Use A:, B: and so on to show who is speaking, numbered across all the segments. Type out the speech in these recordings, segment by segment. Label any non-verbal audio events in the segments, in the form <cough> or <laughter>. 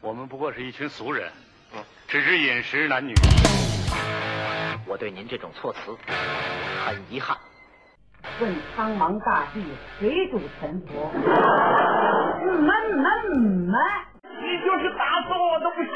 A: 我们不过是一群俗人，只知饮食男女。
B: 我对您这种措辞很遗憾。
C: 问苍茫大地，谁主沉
D: <laughs>
C: 浮？嗯闷闷闷，
D: 你就是打死我我都不信。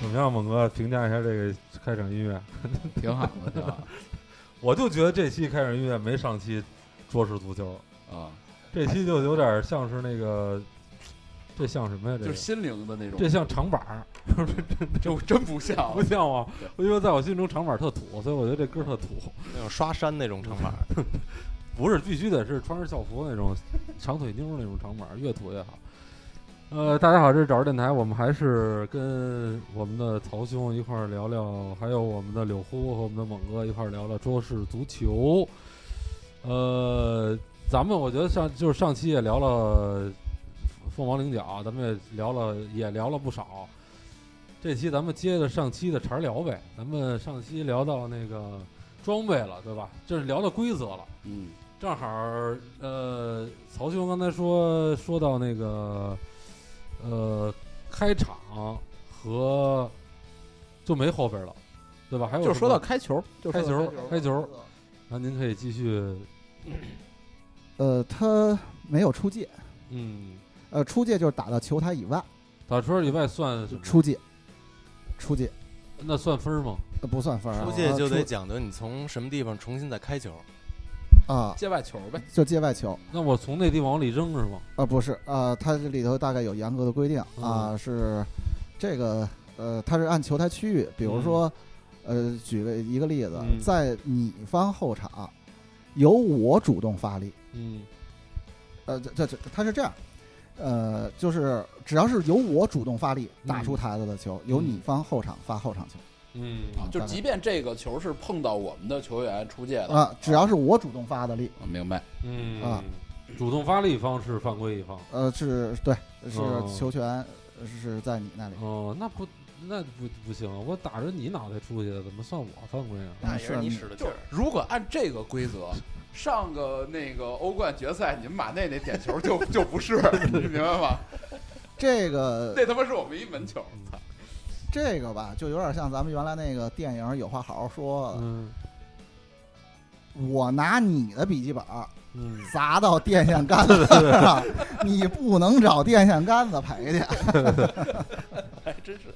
E: 怎么样，猛哥评价一下这个开场音乐？
F: 挺好的，挺好
E: 我就觉得这期开场音乐没上期桌式足球，
F: 的啊，
E: 这期就有点像是那个，这像什么呀？这
F: 就是
E: 个
F: 心灵的那种，
E: 这像长板儿，
F: 这真不像
E: 不像吗
F: 对？
E: 我因为在我心中长板儿特土，所以我觉得这歌儿特土。
G: 那种刷山那种长板儿，
E: <laughs> 不是必须得是穿着校服那种长腿妞儿那种长板儿，越土越好。呃，大家好，这是找着电台，我们还是跟我们的曹兄一块儿聊聊，还有我们的柳呼和我们的猛哥一块儿聊聊桌式足球。呃，咱们我觉得上就是上期也聊了凤凰菱角，咱们也聊了也聊了不少。这期咱们接着上期的茬儿聊呗，咱们上期聊到那个装备了，对吧？这是聊到规则了。
F: 嗯，
E: 正好儿，呃，曹兄刚才说说到那个，呃，开场和就没后边了，对吧？还有
G: 就
E: 什
G: 说
E: 么
G: 到开球，就
E: 开
G: 说到
E: 球，开球，那您可以继续，
H: 呃，他没有出界，
E: 嗯，
H: 呃，出界就是打到球台以外，
E: 打圈儿以外算什么？
H: 出界，出界、
E: 那算分儿吗？
H: 呃、不算分儿啊，
G: 出界
H: 呃
G: 就得讲究你从什么地方重新再开球，
H: 啊，
F: 界外球呗，
H: 就界外球
E: 那我从那地往里扔是吗？
H: 啊、不是啊，它这里头大概有严格的规定
G: 嗯
H: 啊，是这个呃，它是按球台区域，比如
G: 嗯
H: 说，呃，举个一个例子，
E: 嗯
H: 在你方后场，由我主动发力，
E: 嗯
H: 呃，这这这，它是这样，呃，就是只要是由我主动发力打
G: 嗯
H: 出台子的球，由你方后场发后场球。
E: 嗯
H: 啊
F: 就
H: 大概
F: 即便这个球是碰到我们的球员出界的
H: 啊，只要是我主动发的力，
F: 啊明白，
E: 嗯
H: 啊，
E: 主动发力一方是犯规一方。
H: 呃，是对，是
E: 哦
H: 球权呃是在你那里，
E: 哦，那不那不不行，啊我打着你脑袋出去的，怎么算我犯规啊？
H: 但是你
G: 的
F: 就是如果按这个规则。上个那个欧冠决赛，你们马内那点球就就不是， <laughs> 你明白吗？
H: 这个
F: 那他妈是我们一门球，操！
H: 这个吧，就有点像咱们原来那个电影《有话好好说》
E: 嗯
H: 我拿你的笔记本
E: 嗯，
H: 砸到电线杆
E: <laughs>
H: 子上，你不能找电线杆子赔去。
F: 还真是，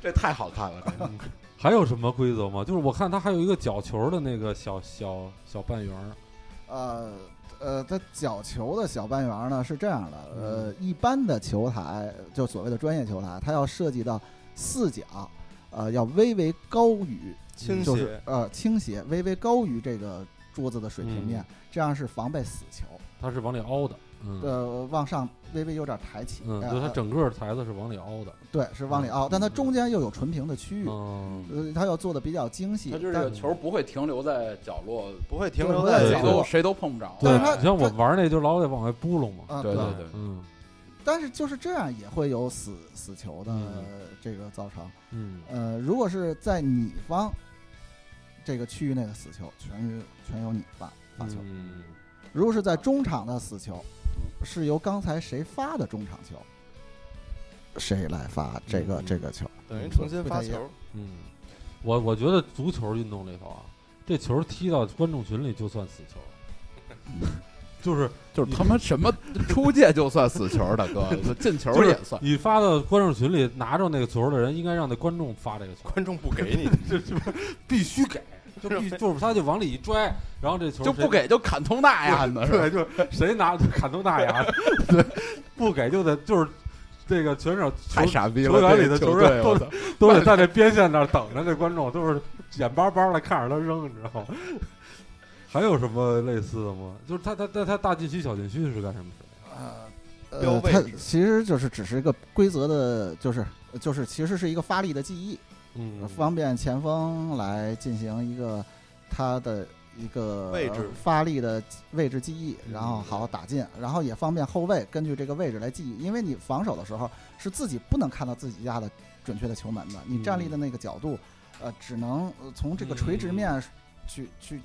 F: 这太好看了，这
E: 嗯还有什么规则吗？就是我看他还有一个角球的那个小小小半圆儿，
H: 呃呃，它角球的小半圆呢是这样的，
E: 嗯
H: 呃，一般的球台就所谓的专业球台，它要涉及到四角，呃，要微微高于
G: 倾
H: 就
G: 斜
H: 是，呃倾斜，微微高于这个桌子的水平面，这样是防备死球。
E: 它是往里凹的，嗯，
H: 呃，往上微微有点抬起，
E: 嗯，
H: 呃
E: 就它整个台子是往里凹的，
H: 对是往里凹，但它中间又有纯平的区域，
E: 嗯，
H: 呃，它要做的比较精细
F: 他。就是这个
H: 但
F: 球不会停留在角落，
G: 不会停留
H: 对
G: 在
H: 对
F: 谁
G: 角
H: 对
F: 都
G: 落。
F: 谁都碰不着。
H: 但是它
E: 你像我玩那就老得往外扑拢嘛，
H: 啊，
F: 对对对，
E: 嗯
H: 但是就是这样也会有死死球的
E: 嗯
H: 这个造成。
E: 嗯
H: 呃，如果是在你方这个区域内的死球，全是全由你发发球；
E: 嗯，
H: 如果是在中场的死球，是由刚才谁发的中场球，谁来发这个、
E: 嗯
H: 这个球。
G: 等于重新发
H: 不太一
G: 球，
E: 嗯，我我觉得足球运动里头啊，这球踢到观众群里就算死球，
F: 嗯
E: 就是
F: 就是他妈什么出界就算死球，大哥，就进球
E: 就是
F: 也算。
E: 你发到观众群里拿着那个球的人，应该让那观众发这个球，
G: 观众不给你，
E: 必须给，就必就是他就往里一拽，然后这球
F: 就
E: 谁
F: 不给就砍头那样的，是吧
E: 对，就谁拿就砍头
F: <laughs>
E: 大牙，对，不给就得就是这个全场球
F: 太傻逼了！
E: 球员里的
F: 这
E: 球
F: 个队，
E: 员都
F: 我
E: 得
F: 操
E: 都得在这边线那儿等着，这观众都是眼巴巴的看着他扔，你知道吗？还有什么类似的吗？就是他他他他大禁区小禁区是干什么使的？
G: 标
H: 呃，
G: 位
H: 它
G: 置
H: 其实就是只是一个规则的，就是就是其实是一个发力的记忆，
E: 嗯，
H: 方便前锋来进行一个他的一个
G: 位置
H: 发力的位置记忆，
E: 嗯
H: 然后好打进，然后也方便后卫根据这个位置来记忆，因为你防守的时候是自己不能看到自己家的准确的球门的，你站立的那个角度，呃，只能呃从这个垂直面去去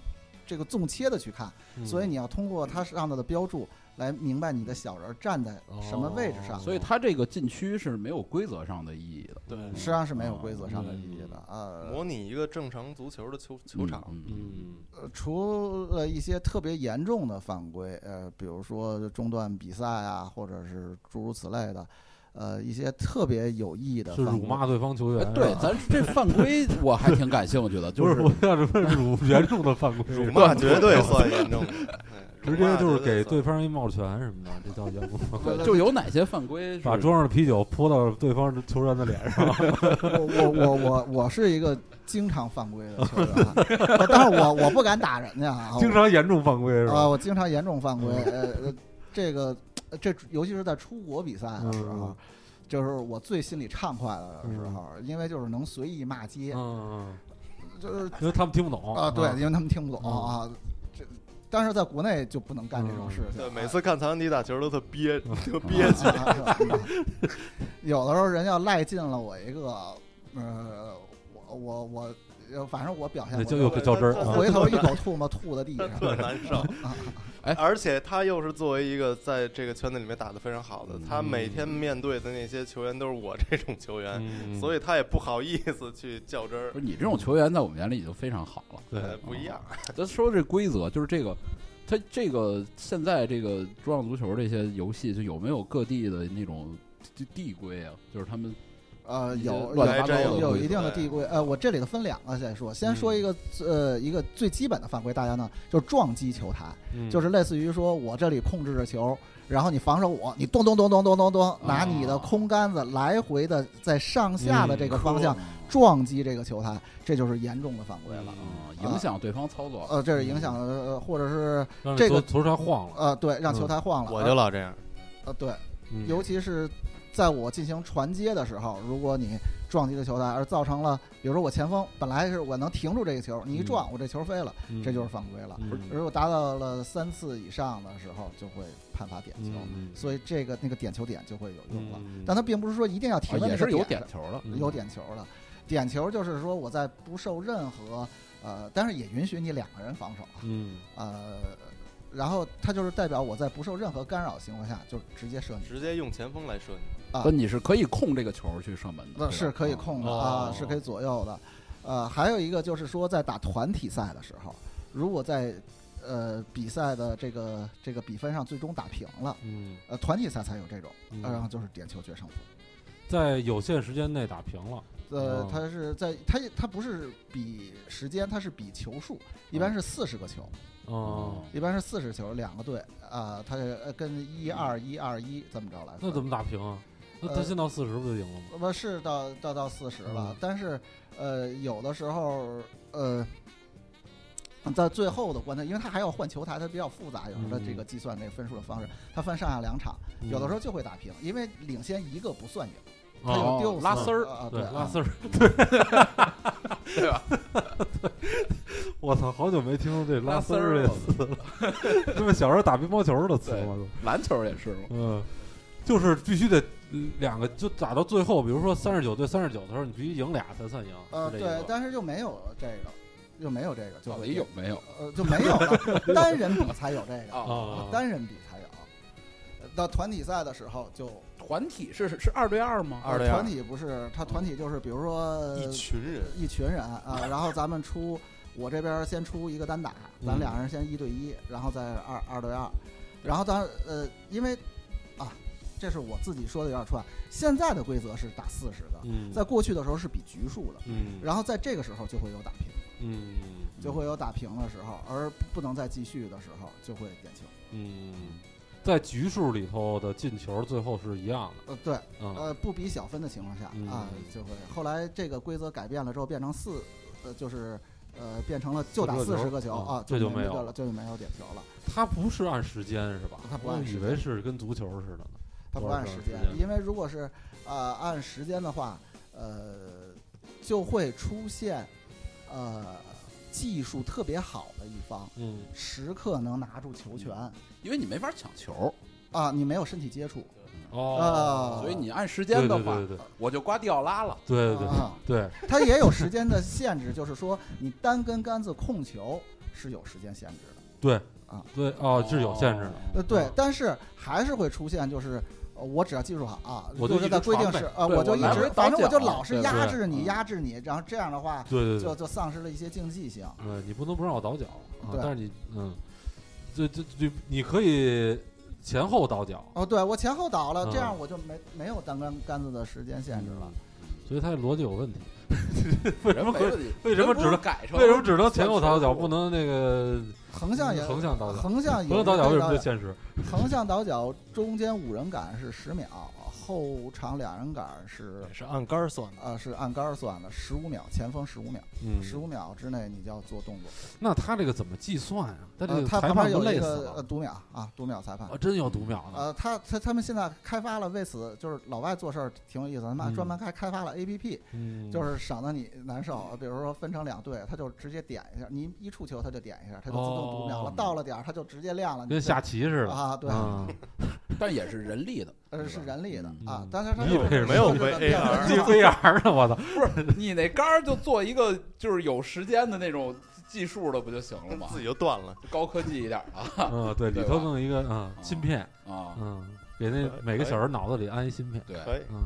H: 这个纵切的去看，
E: 嗯
H: 所以你要通过它上头的标注来明白你的小人站在什么位置上
E: 哦。
I: 嗯所以它这个禁区是没有规则上的意义的。
G: 对，
H: 实际上是没有规则上的意义的，呃，
G: 模拟一个正常足球的球球场，
I: 嗯，嗯
E: 嗯
H: 呃，除了一些特别严重的犯规，呃，比如说中断比赛啊，或者是诸如此类的，呃，一些特别有意义的
E: 是
H: 犯
E: 辱
H: 规
E: 骂对方球
I: 哎
E: 员，
I: 对，咱这犯规我还挺感兴趣的，
E: 不
I: 就是是
E: 我想什么辱严重的犯规，
G: 辱骂绝对算严
E: <laughs>
G: 重的，对
E: 直
G: 辱骂
E: 接就是
G: 绝
E: 给对
G: 算
E: 方一帽拳什么的，这叫严重犯规。 <laughs>
I: 就有哪些犯规是
E: 把桌上的啤酒泼到对方球员的脸上，
H: 我我我我我是一个经常犯规的球
E: <laughs>
H: 员，我但是我我不敢打人家啊，
E: 经常严重犯规是
H: 我啊，
E: 吧？嗯
H: 我经常严重犯规，呃，呃这个呃这尤其是在出国比赛的时候，
E: 嗯
H: 就是我最心里畅快的时候，因为就是能随意骂街，
E: 嗯，
H: 就是
E: 因为他们听不懂
H: 啊，对，因为他们听不
E: 哦嗯
H: 懂啊。这，但是在国内就不能干这种事情。
G: 对，
H: 啊
G: 每次看唐迪打球都特憋，
E: 嗯
G: 特憋
H: 啊
G: 屈。
H: 啊是吧 <laughs> 有的时候人要赖进了我一个，呃，我我我呃，反正我表现
E: 那
H: 我
E: 就
H: 就
E: 又给较真儿 <laughs>
G: 我
E: 啊
H: 回头一口唾沫吐在地
G: <laughs>
E: 嗯
H: 上。
G: 特难受，
E: <laughs>
I: 哎
G: 而且他又是作为一个在这个圈子里面打得非常好的，他每天面对的那些球员都是我这种球员，
E: 嗯
G: 所以他也不好意思去较真儿
I: 不，是你这种球员在我们眼里已经非常好了。
E: 对
G: 呃，不一样。
I: 咱说这规则，就是这个，它这个现在这个桌上足球这些游戏，就有没有各地的那种地地规啊？就是他们
H: 呃，
I: 一些
H: 有
I: 乱
G: 七八糟的
H: 有有
I: 规则
H: 一定的
G: 对
H: 递归。呃，我这里头分两个再说，先说一个呃一个最基本的犯规，大家呢就是撞击球台，
E: 嗯
H: 就是类似于说我这里控制着球，然后你防守我，你咚咚咚咚咚咚
E: 啊
H: 咚，拿你的空杆子来回的在上下的这个
E: 嗯
H: 方向撞击这个球台，这就是严重的犯规了。
I: 啊，影响对方操
E: 嗯
I: 作。
H: 呃，这是影响呃，或者是
E: 让
H: 这个
E: 球台晃了，
H: 呃，对，让球台晃了。
E: 哦
G: 我就老这样，
H: 呃，对，
E: 嗯
H: 尤其是在我进行传接的时候，如果你撞击了球台，而造成了，比如说我前锋本来是我能停住这个球，你一撞我这球飞了，
E: 嗯
H: 这就是犯规了。
E: 嗯
H: 如果达到了三次以上的时候，就会判罚点球，
E: 嗯
H: 所以这个那个点球点就会有用了。
E: 嗯
H: 但它并不是说一定要
I: 啊
H: 呃停在
I: 也
H: 那个
I: 是有
H: 点
I: 点球的，
H: 有点球了。点球就是说我在不受任何呃，但是也允许你两个人防守啊，
E: 嗯
H: 呃，然后它就是代表我在不受任何干扰情况下就直接射你。
G: 直接用前锋来射你。
H: 啊
I: 但你是可以控这个球去射门的，嗯
H: 那是可以控的啊，
E: 哦
H: 是可以左右的。呃，还有一个就是说，在打团体赛的时候，如果在呃比赛的这个这个比分上最终打平了，
E: 嗯，
H: 呃，团体赛才有这种，
E: 嗯
H: 呃然后就是点球决胜负。
E: 在有限时间内打平了，
H: 呃
E: 哦，
H: 它是在它它不是比时间，它是比球数，一般是四十个球，
E: 嗯，
H: 一般是四十球，两个队啊，它呃跟一二一二一这么着来分。
E: 那怎么打平啊？那他
H: 呃
E: 先到四十不就赢了吗？
H: 不是到到到四十了，
E: 嗯
H: 但是呃，有的时候呃，在最后的关头，因为他还要换球台，它比较复杂，有时候它这
E: 嗯
H: 个计算这个分数的方式，他分上下两场，有的时候就会打平，因为领先一个不算赢，他有
E: 哦
H: 丢
I: 拉丝儿
H: 啊，
E: 对
H: 啊
E: 拉丝儿，
I: 对吧？
E: 我操，好久没听说这
I: 拉
E: 拉
I: 丝
E: 丝
I: 儿
E: 儿这词了，这不小时候打乒乓球的词
I: 对
E: 吗？
I: 篮球也是嘛。
E: 嗯，就是必须得两个，就打到最后，比如说三十九对三十九的时候，你必须赢俩才算赢。
H: 呃，
E: 是这意思
H: 对，但是就没有这个，就没有这个，就
I: 到
H: 会
I: 底有没有？
H: 呃就没有了， <laughs> 单人比才有这个，
E: 啊，
H: 单人比才有，呃到团体赛的时候就呃
I: 团体是是二对二吗？
G: 二对
H: 团体不是，他团体就是比如说
G: 一群人，
H: 一群人啊，然后咱们出，我这边先出一个单打，咱俩人先一对一，然后再二二对二，然后咱呃，因为啊，这是我自己说的有点串，现在的规则是打四十的，
E: 嗯，
H: 在过去的时候是比局数的，
E: 嗯
H: 然后在这个时候就会有打平，
E: 嗯
H: 就会有打平的时候，而不能再继续的时候就会点球。
E: 嗯，在局数里头的进球最后是一样
H: 呃，对，
E: 的啊，
H: 呃，不比小分的情况下
E: 嗯
H: 啊，就会后来这个规则改变了之后变成四，呃，就是。呃，变成了就打
E: 四十
H: 四
E: 个球
H: 十个球
E: 嗯
H: 啊，
E: 这就
H: 没
E: 没有
H: 这个
E: 了
H: 了，就没有点球了。
E: 它不是按时间是吧？
H: 它不
E: 我
H: 按时
E: 以
H: 间
E: 为是跟足球似的呢。
H: 它不按时
E: 多少
H: 间
E: 多少时，间
H: 因为如果是呃按时间的话，呃，就会出现，呃，技术特别好的一方，
E: 嗯，
H: 时刻能拿住球权
I: 因为你没法抢球，
H: 啊，你没有身体接触，
E: 哦，
H: 啊
I: 所以你按时
E: 对
I: 间
E: 对
I: 的
E: 对
I: 话，
E: 对对
I: 我就瓜迪奥拉了。
E: 对对
H: 啊，
E: 对，
H: 它也有时间的限制，就是说你单跟杆子控球是有时间限制的。
E: 对
H: 啊
E: 对哦，是有限制的。
H: 呃，对，但是还是会出现，就是呃我只要技术好啊，
E: 我就
H: 就
E: 一
H: 是
E: 直
H: 在规定
E: 传呗
H: 是呃，
I: 对
H: 我就
I: 我
H: 一
I: 来回
H: 直，
I: 打
H: 反正我就
I: 搅
H: 老是
I: 啊对
H: 压
E: 对
H: 制你，
I: 嗯
H: 压制你，然后这样的话
E: 对对对
H: 就，就丧失了一些竞技性。
E: 嗯，你不能不让我倒脚啊，
H: 对
E: 但是你嗯，这这这你可以前后倒脚，
H: 哦，对我前后倒了，这
E: 嗯
H: 样我就没没有单杆杆子的时间限制了。
E: 所以他的逻辑有问题。
I: 为什么会
E: 为什么只能
I: 改成？
E: 为什么只能前后倒脚，不能那个
H: 横向也
E: 嗯横向倒脚？
H: 横向
E: 横
H: 有
E: 向倒脚
H: 一
E: 为
H: 个
E: 什么就 <laughs> 限时？
H: 横向倒脚中间五人杆是十秒，后场两人杆是
G: 是按杆儿算的。
H: 呃是按杆儿算的，十五秒，前锋十五秒，
E: 嗯，
H: 十五秒之内你就要做动作。
E: 那他这个怎么计算呀？他这
H: 呃，
E: 个
H: 他
E: 裁
H: 旁
E: 判
H: 边
E: 都
H: 有一
E: 累死
H: 个呃
E: 了，
H: 读秒啊，读秒裁判
E: 啊，。真要读秒呢。
H: 呃，他他他们现在开发了，为此就是老外做事儿挺有意思，他们
E: 嗯
H: 专门开开发了 A P P，
E: 嗯，
H: 就是省得你难受。比如说分成两队，他就直接点一下，你一触球他就点一下，他就自动读秒了。
E: 哦
H: 到了点儿他就直接亮了，你
E: 跟
H: 就
E: 下棋似的
H: 啊，对， <laughs>
E: 嗯
I: 但也是人力的，
H: 呃是人力的啊
E: 嗯，
H: 但是他
E: 你以为是
G: 没有
H: 就是
G: 为 AR
E: 进 VR 呢，我操！
I: 你那杆儿就做一个就是有时间的那种技术的不就行了吗？
G: 自己就断了，
I: 高科技一点啊
E: 嗯，对，里
I: 对
E: 头
I: 吧
E: 弄一个嗯芯片，
I: 啊！
E: 嗯，给那每个小人脑子里安一芯片，
I: 对，
G: 可以。
E: 嗯，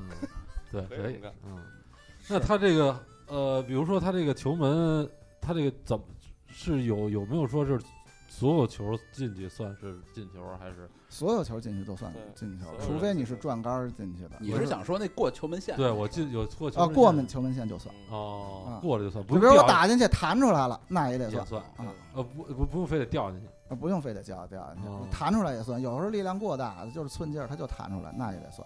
E: 对，
G: 可以
E: 可
G: 这
E: 以
G: 么干，
E: 嗯。那他这个呃，比如说他这个球门，他这个怎么是有有没有说是所有球进去算是进球，还是
H: 所有球进去都算
G: 对
H: 进球
G: 所，有
H: 除
G: 人
H: 非你
G: 进
H: 是
G: 球
H: 转杆儿进去的。
I: 你是想说那过球门线？
E: 对我进有过球
H: 啊，
E: 进
H: 过门球门线就算。
E: 哦
H: 啊，
E: 过了就算，
H: 比
E: 不
H: 如
E: 用
H: 说
E: 掉
H: 我打进去弹出来了，那也得
E: 也
H: 算
E: 算，
H: 啊，
E: 呃不不不用非得掉进去，
H: 呃不用非得叫掉进去
E: 哦，
H: 弹出来也算。有时候力量过大，就是寸劲儿，它就弹出来，那也得算。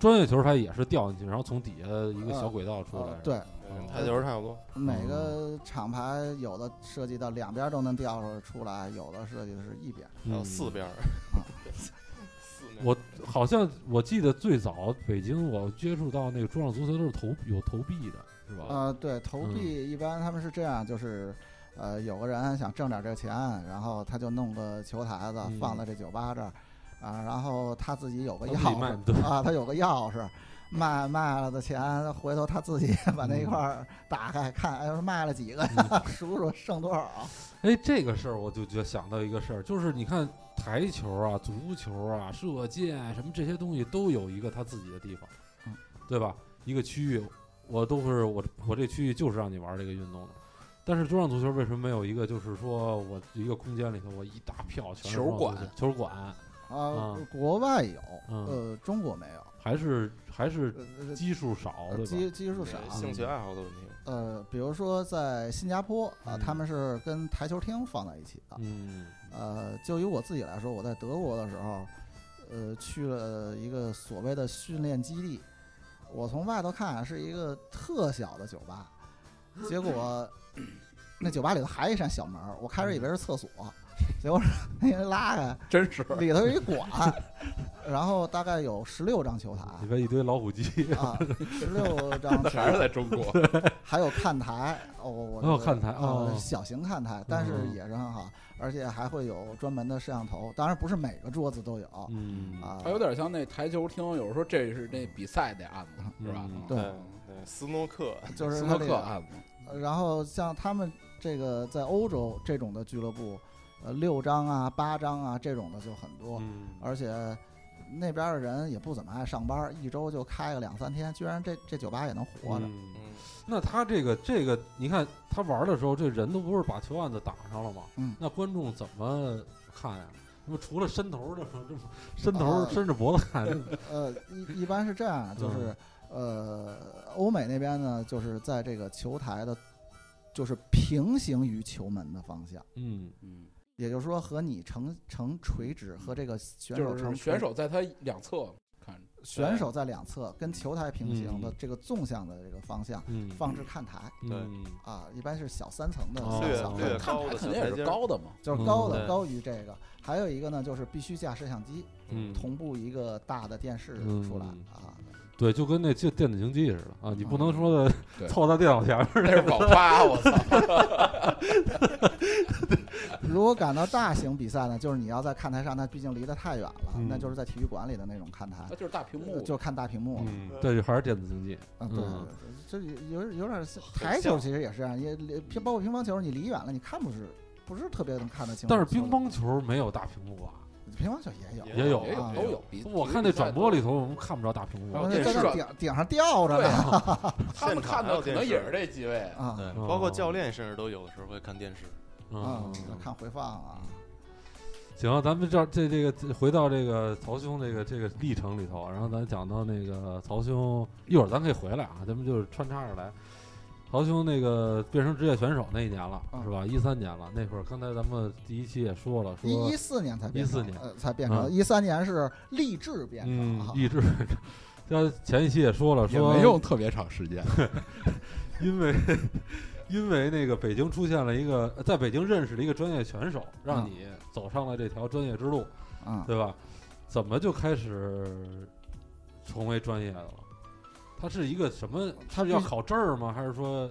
E: 专业球拍也是掉进去，然后从底下一个小轨道出来哦
H: 呃，，对，
G: 嗯台球差不多。
H: 每个厂牌有的设计到两边都能掉出来，有的设计的是一边。
G: 还有
E: 嗯
G: 四边儿
H: 嗯，
G: <laughs> 四面
E: 我好像我记得最早北京我接触到那个桌上足球都是投有投币的，是吧？
H: 呃，对，投
E: 嗯
H: 币一般他们是这样，就是。呃，有个人想挣点这钱，然后他就弄个球台子
E: 嗯
H: 放在这酒吧这儿，啊，然后他自己有个
E: 他
H: 钥
E: 自己卖对
H: 匙啊，他有个钥匙，卖卖了的钱，回头他自己把那一块儿打开看，哎，卖了几个
E: 嗯
H: 呀，数数剩多少。啊
E: 哎，这个事儿我就觉得想到一个事儿，就是你看台球啊、足球啊、射箭什么这些东西都有一个他自己的地方，
H: 嗯
E: 对吧？一个区域，我都是我我这区域就是让你玩这个运动的。但是桌上足球为什么没有一个就是说我一个空间里头我一大票全是桌上足
I: 球馆
E: 球球馆
H: 啊
E: 嗯，
H: 国外有，
E: 嗯
H: 呃，中国没有，
E: 还是还是
H: 呃呃
E: 基数少，
H: 呃，
E: 对
H: 基
E: 吧？
H: 基数少。
G: 对兴趣爱好的问题，
H: 呃，比如说在新加坡啊
E: 嗯，
H: 他们是跟台球厅放在一起的。
E: 嗯
H: 呃，就以我自己来说，我在德国的时候，呃，去了一个所谓的训练基地，我从外头看是一个特小的酒吧，结果那酒吧里头还有一扇小门儿，我开始以为是厕所，结果是那人拉开，
I: 真
E: <laughs>
I: 是
H: 里头是一馆，然后大概有十六张球台
E: 里边一堆老虎机，
H: 啊，十六张
I: <laughs>
H: 球，
I: 还是在中国？
H: 还有看台，哦，我
E: 还有看台
H: 呃
E: 哦嗯
H: 小型看台，但是也是很好，而且还会有专门的摄像头，当然不是每个桌子都有啊，
E: 嗯，
I: 它有点像那台球厅，有时候这是那比赛那案子是吧？
E: 嗯
H: 对
G: 对对，斯诺克
H: 就是
I: 斯
H: 它
I: 诺
H: 这
I: 克啊
H: 个，
I: 案子，
H: 然后像他们这个在欧洲这种的俱乐部，呃，六张啊、八张啊这种的就很多，
E: 嗯
H: 啊而且那边的人也不怎么爱上班，一周就开个两三天，居然这这酒吧也能活着，
E: 嗯
G: 嗯，
E: 那他这个这个，你看他玩的时候，这人都不是把球案子挡上了吗？
H: 嗯
E: 那观众怎么看呀？那么除了伸头这
H: <laughs>
E: 么这么伸头
H: 啊
E: 伸着脖子看，
H: <laughs>
E: 这
H: 呃，一一般是这样，啊就是、呃，欧美那边呢，就是在这个球台的，就是平行于球门的方向，
E: 嗯
I: 嗯，
H: 也就是说和你成成垂直，和这个选手
I: 就
H: 成
I: 是
H: 垂
I: 选手在他两侧看着，
H: 选手在两侧跟球台平行的
E: 嗯
H: 这个纵向的这个方向
E: 嗯
H: 放置看台
E: 嗯
G: 对
H: 啊，一般是小三层的
E: 哦
H: 小
G: 略
H: 小
G: 略
H: 的
I: 看
G: 高
I: 台
G: 的
I: 肯
G: 小
I: 定也
G: 台
I: 是
G: 阶儿，
I: 高的嘛。
H: 就是高的
G: 嗯
H: 高于这个，还有一个呢，就是必须架摄像机，
E: 嗯
H: 同步一个大的电视
E: 嗯
H: 出来
E: 嗯
H: 啊，
E: 对，就跟那就电子竞技似的啊，你不
H: 嗯
E: 能说
I: 对
E: 的凑到电脑前面儿
F: 那是网
E: <laughs>
F: 吧，我
H: <laughs>
F: 操！
H: 如果赶到大型比赛呢，就是你要在看台上，那毕竟离得太远了，
E: 嗯
H: 那就是在体育馆里的那种看台
I: 那，就是呃大屏幕，
H: 就看大屏幕了。
E: 嗯，对，还是电子竞技。
H: 啊，对
E: 嗯，
H: 这有有点像台球，其实也是这样，也也乒包括乒乓球，你离远了你看不是不是特别能看得清楚。
E: 但是乒乓球没有大屏幕啊，
H: 乒乓球也有，
E: 也有
I: 也有
H: 啊
I: 都有。比
E: 我看那转播，里头我们看不着大屏幕
F: 还
H: 然后
F: 有
E: 啊。
H: 那
F: 电
H: 在那
F: 视
H: 顶顶上吊着
F: 对
H: 呢
F: 啊，
I: <laughs>
E: <laughs>
F: 他
G: 现
F: 们
G: 场
F: 看
G: 还
F: 的
G: 有
F: 可
G: 电
F: 能
G: 视
F: 也是这几位。
H: 啊
G: 对，
E: 哦
G: 包括教练甚至都有的时候会看电视。
H: 啊
E: 嗯，，
H: 看回放啊，
E: 行，咱们这这这个回到这个曹兄这个这个历程里头，然后咱讲到那个曹兄，一会儿咱可以回来啊，咱们就是穿插着来。曹兄那个变成职业选手那一年了，
H: 嗯
E: 是吧？一三年了，那会儿刚才咱们第一期也说了，
H: 一
E: 说
H: 一四年才变成，
E: 14年
H: 呃才变成，
E: 嗯
H: 一三年是励志变成
E: 嗯
H: 啊，，
E: 意志。像前一期也说了，
I: 也
E: 说
I: 没用特别长时间，
E: 因为因为那个北京出现了一个，在北京认识了一个专业选手，让
H: 嗯
E: 你走上了这条专业之路，
H: 啊，
E: 对吧？怎么就开始成为专业的了？他是一个什么？他是要考证儿吗？还是说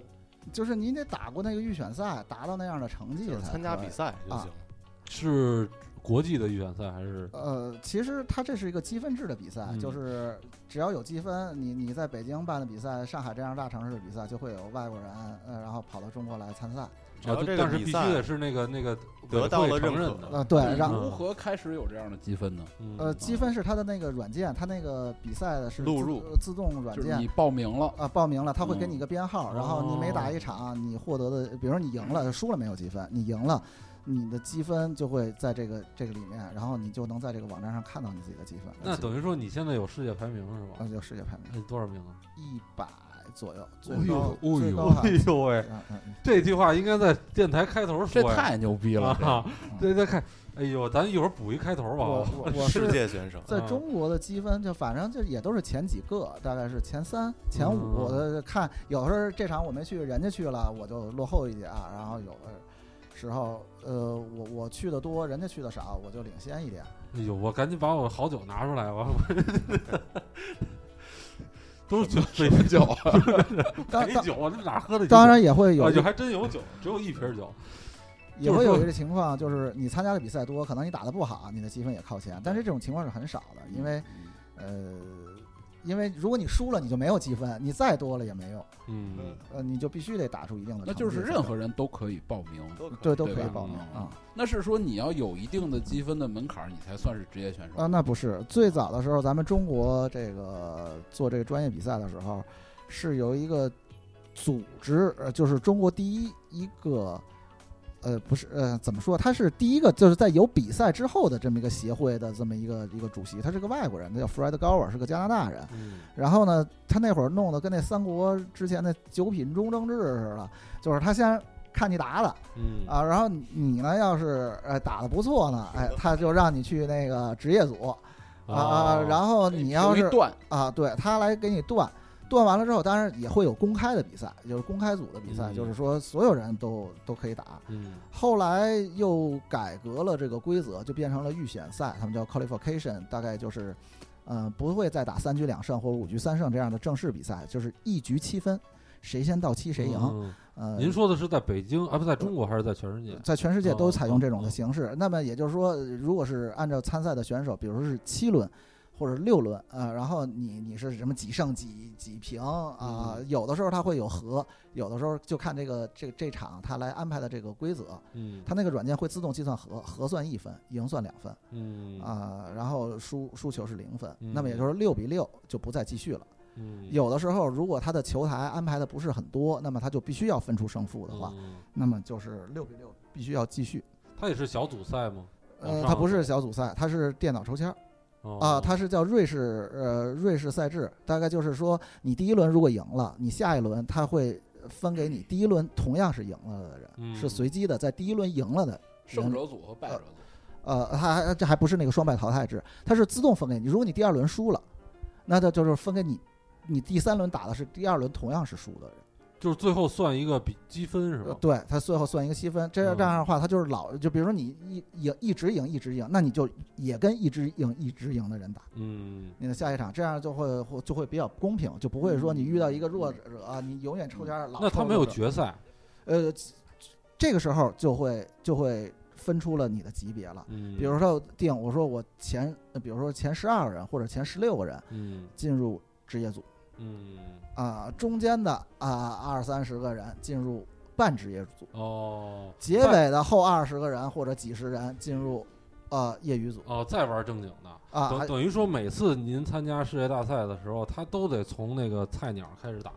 H: 就是你得打过那个预选赛，达到那样的成绩
G: 就是
H: 才
G: 参加
H: 可以
G: 比。赛就行了。
E: 是国际的预选赛？还是
H: 呃，其实它这是一个积分制的比赛，
E: 嗯
H: 就是只要有积分，你你在北京办的比赛，上海这样大城市的比赛，就会有外国人，呃，然后跑到中国来参赛。
G: 只要
E: 啊
G: 这个
E: 但是
G: 比
E: 必须
G: 赛
E: 得是那个那个
G: 得到了
E: 委员会承
G: 认
E: 认
G: 可
E: 的。
H: 呃，对，让
I: 如何开始有这样的积分呢？
E: 嗯
H: 呃积分是它的那个软件，它那个比赛的是
I: 录
H: 自
I: 入
H: 呃自动软
I: 就是
H: 件
I: 你。报名了，
H: 啊，报名了，它会给你一个编号，
E: 嗯
H: 然后你每打一场，你获得的，比如说你赢了，输了没有积分，你赢了，你的积分就会在这个这个里面，然后你就能在这个网站上看到你自己的积分。
E: 那等于说你现在有世界排名是
H: 啊，
E: 吧？
H: 就世界排名
E: 那多少名啊？
H: 一百左右，最
I: 哎呦
H: 高
I: 哎呦
H: 最
E: <laughs>
H: 高还
E: 哎哦呦喂，
H: 嗯嗯嗯
E: 这句话应该在电台开头说
I: 这
E: 呀。
I: 太牛逼
E: <laughs>
I: 了！这
E: 啊，对对，看，哎呦，咱一会儿补一开头吧。
H: 我我我
G: 世
H: 是
G: 界选手，
H: 在中国的积分，就反正就也都是前几个，大概是前三、前
E: 嗯
H: 五的。看有时候这场我没去，人家去了，我就落后一截啊。然后有的时候，呃，我我去的多，人家去的少，我就领先一点。
E: 哎呦，我赶紧把我好酒拿出来，我都是酒，北京酒，
H: 当
E: 北
H: 当
E: 酒，我这哪喝的酒？
H: 当然也会有
E: 啊，
H: 一
E: 就还真有酒，只有一瓶酒。
H: 也
E: 就是
H: 会有
E: 说
H: 一个情况，就是你参加的比赛多，可能你打的不好，你的积分也靠前，但是这种情况是很少的，因为，呃，因为如果你输了，你就没有积分，你再多了也没用，
E: 嗯，
H: 呃，你就必须得打出一定的
I: 那
H: 成绩才
I: 就
H: 行，
I: 是任何人都可以报名，
G: 都可以
H: 对都可
I: 对
H: 以
I: 吧嗯
H: 报名啊。
I: 那是说你要有一定的积分的门槛儿，你才算是职业选手
H: 啊，那不是最早的时候，咱们中国这个做这个专业比赛的时候，是由一个组织，呃，就是中国第一一个，呃，不是，呃，怎么说？他是第一个，就是在有比赛之后的这么一个协会的这么一个一个主席，他是个外国人，他叫 Fred Gower，是个加拿大人。然后呢，他那会儿弄得跟那三国之前的九品中正制似的，就是他先看你打的，
E: 嗯
H: 啊，然后你你呢，要是呃打得不错呢，哎，他就让你去那个职业组啊啊，然后你要
I: 有一
H: 是
I: 段
H: 啊，对他来给你断，断完了之后，当然也会有公开的比赛，就是公开组的比赛，
E: 嗯
H: 就是说所有人都都可以打。
E: 嗯
H: 后来又改革了这个规则，就变成了预选赛，他们叫 qualification，大概就是，嗯、不会再打三局两胜或者五局三胜这样的正式比赛，就是一局七分，谁先到七谁赢。
E: 嗯
H: 呃，
E: 您说的是在北京啊？不在中国还是在全世界？
H: 在全世界
E: 哦
H: 都采用这种
E: 哦
H: 的形式。那么也就是说，如果是按照参赛的选手，比如说是七轮或者六轮啊，然后你你是什么几胜几几平啊，
E: 嗯
H: 有的时候他会有和，有的时候就看这个这这场他来安排的这个规则，
E: 嗯
H: 他那个软件会自动计算和，和算一分，赢算两分
E: 嗯，
H: 啊，然后输输球是零分。
E: 嗯
H: 那么也就是六比六就不再继续了。
E: 嗯
H: 有的时候如果他的球台安排的不是很多，那么他就必须要分出胜负的话，，
E: 嗯
H: 那么就是六比六必须要继续。
E: 他也是小组赛吗？往
H: 呃，
E: 上
H: 它不是
E: 走
H: 小组赛，它是电脑抽签儿
E: 哦
H: 啊，它是叫瑞士呃瑞士赛制，大概就是说你第一轮如果赢了，你下一轮它会分给你第一轮同样是赢了的人，
E: 嗯
H: 是随机的，在第一轮赢了的
I: 胜
H: 人，
I: 者组和败者组，
H: 呃，它还这还不是那个双败淘汰制，它是自动分给你，如果你第二轮输了，那它就是分给你，你第三轮打的是第二轮同样是输的人，
E: 就是最后算一个比积分是
H: 呃
E: 吧？
H: 对他最后算一个积分，这样
E: 嗯
H: 这样的话，他就是老就比如说你一赢一直赢一直赢，那你就也跟一直赢一直赢的人打
E: 嗯，
H: 你的下一场，这样就会会就会比较公平，就不会说你遇到一个弱者啊，你永远抽签儿老
E: 嗯那他
H: 抽
E: 没有
H: 弱者
E: 决赛，
H: 呃，这个时候就会就会分出了你的级别了。
E: 嗯，
H: 比如说定我说我前，呃比如说前十二个人或者前十六个人
E: 嗯
H: 进入职业组
E: 嗯
H: 啊、中间的啊二三十个人进入半职业组，
E: 哦，
H: 结
E: 再
H: 尾的后二十个人或者几十人进入呃业余组
E: 哦，再玩正经的。
H: 啊，
E: 等
H: 还
E: 等于说，每次您参加世界大赛的时候，他都得从那个菜鸟开始打。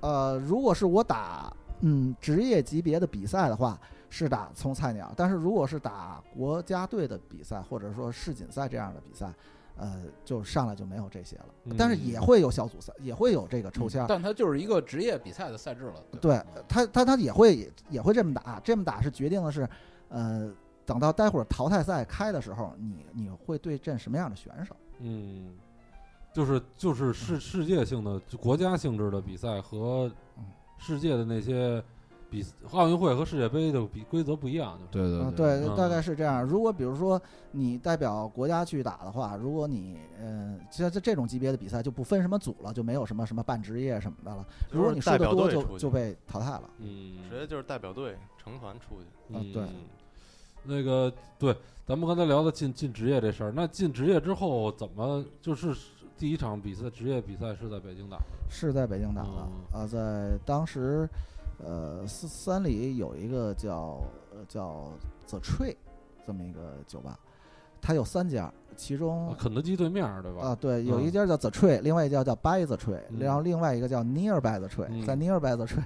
H: 呃，如果是我打嗯职业级别的比赛的话，是打从菜鸟；但是如果是打国家队的比赛，或者说世锦赛这样的比赛，呃，就上来就没有这些了。但是
E: 嗯
H: 也会有小组赛，也会有这个抽签儿。
I: 但它就是一个职业比赛的赛制了。
H: 对
I: 吧嗯
H: 他，他他也会也会这么打，这么打是决定的是，呃，等到待会儿淘汰赛开的时候，你你会对阵什么样的选手？
E: 嗯，就是就是世世界性的、就国家性质的比赛和
H: 嗯
E: 世界的那些比奥运会和世界杯的比规则不一样，就是
I: 对
H: 嗯，
I: 对
H: 对，
E: 嗯
H: 大概是这样。如果比如说你代表国家去打的话，如果你嗯，像这这种级别的比赛就不分什么组了，就没有什么什么半职业什么的了。如果你输
G: 代
H: 的
G: 表
H: 多
G: 队
H: 就，
G: 出
H: 就
G: 去
H: 被淘汰了。
E: 嗯，
G: 直接就是代表队成团出去。
H: 啊对
E: 嗯那个对，咱们刚才聊的进进职业这事儿，那进职业之后怎么就是第一场比赛职业比赛是在北京打的？
H: 是在北京打的
E: 哦
H: 啊、在当时，呃，三三里有一个叫呃叫 The Tree 这么一个酒吧，它有三家，其中
E: 啊肯德基对面儿对吧？
H: 啊，对，有一
E: 嗯
H: 家叫 The Tree，另外一家叫 By the Tree，、
E: 嗯
H: 然后另外一个叫 Near by the Tree，、
E: 嗯
H: 在 Near by the Tree，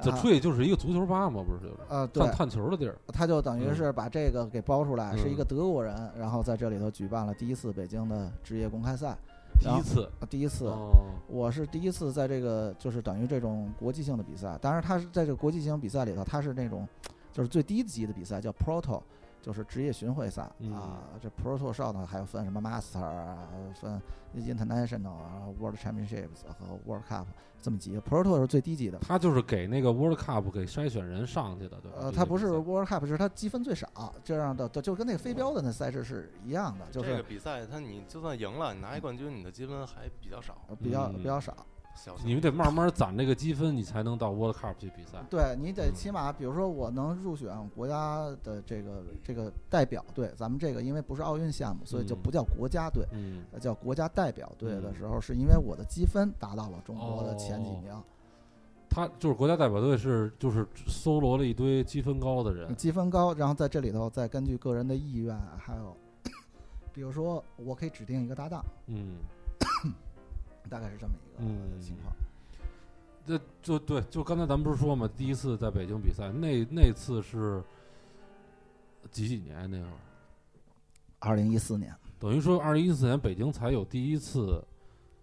E: The
H: 啊
E: Tree 就是一个足球吧嘛，不是就是
H: 啊，对
E: 看，探球的地儿。
H: 他就等于
E: 嗯
H: 是把这个给包出来，是一
E: 嗯
H: 个德国人，然后在这里头举办了第一次北京的职业公开赛，
E: 第
H: 然
E: 一
H: 后
E: 次，
H: 啊第一次，
E: 哦，
H: 我是第一次在这个就是等于这种国际性的比赛，当然它是在这个国际性比赛里头，它是那种就是最低级的比赛叫 Proto，就是职业巡回赛、
E: 嗯
H: 啊。这 Proto 上呢还有分什么 Master 啊，分 International 啊、World Championships 和 World Cup 这么级。Proto 是最低级的，
E: 他就是给那个 World Cup 给筛选人上去的，对吧？
H: 呃，
E: 这
H: 它
E: 些
H: 不
E: 比
H: 是
E: 赛
H: World Cup，是它积分最少，这样的就跟那个飞镖的那赛事是一样的，就
G: 这
H: 是
G: 个比赛，他你就算赢了，你拿一冠军，你的积分还比较少。
H: 呃比较
E: 嗯
H: 比较少。
G: 小
E: 你们得慢慢攒这个积分，你才能到 World Cup 去比赛。
H: 对你得
E: 嗯
H: 起码，比如说我能入选国家的这个这个代表队，咱们这个因为不是奥运项目，所以就
E: 嗯
H: 不叫国家队，
E: 嗯，
H: 呃叫国家代表队的
E: 嗯
H: 时候，是因为我的积分达到了中国的前几
E: 哦
H: 名，
E: 他就是国家代表队是就是搜罗了一堆积分高的人。
H: 积分高，然后在这里头再根据个人的意愿，还有比如说我可以指定一个搭档，
E: 嗯，
H: 大概是这么一个
E: 嗯
H: 情况。
E: 这就对，就刚才咱们不是说嘛，第一次在北京比赛，那那次是几几年那会儿？
H: 二零一四年
E: 等于说二零一四年北京才有第一次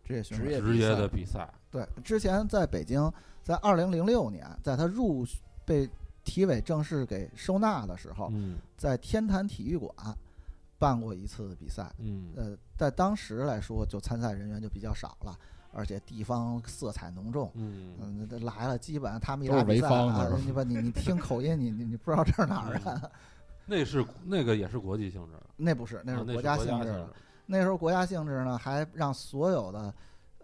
H: 职业巡
I: 职
H: 回
I: 业
E: 职业
I: 比赛
E: 的比赛。
H: 对，之前在北京，在二零零六年，在他入被体委正式给收纳的时候。
E: 嗯
H: 在天坛体育馆办过一次比赛。
E: 嗯
H: 呃，在当时来说，就参赛人员就比较少了，而且地方色彩浓重。
E: 嗯，
H: 嗯，这来了，基本上他们一
I: 都
H: 打
I: 是
H: 比
I: 潍
H: 赛
I: 坊的
H: 啊
I: 是吧，
H: 你把你你听口音，你你你不知道这是哪儿人。
E: 那是那个也是国际性质的，
H: 那不是，那
E: 啊
H: 是
E: 那
H: 国家性质的。那时候国家性质呢，还让所有的，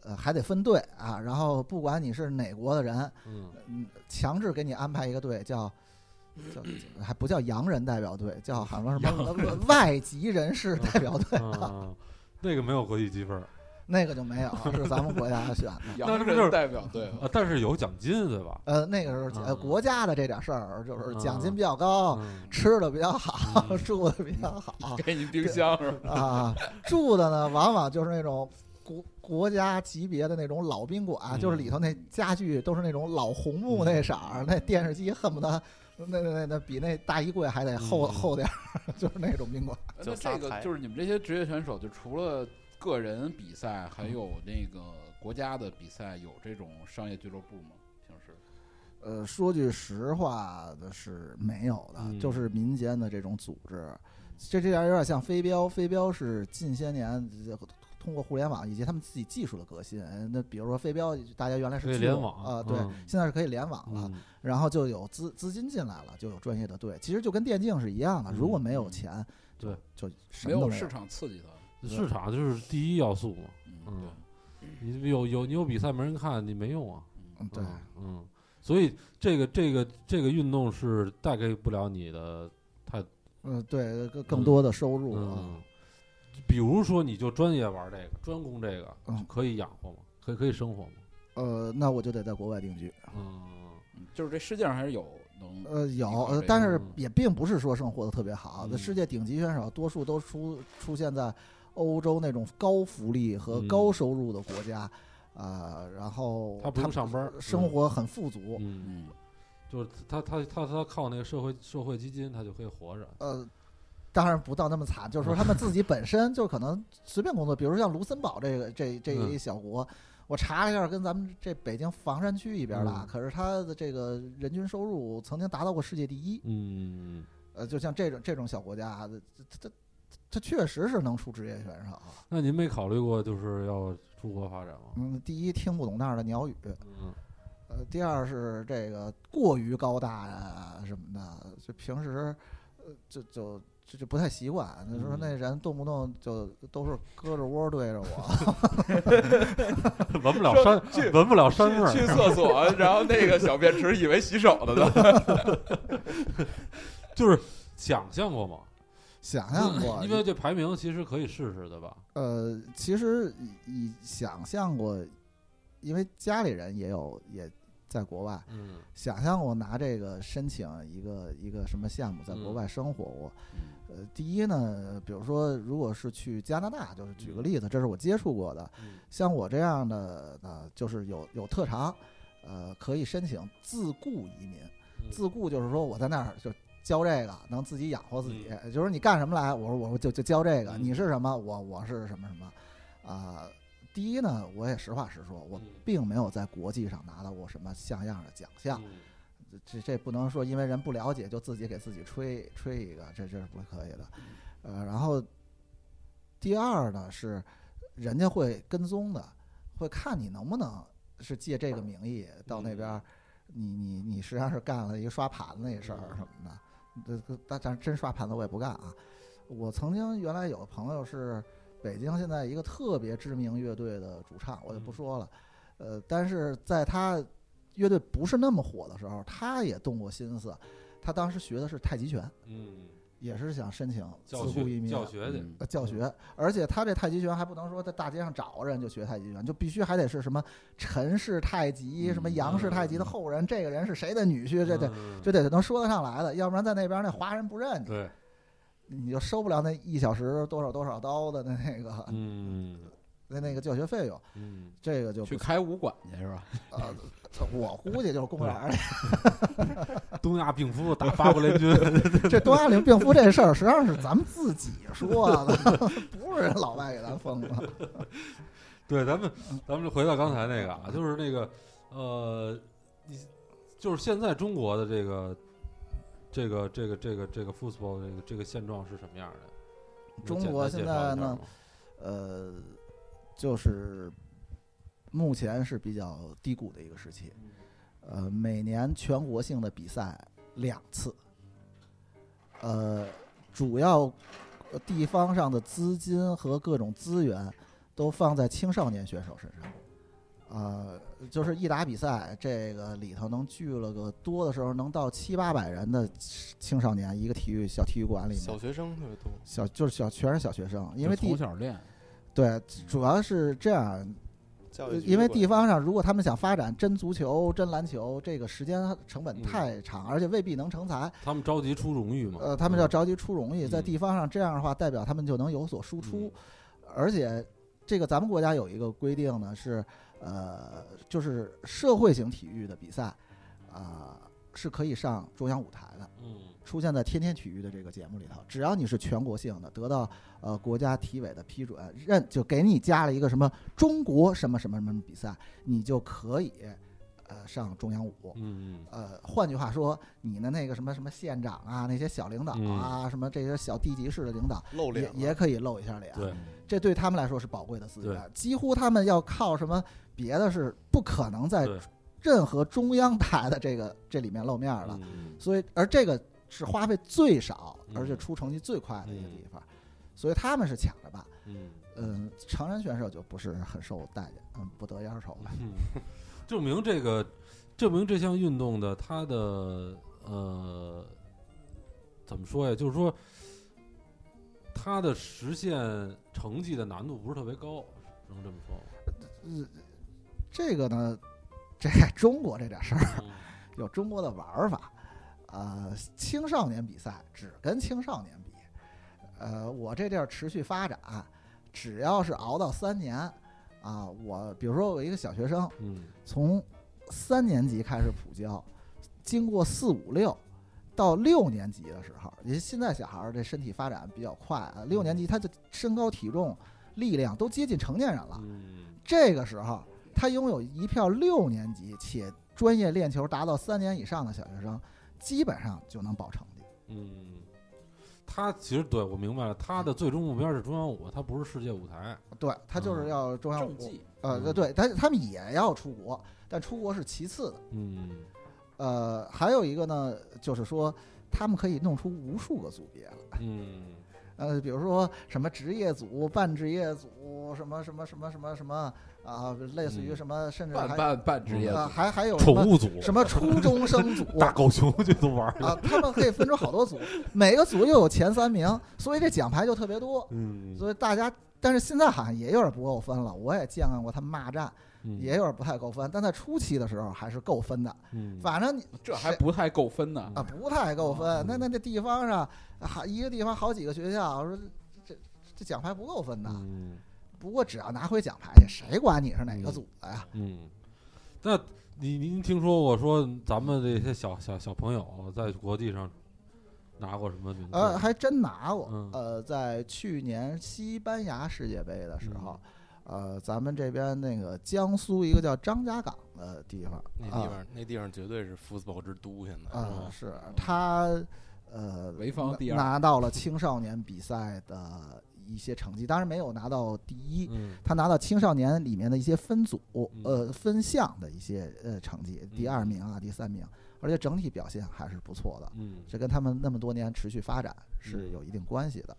H: 呃，还得分队啊。然后不管你是哪国的人，
E: 嗯
H: 嗯，强制给你安排一个队，叫
E: <clears throat>
H: 叫还不叫洋人代表队，叫好像什么外籍人士代表队，
E: 嗯，那个没有国际积分儿
H: 那个就没有，是咱们国
E: <laughs>
H: 家选的。
E: 那是
F: 洋
E: 不是就是
F: 人代表队嘛，
E: 啊，但是有奖金对吧？
H: 呃，那个时候呃
E: 嗯
H: 国家的这点事儿，就是奖金比较高，
E: 嗯
H: 吃的比较好，
E: 嗯
H: 住的比较好
F: 给你冰箱是吧？
H: 啊，住的呢往往就是那种。国国家级别的那种老宾馆，
E: 嗯
H: 就是里头那家具都是那种老红木那色儿，那电视机恨不得那那那那比那大衣柜还得厚
E: 嗯
H: 厚点儿， <laughs> 就是那种宾馆。
G: 就
I: 那
G: 仨
I: 这个
G: 台
I: 就是你们这些职业选手，就除了个人比赛，还有那个国家的比赛，有这种商业俱乐部吗？平时
H: 呃，说句实话的是没有的，
E: 嗯
H: 就是民间的这种组织，这这点儿有点像飞镖。飞镖是近些年呃通过互联网以及他们自己技术的革新，呃那比如说飞镖，大家原来是
E: 可以
H: 去
E: 联网
H: 啊、对
E: 嗯，
H: 现在是可以联网了，
E: 嗯
H: 然后就有资资金进来了，就有专业的队，其实就跟电竞是一样的，如果没有钱，
E: 嗯
H: 就
E: 对，
H: 就什
I: 没
H: 么都
I: 有
H: 没
I: 市场刺激它。
E: 市场就是第一要素嘛。
I: 嗯，
E: 嗯，你有有你有比赛没人看，你没用啊。
H: 嗯对，
E: 嗯，嗯所以这个这个这个运动是带给不了你的，
H: 嗯对，更更多的收入啊。
E: 嗯，比如说你就专业玩这个，专攻这个，
H: 嗯
E: 可以养活吗？可以可以生活吗？
H: 呃，那我就得在国外定居。
E: 嗯，
I: 嗯就是这世界上还是有能
H: 呃，有，
I: 靠这
H: 呃
I: 个
H: 但是
E: 嗯
H: 也并不是说生活的特别好。那
E: 嗯
H: 世界顶级选手多数都出出现在欧洲那种高福利和
E: 嗯
H: 高收入的国家，啊，然后呃
E: 他不用上班儿
H: 生
E: 嗯
H: 活很富足。
E: 嗯，
I: 嗯，
E: 就是他他他他靠那个社会社会基金，他就可以活着。
H: 呃，当然不到那么惨，就是说他们自己本身就可能随便工作，比如像卢森堡这个这这
E: 嗯
H: 一小国，我查了一下，跟咱们这北京房山区一边儿大
E: 嗯，
H: 可是他的这个人均收入曾经达到过世界第一。
E: 嗯，
H: 呃，就像这种这种小国家，它它它确实是能出职业选手。啊
E: 那您没考虑过就是要出国发展吗？
H: 嗯，第一听不懂那儿的鸟语，
E: 嗯，
H: 呃，第二是这个过于高大呀、什么的，就平时呃就就。就就不太习惯，就说
E: 嗯
H: 那人动不动就都是胳肢窝对
E: <laughs>
H: 着我，
E: 闻不了山，闻不了山
I: <laughs>
E: 味
F: 去
E: <laughs> 儿。
F: 厕所，然后那个小便池以为洗手了呢。
E: 就是想象过吗？
H: 想象过，
E: 因为这排名其实可以试试的吧？
H: 呃，其实已已想象过，因为家里人也有也在国外，
E: 嗯
H: 想象我拿这个申请一个一个什么项目，在国
E: 嗯
H: 外生活，我呃，第一呢，比如说如果是去加拿大，就是举个
E: 嗯
H: 例子，这是我接触过的，
E: 嗯
H: 像我这样的呢，就是有有特长，呃，可以申请自雇移民。
E: 嗯
H: 自雇就是说我在那儿就教这个，能自己养活自己，就是你干什么来，我说我就就教这个，
E: 嗯
H: 你是什么，我我是什么什么，啊、第一呢，我也实话实说，我
E: 嗯
H: 并没有在国际上拿到过什么像样的奖项，
E: 嗯
H: 这这不能说因为人不了解就自己给自己吹吹一个，这这是不可以的。呃，然后第二呢是，人家会跟踪的，会看你能不能是借这个名义到那边儿，你你你实际上是干了一个刷盘子那事儿什么的。这这但但真刷盘子我也不干啊。我曾经原来有个朋友是北京现在一个特别知名乐队的主唱，我就不
E: 嗯
H: 说了。呃，但是在他乐队不是那么火的时候，他也动过心思。他当时学的是太极拳，
E: 嗯，
H: 也是想申请自
E: 教
H: 雇移
E: 学
H: 民
E: 教
I: <laughs>
E: 学去，
I: 嗯
H: 呃教学，而且他这太极拳还不能说在大街上找个人就学太极拳，就必须还得是什么陈氏太极、什么杨氏太极的后人，这个人是谁的女婿，这得
E: 嗯
H: 这得能说得上来的，要不然在那边那华人不认你，
E: 对，
H: 你就收不了那一小时多少多少刀的那那个
E: 嗯
H: 那那个教学费用，
E: 嗯，
H: 这个就
I: 去
H: 不
I: 开武馆去是吧？
H: 呃，我估计就是公园儿里
E: 东亚病夫打八国联 <laughs> 军，
I: 嗯
H: 这东亚领病夫这事儿，实际上是咱们自己说的， <laughs> 不是人老外给咱封的。
E: 对，咱们咱们回到刚才那个啊，就是那个呃，你就是现在中国的这个这个这个这个这个 football 这个这个现状是什么样的？能
H: 中
E: 简
H: 国
E: 单
H: 现
E: 介绍一
H: 在
E: 下
H: 呢
E: 吗，
H: 呃，就是目前是比较低谷的一个时期。呃，每年全国性的比赛两次，呃，主要呃地方上的资金和各种资源都放在青少年选手身上。呃，就是一打比赛，这个里头能聚了个多的时候能到七八百人的青少年，一个体育小体育馆里
G: 小
H: 面，
G: 学生特别多，
H: 小就是小全是小学生，因为
I: 就
H: 地
I: 从小练，
H: 对，主要是这样，
G: 教
H: 呃
G: 育局
H: 因为
G: 管
H: 地方上如果他们想发展真足球、真篮球，这个时间成本
E: 嗯
H: 太长，而且未必能成才。
E: 他们着急出荣誉嘛？
H: 呃，他们要
E: 嗯
H: 着急出荣誉，在
E: 嗯
H: 地方上这样的话，代表他们就能有所输出，
E: 嗯
H: 而且这个咱们国家有一个规定呢，是呃，就是社会型体育的比赛啊、是可以上中央舞台的。
E: 嗯
H: 出现在《天天体育》的这个节目里头。只要你是全国性的，得到呃国家体委的批准，认就给你加了一个什么中国什么什么什么比赛，你就可以呃上中央五。
E: 嗯
H: 呃，换句话说，你的那个什么什么县长啊，那些小领导啊，
E: 嗯
H: 什么这些小地级市的领导，
G: 露脸
H: 也也可以露一下脸。
E: 对
H: 这对他们来说是宝贵的资源，几乎他们要靠什么别的是不可能在
E: 对
H: 任何中央台的这个这里面露面儿的。
E: 嗯
H: 所以，而这个是花费最少，
E: 嗯
H: 而且出成绩最快的一个地方，所以他们是抢着办。
E: 嗯
H: 嗯，常人选手就不是很受待见，嗯，不得烟抽吧。
E: 嗯，证明这个，证明这项运动的它的呃，怎么说呀？就是说，它的实现成绩的难度不是特别高，只能这么
H: <laughs>
E: 说。
H: 这个呢，这中国这点事儿
E: 嗯
H: 有中国的玩儿法，呃，青少年比赛只跟青少年比，呃，我这地儿持续发展，只要是熬到三年，啊，我比如说我一个小学生，
E: 嗯
H: 从三年级开始普教，经过四五六到六年级的时候，您现在小孩儿这身体发展比较快啊，
I: 嗯
H: 六年级他的身高体重、力量都接近成年人了。
E: 嗯
H: 这个时候，他拥有一票六年级且专业练球达到三年以上的小学生，基本上就能保成绩。
E: 嗯，他其实对我明白了，他的最终目标是中央五，他不是世界舞台。
H: 对他就是要中央
I: 啊政
H: 五、
I: 绩，嗯
H: 呃，对，他他们也要出国，但出国是其次的。
E: 嗯
H: 呃，还有一个呢，就是说他们可以弄出无数个组别来，
E: 嗯
H: 呃，比如说什么职业组、半职业组，什么什么什么什么什么啊，类似于
E: 嗯
H: 什么，甚至
I: 半
H: 还
I: 半半职业组
H: 呃，还还有
E: <laughs>
H: 什
E: 宠
H: 么
E: 物组
H: 什么初中生组
E: <laughs> 大狗熊就都玩儿了。
H: 啊，他们可以分出好多组，每个组又有前三名，所以这奖牌就特别多，
E: 嗯，
H: 所以大家。但是现在好像也有点不够分了，我也见过他们骂战，
E: 嗯
H: 也有点不太够分，但在初期的时候还是够分的。
E: 嗯
H: 反正你
I: 这还不太够分呢。
H: 啊，不太够分。那那那地方上，还、一个地方好几个学校，我说这这奖牌不够分的。
E: 嗯
H: 不过只要拿回奖牌去，谁管你是哪个组的呀？
E: 嗯，那你您听说过说咱们这些小小小朋友在国际上拿过什么名次？
H: 呃，还真拿过。
E: 嗯
H: 呃，在去年西班牙世界杯的时候，呃，咱们这边那个江苏一个叫张家港的地方
E: 嗯
G: 那地
H: 啊
G: 方那地方绝对是 football 之都，现在
H: 啊，是他呃
I: 潍坊第
H: 拿
I: 二
H: 拿到了青少年比赛的一些成绩，当然没有拿到第一，
E: 嗯
H: 他拿到青少年里面的一些分组、
E: 嗯
H: 呃分项的一些呃成绩，第二名啊，第三名，而且整体表现还是不错的，
E: 嗯
H: 这跟他们那么多年持续发展是
E: 嗯
H: 有一定关系的。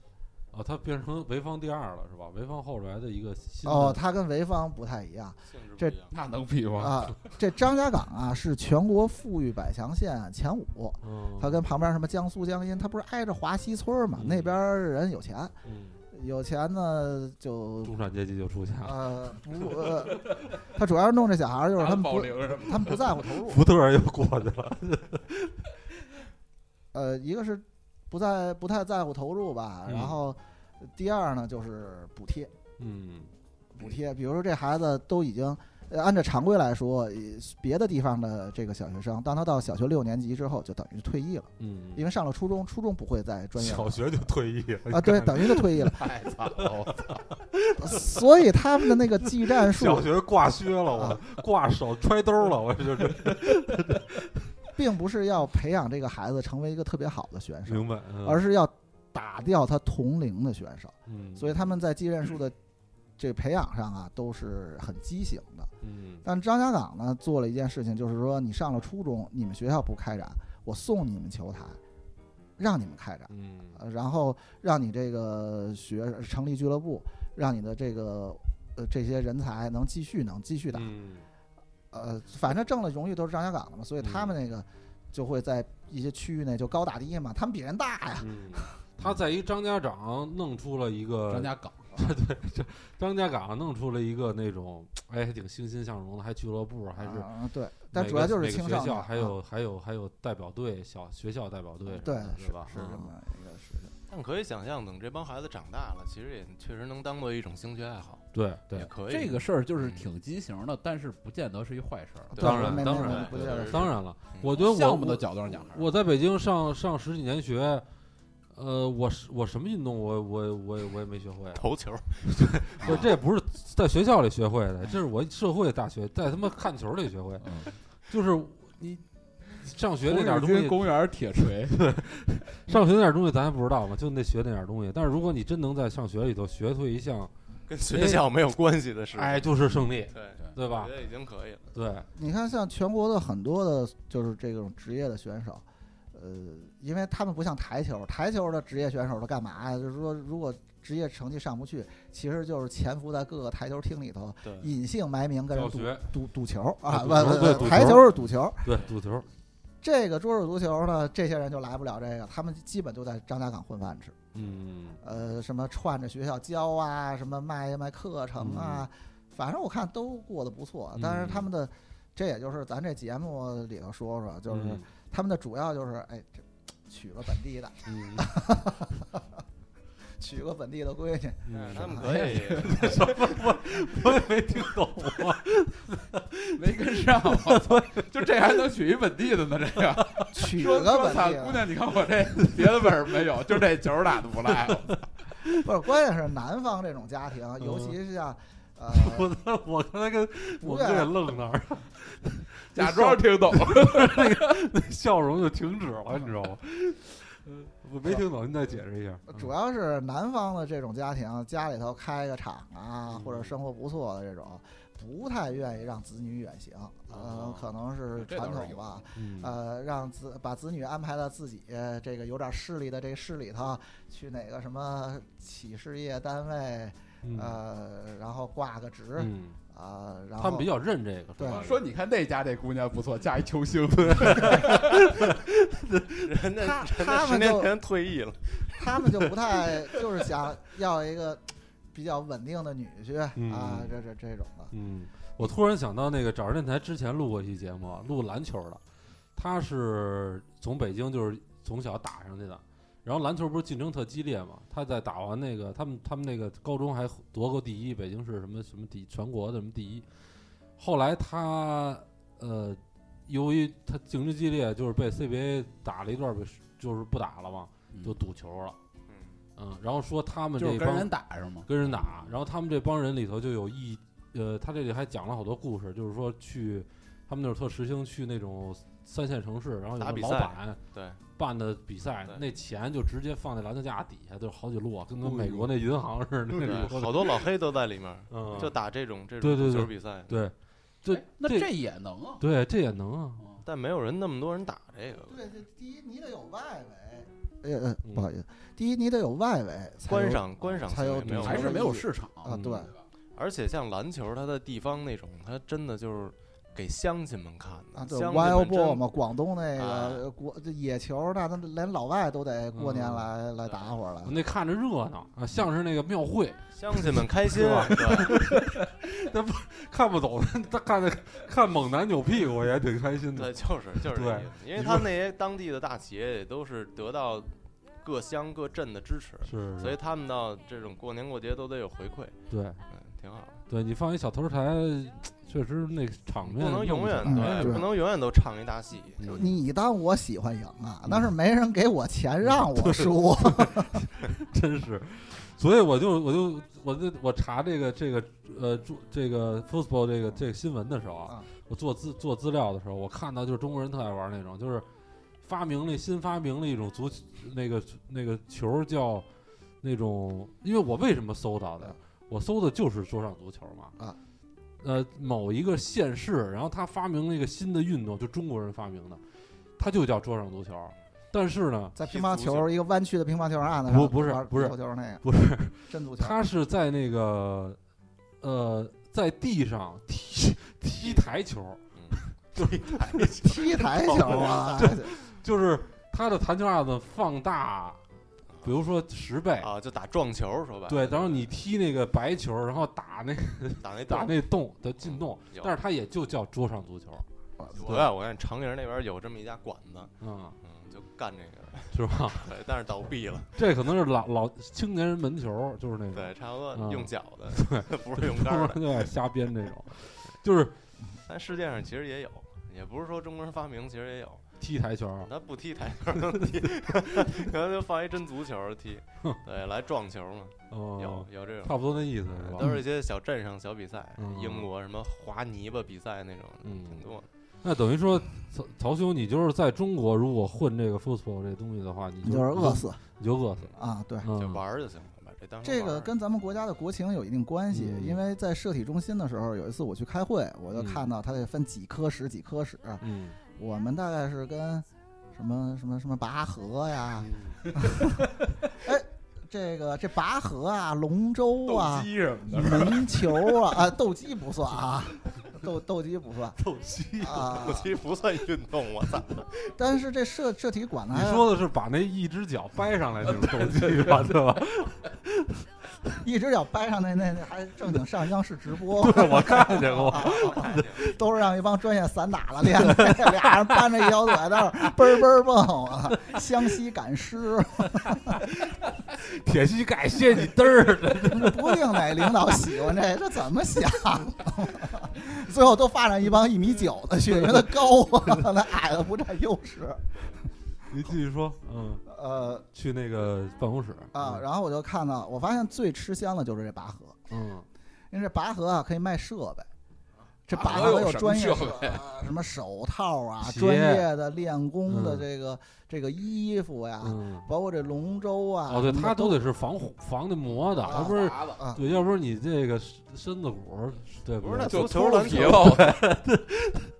E: 啊，他变成潍坊第二了是吧？潍坊后来的一个新的
H: 哦，他跟潍坊不太一样
G: 性质
H: 这
G: 不一样。
I: 那能比吗？
H: 啊，这张家港啊是全国富裕百强县前五。
E: 嗯
H: 他跟旁边什么江苏江阴，他不是挨着华西村嘛？
E: 嗯
H: 那边人有钱，
E: 嗯
H: 有钱呢就
E: 中产阶级就出现了， <laughs>
H: 呃不呃，他主要是弄这小孩儿，就是他们
I: 保
H: 不
I: 龄什么
H: 他们不在乎投入，
E: 福特又过去
H: <laughs>
E: 了。
H: 呃，一个是不在不太在乎投入吧，
E: 嗯
H: 然后第二呢就是补贴
E: 嗯
H: 补贴，比如说这孩子都已经。呃按照常规来说，呃别的地方的这个小学生，当他到小学六年级之后，就等于退役了，
E: 嗯，
H: 因为上了初中，初中不会再专业了
E: 小学就退役了
H: 啊，对，等于就退役
E: <laughs>
H: 了。
F: 太惨
I: 哦
F: 了，
H: 所以他们的那个技战术
E: 小学挂靴了，
H: 啊
E: 我挂手揣兜了，我就是
H: 并不是要培养这个孩子成为一个特别好的选手，
E: 明白。嗯
H: 而是要打掉他同龄的选手。
E: 嗯，
H: 所以他们在技战术的这培养上啊，都是很畸形的。
E: 嗯
H: 但张家港呢，做了一件事情，就是说你上了初中，你们学校不开展，我送你们球台，让你们开展，
E: 嗯
H: 呃然后让你这个学成立俱乐部，让你的这个呃这些人才能继续能继续打。
E: 嗯
H: 呃，反正挣了荣誉都是张家港的嘛，所以他们那个就会在一些区域内就高打第一嘛，他们比人大呀。
E: 嗯，他在一张家长弄出了一个
I: 张家港
E: 张家港弄出了一个那种，哎，还挺欣欣向荣的，还俱乐部，还是每个、
H: 啊对，但主要就是
E: 每个
H: 青
E: 学
H: 少年
E: 校，
H: 啊，
E: 还有还有还有代表队，小学校代表队什么
H: 对
E: 的，是吧？嗯
H: 是这么一个事情。
G: 但可以想象，等这帮孩子长大了，其实也确实能当做一种兴趣爱好，
E: 对
G: 也
E: 对，
G: 可以。
I: 这个事儿就是挺畸形的，但是不见得是一坏事儿。
H: 对
E: 当然
H: 没
E: 当
H: 没
E: 然
H: 没不
G: 对
H: 见得
G: 对
E: 当然了
G: 嗯，
E: 我觉得我
I: 项目的
E: 我
I: 角度上讲，还是
E: 我在北京上上十几年学，呃，我是我什么运动我我我也我也没学会，啊
G: 投球，
E: 我这不是在学校里学会的，这是我社会大学在他妈看球里学会
I: 嗯。
E: 就是你上学那点儿东
I: 军
E: 西，
I: 公园铁锤，
E: 上学那点儿东西咱还不知道嘛，就那学那点儿东西。但是如果你真能在上学里头学会一项，
G: 跟
H: 哎
G: 学校没有关系的事。
E: 哎，，就是胜利，
G: 对，
E: 对
G: 我
E: 吧
G: 觉？得已经可以了。
E: 对，
H: 你看，像全国的很多的，就是这种职业的选手，呃，因为他们不像台球，台球的职业选手都干嘛呀？就是说，如果职业成绩上不去，其实就是潜伏在各个台球厅里头，
G: 对，
H: 隐姓埋名跟人
E: 教
H: 赌 <laughs>
E: 学，
H: 赌赌球啊，
E: 赌
H: 不
E: 球对
H: 不
E: 赌
H: 不，台
E: 球
H: 球是赌球，
E: 对，赌球，
H: 这个桌式足球呢，这些人就来不了这个，他们基本就在张家港混饭吃。 <laughs>
E: 嗯，
H: 呃，什么串着学校教啊，什么卖一卖课程啊，
I: 嗯
H: 反正我看都过得不错。但是他们的，这也就是咱这节目里头说说，就是
E: 嗯
H: 他们的主要就是，哎，这娶个本地的， <laughs>
E: 嗯
H: 娶个本地的闺
I: <laughs>
H: 女，
G: 但
E: 嗯
G: 哎是他们
H: 哎
G: 可以，
E: <laughs> 我也没听懂啊，
I: 没跟上，我操就这还能娶一本地的呢？这个
H: 娶
I: 说
H: 个
I: 说
H: 本
I: 操
H: 地的
I: 姑，娘，你看我这别的本事没有，就这球打的不赖。
H: <laughs> 不是，关键是南方这种家庭，
I: 嗯
H: 尤其是
I: <laughs>
H: 像，呃，
E: 我我刚
H: <laughs>
E: 才跟我
H: 不
E: 们这
H: 愿意
E: 愣那儿， <laughs>
I: 假装听懂，
E: 笑容就停止了，你知道吗？ <laughs> 我没听懂，您再解释一下。
H: 主要是南方的这种家庭，家里头开个厂啊，或者
E: 嗯
H: 生活不错的这种，不太愿意让子女远行，呃
G: 哦，
H: 可能是
I: 这
H: 传
I: 倒是
H: 统
I: 有
H: 吧，
E: 嗯
H: 呃，让子把子女安排到自己呃这个有点势力的这个市里头，去哪个什么企事业单位，
E: 嗯
H: 呃，然后挂个职
E: 嗯，
H: 啊，然后
E: 他们比较认这个，
H: 对
G: 啊
E: 是吧？
I: 说你看那家这姑娘不错，嫁一球星，
G: <laughs> 人家
H: 他
G: 人
H: 他
G: 家
H: 们
G: 十年
H: 就
G: 前退
H: <laughs>
G: 役了，
H: 他们就不太就是想要一个比较稳定的女
E: <laughs>
H: 婿啊
E: 嗯，
H: 这这这种的。
E: 嗯，我突然想到那个找人电台之前录过一期节目，啊录篮球的，他是从北京就是从小打上去的，然后篮球不是竞争特激烈嘛，他在打完那个他们他们那个高中还夺过第一，北京市什么什么第全国的什么第一，后来他呃由于他竞争激烈，就是被 CBA 打了一段儿，就是不打了嘛，就赌球了，
G: 嗯，
E: 嗯，然后说他们
I: 就是
E: 这
I: 跟
E: 帮
I: 人打是吗？哎
E: 跟人打，然后他们这帮人里头就有一，呃，他这里还讲了好多故事，就是说去他们那儿特时兴去那种三线城市，然后有
G: 打
E: 个
G: 比
E: 老
G: 赛
E: 板
G: 对，
E: 办的比赛
G: 对，
E: 那钱就直接放在篮球架底下，就好几摞，跟他
I: 哎呦
E: 美国那银行似的那
G: 对
E: 种。
G: 好多老黑都在里面，
E: 嗯，
G: 就打这种这
E: 对
G: 种
E: 对
G: 足球
E: 对
G: 比赛，
E: 对，这
I: 哎那
E: 这
I: 这也能啊？
E: 对这也能啊，
G: 但没有人那么多人打这个，
H: 对，这第一你得有外围。呃呃，
E: 嗯
H: 不好意思，第一你得有外围才有
G: 观赏观赏
H: 才有
G: 性没有
H: 赌
I: 还
H: 球
I: 是
H: 的
I: 没有
H: 意义
I: 市场
H: 啊，
E: 嗯
H: 对，
G: 而且像篮球，它的地方那种，它真的就是给乡亲们看的。
H: 啊对
G: 乡亲
H: ，wild
G: 们
H: ball
G: 真
H: 嘛，广东那
G: 啊
H: 个国这野球，那那连老外都得过年
E: 嗯
H: 来来打会儿了。
E: 那看着热闹啊，像是那个庙会，
G: 乡亲们开心啊
E: 是吧，
G: 对
E: <laughs> 看不懂，他看着看猛男扭屁股也挺开心的
G: 对，。 <laughs> 就是就是这
E: 对
G: 意思。因为
E: 你
G: 他
E: 说
G: 那些当地的大企业也都是得到各乡各镇的支持，
E: 是，
G: 所以他们到这种过年过节都得有回馈，
E: 对
G: 嗯，挺好的。
E: 对，你放一小头台，确实那个场面
G: 不能永远啊
E: 弄不起来
H: 嗯
G: 对，
H: 对
G: 不能永远都唱一大戏。
E: 嗯
H: 你当我喜欢赢啊？那是没人给我
E: <laughs>
H: 钱让我输。
E: 真是，所以我就我就我就我查这个这个呃注这个 football 这个这个新闻的时候啊
H: 啊，
E: 我做资做资料的时候，我看到就是中国人特爱玩那种，就是发明了新发明了一种足那个那个球叫那种，因为我为什么搜到的
H: 啊？
E: 我搜的就是桌上足球嘛
H: 啊，
E: 呃某一个县市，然后他发明了一个新的运动，就中国人发明的，它就叫桌上足球，但是呢。
H: <laughs> 在
G: 踢
H: 乒乓
G: 足球
H: 球一个弯曲的乒乓球案子
E: 不
H: 上，
E: 不是
H: 玩
E: 不是
H: 足球那个
E: <laughs> 不是，
H: 真足球，
E: 他是在那个呃，在地上踢踢台球，
H: 踢台球啊，
E: 就是他的弹球案子放大，比如说十倍，
G: 啊，就打撞球，说白了。
E: 对，然后你踢那个白球，然后打那个
G: 打那
E: 打
G: 洞
E: 那洞的进洞，
G: 哦有
E: 但是他也就叫桌上足球，
G: 我看我看长宁那边有这么一家馆子， <laughs>
E: 嗯，
G: 嗯，就干这个， <laughs>
E: 是吧？
G: 对，但是倒闭了。
E: 这可能是老老青年人门球，就是那种，
G: 对，差不多
E: 嗯
G: 用脚的， <laughs> 不是用杆
E: 他
G: 儿
E: 们 <laughs>
G: 的。
E: 就爱瞎编这种，就是
G: 但世界上其实也有，也不是说中国人发明，其实也有。
E: 踢台球，
G: 他不踢台球，踢可能就放一真足球踢，对，来撞球嘛，有
E: 嗯，
G: 有这种，
E: 差不多那意思是吧？
G: 都是一些小镇上小比赛
E: 嗯，
G: 英国什么滑泥巴比赛那种，
E: 嗯
G: 挺多的。
E: 那等于说，曹曹兄，你就是在中国如果混这个 football 这东西的话，你
H: 你就是饿，死
E: 你就饿死。
H: 啊！对，
E: 嗯
G: 就玩儿就行了，把这当成
H: 这
G: 玩
H: 个
G: 儿
H: 跟咱们国家的国情有一定关系，
E: 嗯
H: 因为在社体中心的时候，有一次我去开会，我就看到他得分几科室几科室，
E: 嗯，
H: 我们大概是跟什么什么什么拔河呀，
E: 嗯
H: <laughs> 哎，这个这拔河啊，龙舟
F: 斗
H: 啊，
F: 鸡什么的，
H: 门球啊，啊，斗鸡不算啊，斗斗鸡不算
G: 斗鸡
H: 啊
G: 斗鸡不算运动，我 <laughs> 操！
H: 但是这社社体管的
E: 你
H: 还
E: 说的是把那一只脚掰上来那种斗技吧，对
H: <laughs>
E: 吧？
H: 一只脚掰上那那那还正经上央视直播，
E: 对，我看见过。
H: 都是让一帮专业散打了练的，俩人搬着一条腿在那儿嘣儿嘣儿蹦啊，湘西赶尸，
E: 铁膝盖掀你嘚
I: <laughs>
E: 儿，
H: 不定哪领导喜欢这，这怎么想？最后都发展一帮一米九的去，因为他高啊，那矮的不占优势。
E: 你继续说，嗯，
H: 呃
E: 去那个办公室
H: 啊，，然后我就看到，我发现最吃香的就是这拔河，
E: 嗯，
H: 因为这拔河啊可以卖设备。这
F: 拔
H: 拔
F: 河
H: 河
F: 有
H: 有
F: 什么
H: 专业
F: 设
H: 设备啊什么手套啊，
E: 鞋
H: 专业的练功的
E: 嗯
H: 这个这个衣服呀，
E: 嗯，
H: 包括这龙舟啊，
E: 哦，对，
H: 什么
E: 他
H: 都
E: 都得是防火防那膜的，
H: 啊
E: 要不是
F: 麻子
H: 啊，
E: 对，要不是你这个身子骨，对
G: 不是那
E: 对
G: 足
F: 就
G: 球、
F: 秃
G: 篮
F: 噜
G: 球
F: 皮、了，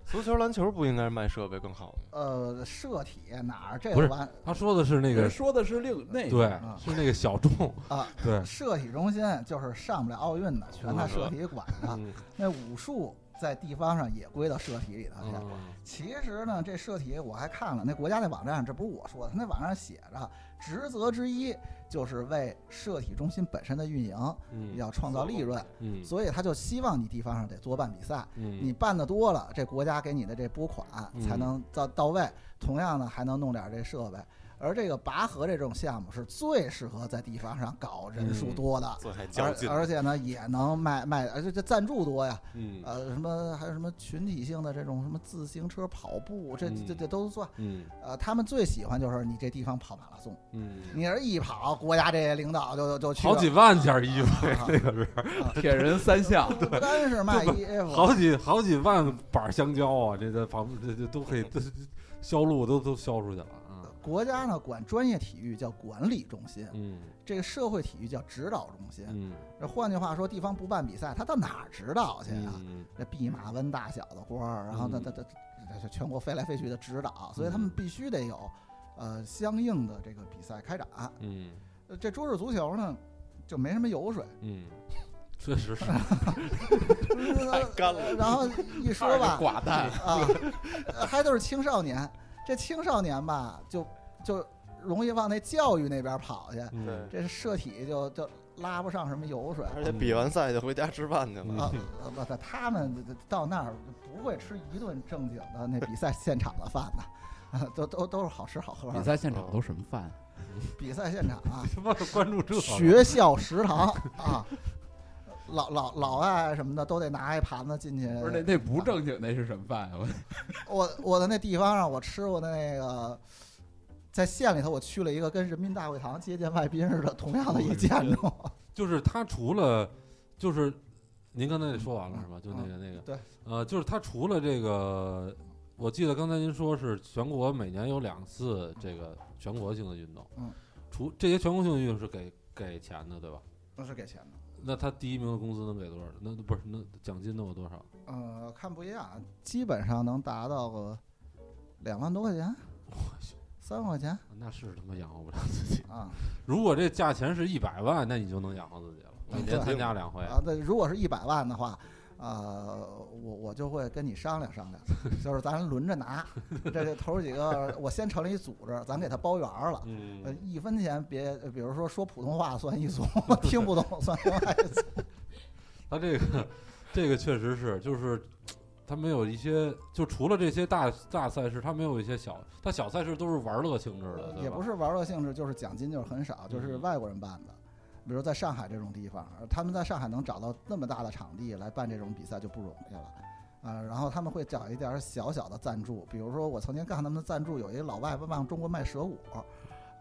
G: 足球、篮球不应该卖设备更好吗？
H: 呃，社体哪儿这
E: 不是
H: 个完
E: 他说的是那
I: 人
E: 个，
I: 说的是另那
E: 对
H: 啊，
E: 是那个小众
H: 啊，
E: 对，
H: 社体中心就是上不了奥运的，全他社体管的。
E: 嗯
H: 那武术在地方上也归到社体里头去。
E: 嗯
H: 其实呢，这社体我还看了，那国家那网站，这不是我说的，他那网站写着，职责之一就是为社体中心本身的运营
E: 嗯
H: 要创造利润，
E: 嗯
H: 所以他就希望你地方上得多办比赛。
E: 嗯，
H: 你办的多了，这国家给你的这拨款才能到到位。同样呢，还能弄点这设备。而这个拔河这种项目是最适合在地方上搞人
E: 嗯
H: 数多的，
G: 这还较劲
H: 而，而且呢也能卖卖，而且这赞助多呀。
E: 嗯
H: 呃，什么还有什么群体性的这种什么自行车跑步，这这
E: 嗯
H: 这都算。
E: 嗯
H: 呃，他们最喜欢就是你这地方跑马拉松，
E: 嗯，
H: 你这一跑，国家这领导就就去
E: 好几
H: 了
E: 万件衣服，
H: <laughs> 啊
E: 这个是
I: <laughs> 铁人
E: <laughs>
I: 三项，
H: 不单是卖衣服，
E: 好几好几万板香蕉啊，这这旁这这都可以，这这销路都都销出去了啊，
H: 国家呢管专业体育叫管理中心，
E: 嗯
H: 这个社会体育叫指导中心。
E: 嗯
H: 这换句话说，地方不办比赛，他到哪儿指导去啊？
E: 嗯
H: 这弼马温大小的官儿，然后呢，
E: 嗯
H: 他他他这全国飞来飞去的指导，所以他们必须得有，呃，相应的这个比赛开展。
E: 嗯
H: 呃这桌式足球呢，就没什么油水，
E: 嗯，确实是，
H: 太
G: 干了
H: 呃然后一说吧，
F: 寡淡，
H: 啊，呃还都是青少年，这青少年吧，就就容易往那教育那边跑去，
E: 嗯
G: 对
H: 这社体就就拉不上什么油水。
G: 而且比完赛就回家吃饭去
E: 嗯
G: 了。
H: 啊，呃不，他们到那儿不会吃一顿正经的那比赛现场的饭的，啊， <laughs> 都都都是好吃好喝
I: 比
H: 的。
I: 赛现场都什么饭？
E: 啊
H: 比赛现场啊，
E: 他妈的关注这个
H: 学校食堂啊，老老老外什么的都得拿一盘子进去。
I: <laughs> 不是那那不正经，那是什么饭啊呀？我
H: 我我的那地方上，我吃过的那个，在县里头，我去了一个跟人民大会堂接见外宾似的，同样的一建筑。
E: 就是他除了就是您刚才也说完了是吧？就那个那个
H: 对，
E: 呃，就是他除了这个，我记得刚才您说是全国每年有两次这个全国性的运动，
H: 嗯，
E: 除这些全国性的运动是给给钱的对吧？
H: 那是给钱的，
E: 那他第一名的工资能给多少？那不是那奖金能有多少？
H: 呃，看不一样，基本上能达到个两万多块钱，三万块钱
E: 那是他妈养活不了自己。
H: 啊
E: <laughs> 如果这价钱是一百万，那你就能养活自己了。
H: 嗯
E: 每年参加两回，
H: 啊！那如果是一百万的话。呃，我我就会跟你商量商量，就是咱轮着拿，这这头儿几个我先成立一组织，咱给他包圆儿了，呃
E: 嗯，，
H: 一分钱别，呃比如说说普通话算一组，听不懂算另外一组。
E: 他这个 <laughs> 这个确实是，就是他没有一些，就除了这些大大赛事，他没有一些小，他小赛事都是玩乐性质的，对
H: 也
E: 吧
H: 不是玩乐性质，就是奖金就是很少，就是
E: 嗯
H: 外国人办的。比如在上海这种地方，呃他们在上海能找到那么大的场地来办这种比赛就不容易了。呃，然后他们会找一点儿小小的赞助，比如说我曾经看他们的赞助，有一个老外帮中国卖蛇果，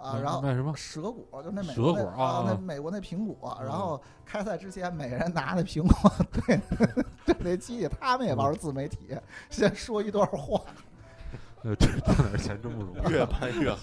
H: 啊，然后
E: 嗯卖什 <laughs> 么？
H: 蛇果就那美
E: 蛇
H: 国那
E: 果
H: 啊
E: 啊
H: 那
E: 啊
H: 美国那苹果，然
E: 嗯
H: 后开赛之前每人拿那苹果 <laughs> 对对那机器，他们也
E: 嗯
H: 玩自媒体，先说一段
E: <laughs>
H: 话，
E: 呃，这挣点钱真不容易。 <laughs>
G: 越办越好。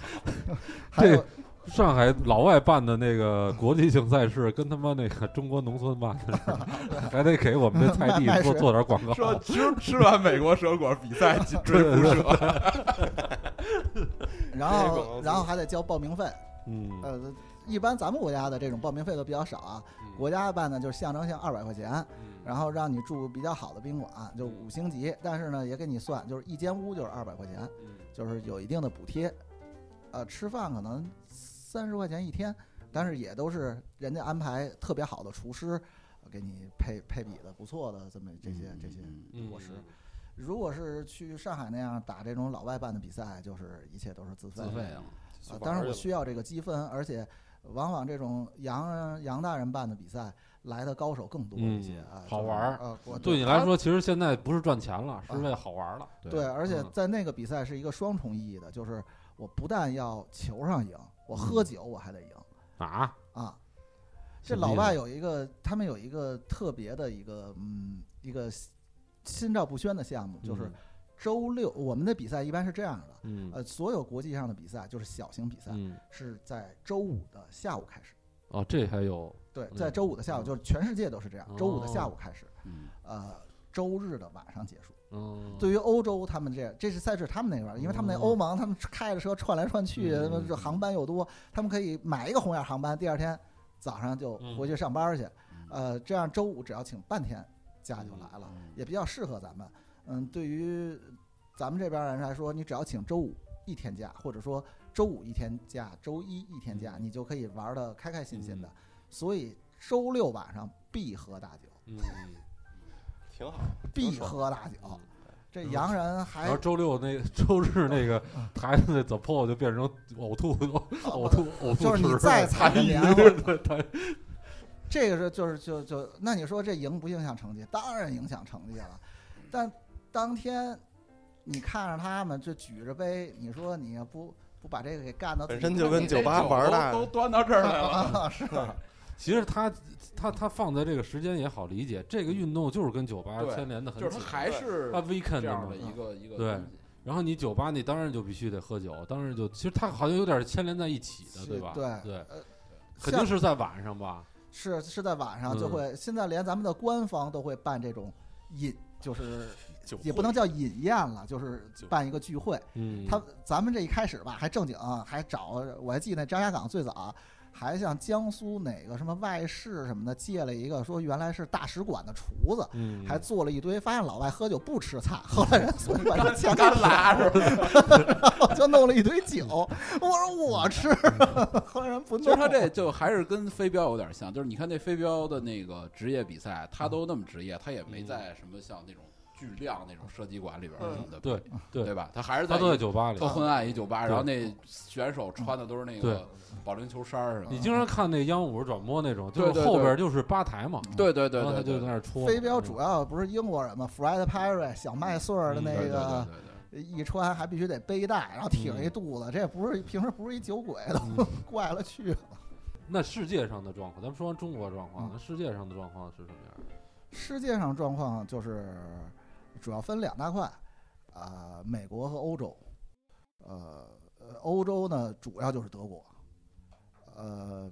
H: 还有
E: 这上海老外办的那个国际性赛事，跟他妈那个中国农村办的 <laughs> 似的，还得给我们这菜地
H: 卖卖
E: 多
H: 水
E: 做点广 <laughs> 告。
F: 说吃吃完美国蛇果比赛紧追不
E: <laughs>
F: 舍，
H: 然
G: 这些广告
H: 后
G: 词
H: 然后还得交报名费，
E: 嗯，
H: 呃，一般咱们国家的这种报名费都比较少啊，
E: 嗯
H: 国家办的就是象征性二百块钱，然后让你住比较好的宾馆，就
E: 嗯
H: 五星级，但是呢也给你算，就是一间屋就是二百块钱，就是有一定的补贴，呃，吃饭可能三十块钱一天，
E: 嗯
H: 但是也都是人家安排特别好的厨师，呃给你配配比的不错的这么这些这些
E: 嗯
H: 伙食。如果是去上海那样打这种老外办的比赛，就是一切都是自费
I: 自
H: 的。
I: 费啊，
H: 啊，当然我需要这个积分，而且往往这种洋人洋大人办的比赛来的高手更多一些
E: 嗯
H: 啊，
E: 好玩儿
H: 啊，我
E: 对你来说，其实现在不是赚钱了，是
H: 啊
E: 为了好玩了。
H: 对，而且
E: 嗯
H: 在那个比赛是一个双重意义的，就是我不但要球上赢，我
E: 嗯
H: 喝酒我还得赢
E: 啊，
H: 啊。
E: 什
H: 这
E: 么
H: 老
E: 意思
H: 外有一个，他们有一个特别的一个嗯一个心照不宣的项目，就是周六我们的比赛一般是这样的，
E: 嗯
H: 呃，所有国际上的比赛就是小型比赛
E: 嗯，
H: 是在周五的下午开始。
E: 哦，这还有
H: 对，
E: 嗯
H: 在周五的下
E: 嗯
H: 午，就是全世界都是这样，周五的下
E: 哦
H: 午开始，
I: 嗯，
H: 呃，周日的晚上结束。
E: 嗯，
H: 对于欧洲，他们这这是赛事，他们那边儿，因为他们那
E: 哦
H: 欧盟，他们开着车串来串去，
E: 嗯
H: 他们这航班又多，他们可以买一个红眼航班，第二天早上就
E: 嗯
H: 回去上班儿去。呃，这样周五只要请半天假就来
E: 嗯
H: 了，也比较适合咱们。嗯，对于咱们这边儿人来说，你只要请周五一天假，或者说周五一天假，周一一天假，
E: 嗯
H: 你就可以玩的开开心心的。所以周六晚上必喝大酒，
E: 嗯，
G: 挺好，
H: 必喝大酒。
E: 嗯
H: 这洋人
E: 然
H: 还
E: 后周六那周日那个
H: 嗯
E: 台子那走 o 就变成呕吐呕吐呕吐池
H: 哦就
E: 了，
H: 是你再
E: 踩
H: 惨着点
E: 对对对，台
H: 这个是就是就就那你说这影不影响成绩？当然影响成绩了，但当天你看着他们就举着杯，你说你要不不把这个给干到
G: 本身就跟酒吧
F: 这
G: 玩儿大
F: 都都端到这儿来了，
H: 啊是
E: 其实他他他放在这个时间也好理解，这个运动就是跟酒吧
F: 对
E: 牵 <laughs> 连的很
F: 就是它，
E: 紧
F: 还是
E: 他 weekend
I: 这样
E: 嘛啊
I: 的一个一个
E: 对
I: 东西
E: 然后你酒吧你当然就必须得喝酒，当然就其实它好像有点牵连在一起的，
H: 是
E: 对吧？
H: 对
E: 对，肯定
H: 像
E: 是在晚上吧？
H: 是是在晚上
E: 嗯
H: 就会，现在连咱们的官方都会办这种饮，就是
G: 酒
H: 也不能叫饮宴了，就是办一个聚会。
E: 嗯，
H: 他咱们这一开始吧，还正经、啊还找我还记得那张家港最早还向江苏哪个什么外事什么的借了一个，说原来是大使馆的厨子，
E: 嗯
H: 还做了一堆，发现老外喝酒不吃菜，后来人所以把这钱给
F: 干拉是吧？
H: 我 <laughs> 就弄了一堆酒，我说我吃，后来人不
I: 其实
H: 弄
I: 他这 <laughs> 就还是跟飞镖有点像，就是你看那飞镖的那个职业比赛，他都那么职业，他也
E: 嗯
I: 没在什么像那种巨量那种射击馆里边儿什么
H: 嗯
I: 的，
E: 对对
I: 对吧？他还是
E: 他
I: 在
E: 都在
I: 一
E: 酒吧里啊
I: 特。昏暗一酒吧，
E: 对
I: 然后那选手穿的都是那
E: 对
I: 个保龄球衫儿什么
E: 你
I: 的。
E: 经常看那央五转播那种，就
I: 哦
E: 是
I: 对对
E: 后
I: 对
E: 边就是吧台嘛，
I: 对对对
E: 然后他
I: 对
E: 就
I: 对
E: 在那儿
I: 对，
E: 戳嘛。
H: 飞镖
E: 嗯
H: 主要不是英国人嘛，Fred Perry 小麦穗儿的那
I: 嗯对对
H: 个。
I: 对对嗯
H: 一穿还必须得背带，然后挺一肚子，这不是平时不是一酒鬼，都 <laughs> 怪了去了。
E: 嗯那世界上的状况，咱们说完中国状况，
H: 嗯
E: 那世界上的状况是什么样的？
H: 世界上状况就是主要分两大块，啊、美国和欧洲。呃，呃欧洲呢主要就是德国，呃，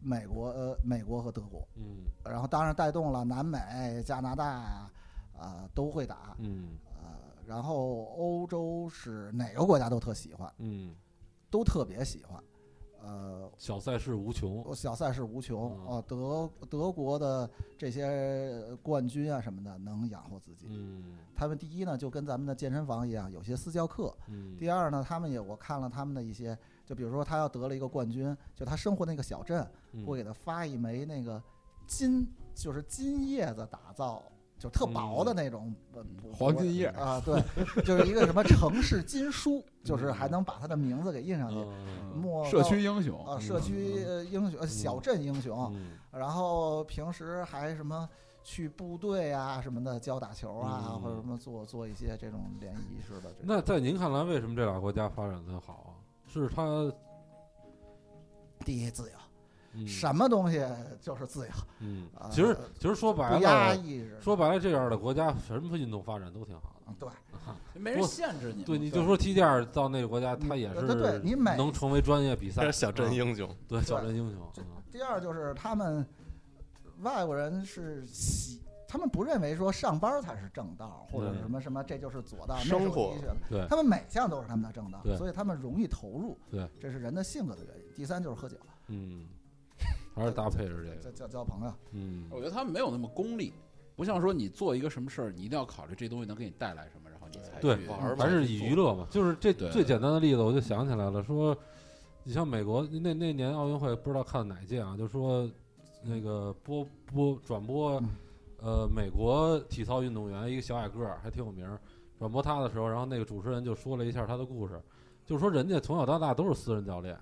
H: 美国呃美国和德国，
E: 嗯
H: 然后当然带动了南美、加拿大啊、都会打，
E: 嗯
H: 呃，然后欧洲是哪个国家都特喜欢，
E: 嗯，
H: 都特别喜欢，呃，
E: 小赛事无穷。
H: 小赛事无穷
E: 嗯
H: 啊，德德国的这些冠军啊什么的能养活自己。
E: 嗯
H: 他们第一呢，就跟咱们的健身房一样，有些私教课；
E: 嗯
H: 第二呢，他们也我看了他们的一些，就比如说他要得了一个冠军，就他生活那个小镇会
E: 嗯，
H: 给他发一枚那个金，就是金叶子打造。就特薄
E: 嗯
H: 的那种，呃不
I: 黄金叶
H: 啊，对，就是一个什么城市金书，就是还能把他的名字给印上去。
E: 嗯
H: 莫
I: 社
H: 到
I: 区英雄
H: 啊，社区呃英雄、呃小镇英雄，
E: 嗯
H: 然后平时还什么去部队啊什么的教打球啊，
E: 嗯
H: 或者什么做做一些这种联谊式的这种。
E: 那在您看来，为什么这俩国家发展的好啊？是它
H: 第一自由，
E: 嗯
H: 什么东西就是自由，
E: 嗯
H: 呃，
E: 其实其实说白
H: 不压
E: 了，
H: 抑是。
E: 说白了，这样的国家什么运动发展都挺好的。
H: 嗯对，
I: 没人限制你嘛。
E: 对，你就说踢毽儿到那个国家，他也是
H: 对对你每
E: 能成为专业比赛
G: 小镇
E: 啊
G: 英雄，
E: 对小镇英雄，
H: 这
E: 嗯
H: 第二就是他们外国人是喜，他们不认为说上班才是正道，或者是什么什么这就是左道，那是
G: 生活
H: 我理解的
E: 对
H: 他们每项都是他们的正道
E: 对，
H: 所以他们容易投入，
E: 对，
H: 这是人的性格的原因。第三就是喝酒，
E: 嗯， <laughs> 还是搭配着这
H: 交
E: 个，
H: 交交朋友，
E: 嗯
I: 我觉得他们没有那么功利，不像说你做一个什么事儿，你一定要考虑这东西能给你带来什么，然后你才
E: 对嗯
I: 去
G: 玩儿嘛
E: 还是以娱乐嘛，就是这
I: 对
E: 最简单的例子，我就想起来了，说你像美国那那年奥运会，不知道看哪届啊，就说那个播播转播
H: 嗯，
E: 呃，美国体操运动员一个小矮个儿还挺有名儿，转播他的时候，然后那个主持人就说了一下他的故事，就说人家从小到大都是私人教练，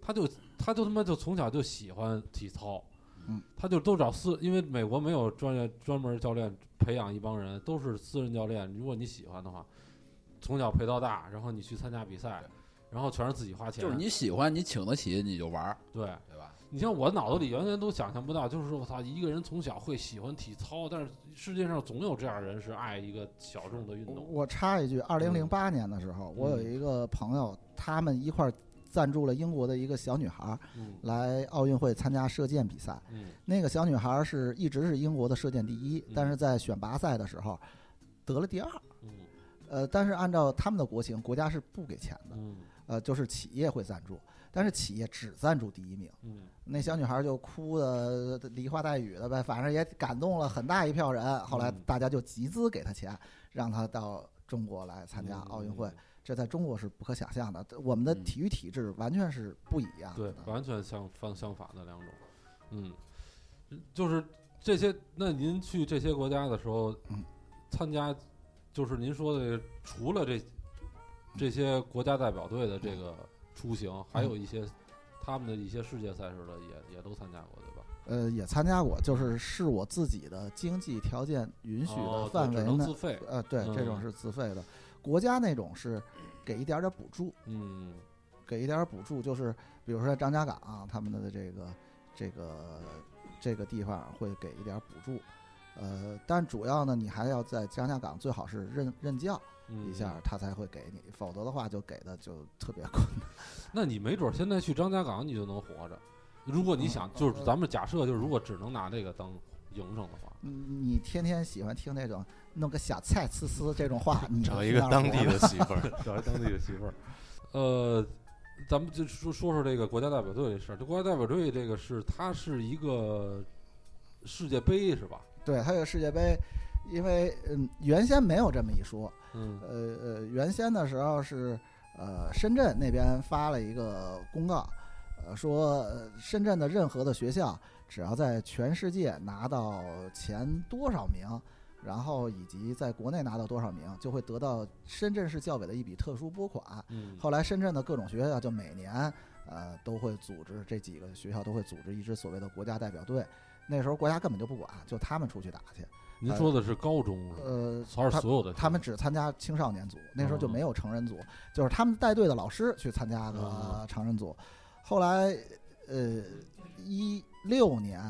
E: 他就他就他妈就从小就喜欢体操。
H: 嗯，
E: 他就都找私，因为美国没有专业专门教练培养一帮人，都是私人教练。如果你喜欢的话，从小陪到大，然后你去参加比赛，然后全是自己花钱。
I: 就是你喜欢，你请得起，你就玩儿，
E: 对
I: 对
H: <laughs>
I: 吧？
E: 你像我脑子里原先都想象不到，就是说我操，一个人从小会喜欢体操，但是世界上总有这样的人是爱一个小众的运
H: 我
I: 哦
E: 动。
H: 我插一句，二零零八年的时候，我有
E: 嗯
H: 一个朋友，他们一块儿赞助了英国的一个小女孩儿
E: 嗯
H: 来奥运会参加射箭比赛。
E: 嗯
H: 那个小女孩儿是一直是英国的射箭第一
E: 嗯，
H: 但是在选拔赛的时候得了第二。
E: 嗯
H: 呃，但是按照他们的国情，国家是不给钱的，
E: 嗯
H: 呃，就是企业会赞助，但是企业只赞助第一名。
E: 嗯
H: 那小女孩儿就哭的梨花带雨的呗，反正也感动了很大一票人。后来
E: 嗯
H: 大家就集资给她钱，让她到中国来参加奥运会
E: 嗯，
H: 这在中国是不可想象的。我们的体育体制完全是不一样
E: 对
H: 的。，
E: 完全相反相反的两种。嗯，就是这些。那您去这些国家的时候
H: 嗯，
E: 参加就是您说的，除了这
H: 嗯
E: 这些国家代表队的这个出行，还
H: 嗯
E: 有一些他们的一些世界赛事的也也都参加过，对吧？
H: 呃，也参加过，就是是我自己的经济条件允许
E: 哦
H: 的
E: 对
H: 范
E: 只
H: 围
E: 能
H: 内
E: 自费。
H: 呃，对，这种
E: 嗯
H: 是自费的，国家那种是给一点儿点儿补助，
E: 嗯
H: 给一点儿补助，就是比如说张家港、啊、他们的这个这个这个地方会给一点儿补助，呃，但主要呢，你还要在张家港最好是任任教
E: 嗯，
H: 一下，他才会给你，否则的话就给的就特别困难。
E: 那你没准儿现在去张家港你就能活着。如果你想，
H: 嗯
E: 就是咱们假设，就是如果只能拿这个当营生的话，
H: 嗯 <laughs> 你天天喜欢听那种弄个小菜吃吃这种话，你
G: 找
H: 就
G: 一
H: 是
G: 个
H: 那儿
G: 当
H: 活
G: 地
H: 着
G: 的媳妇儿。
E: 找一 <laughs> 当地的媳妇儿。呃，咱们就说说说这个国家代表队这事儿。这国家代表队这个是它是一个世界杯是吧？
H: 对，还有世界杯，因为嗯，原先没有这么一说，
E: 嗯
H: 呃呃，原先的时候是呃深圳那边发了一个公告，呃说呃深圳的任何的学校，只要在全世界拿到前多少名，然后以及在国内拿到多少名，就会得到深圳市教委的一笔特殊拨款。
E: 嗯
H: 后来深圳的各种学校就每年呃都会组织这几个学校都会组织一支所谓的国家代表队。那时候国家根本就不管，就他们出去打去。
E: 您说的是高中是吧？
H: 呃，
E: 还是所有的
H: 他们只参加青少年组，那时候就
E: 哦
H: 没有成人组，就是他们带队的老师去参加
E: 哦
H: 个成人组。后来，呃，一六年，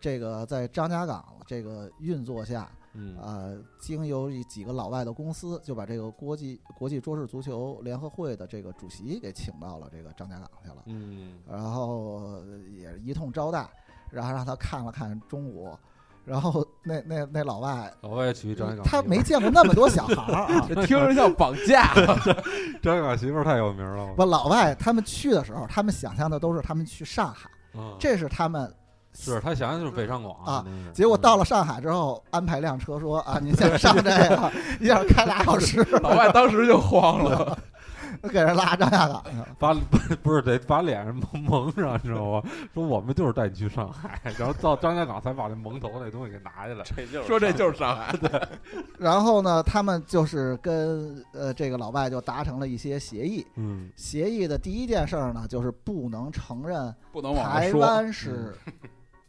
H: 这个在张家港这个运作下，
E: 嗯
H: 呃，经由一几个老外的公司，就把这个国际国际桌式足球联合会的这个主席给请到了这个张家港去了，
E: 嗯
H: 然后呃也一通招待，然后让他看了看中国，然后那那那老外。
E: 老外娶一张家港媳妇儿，
H: 他没见过那么多小孩儿
I: <laughs>
H: 啊！
I: 这听着像绑
H: <laughs>
I: 架。
E: 张家港媳妇儿太有名了。
H: 不，老外他们去的时候，他们想象的都是他们去上海，
E: 嗯
H: 这是他们。
E: 是他想的就是北上广
H: 啊，
E: 那是嗯
H: 结果到了上海之后，安排辆车说啊，您先上这
I: <laughs>
H: 个，一下开俩小时，
I: 老外当时就慌了，
H: <laughs> 给人拉张家港去了。
E: 把不是得把脸蒙蒙上，你知道吗？说我们就是带你去上海，然后到张家港才把那蒙头那东西给拿下来。
G: 这就是
I: 说这就是上海。
H: 然后呢，他们就是跟呃这个老外就达成了一些协议。
E: 嗯
H: 协议的第一件事儿呢，就是不能承认
I: 不能往外
H: 台
I: 说，嗯
H: 湾是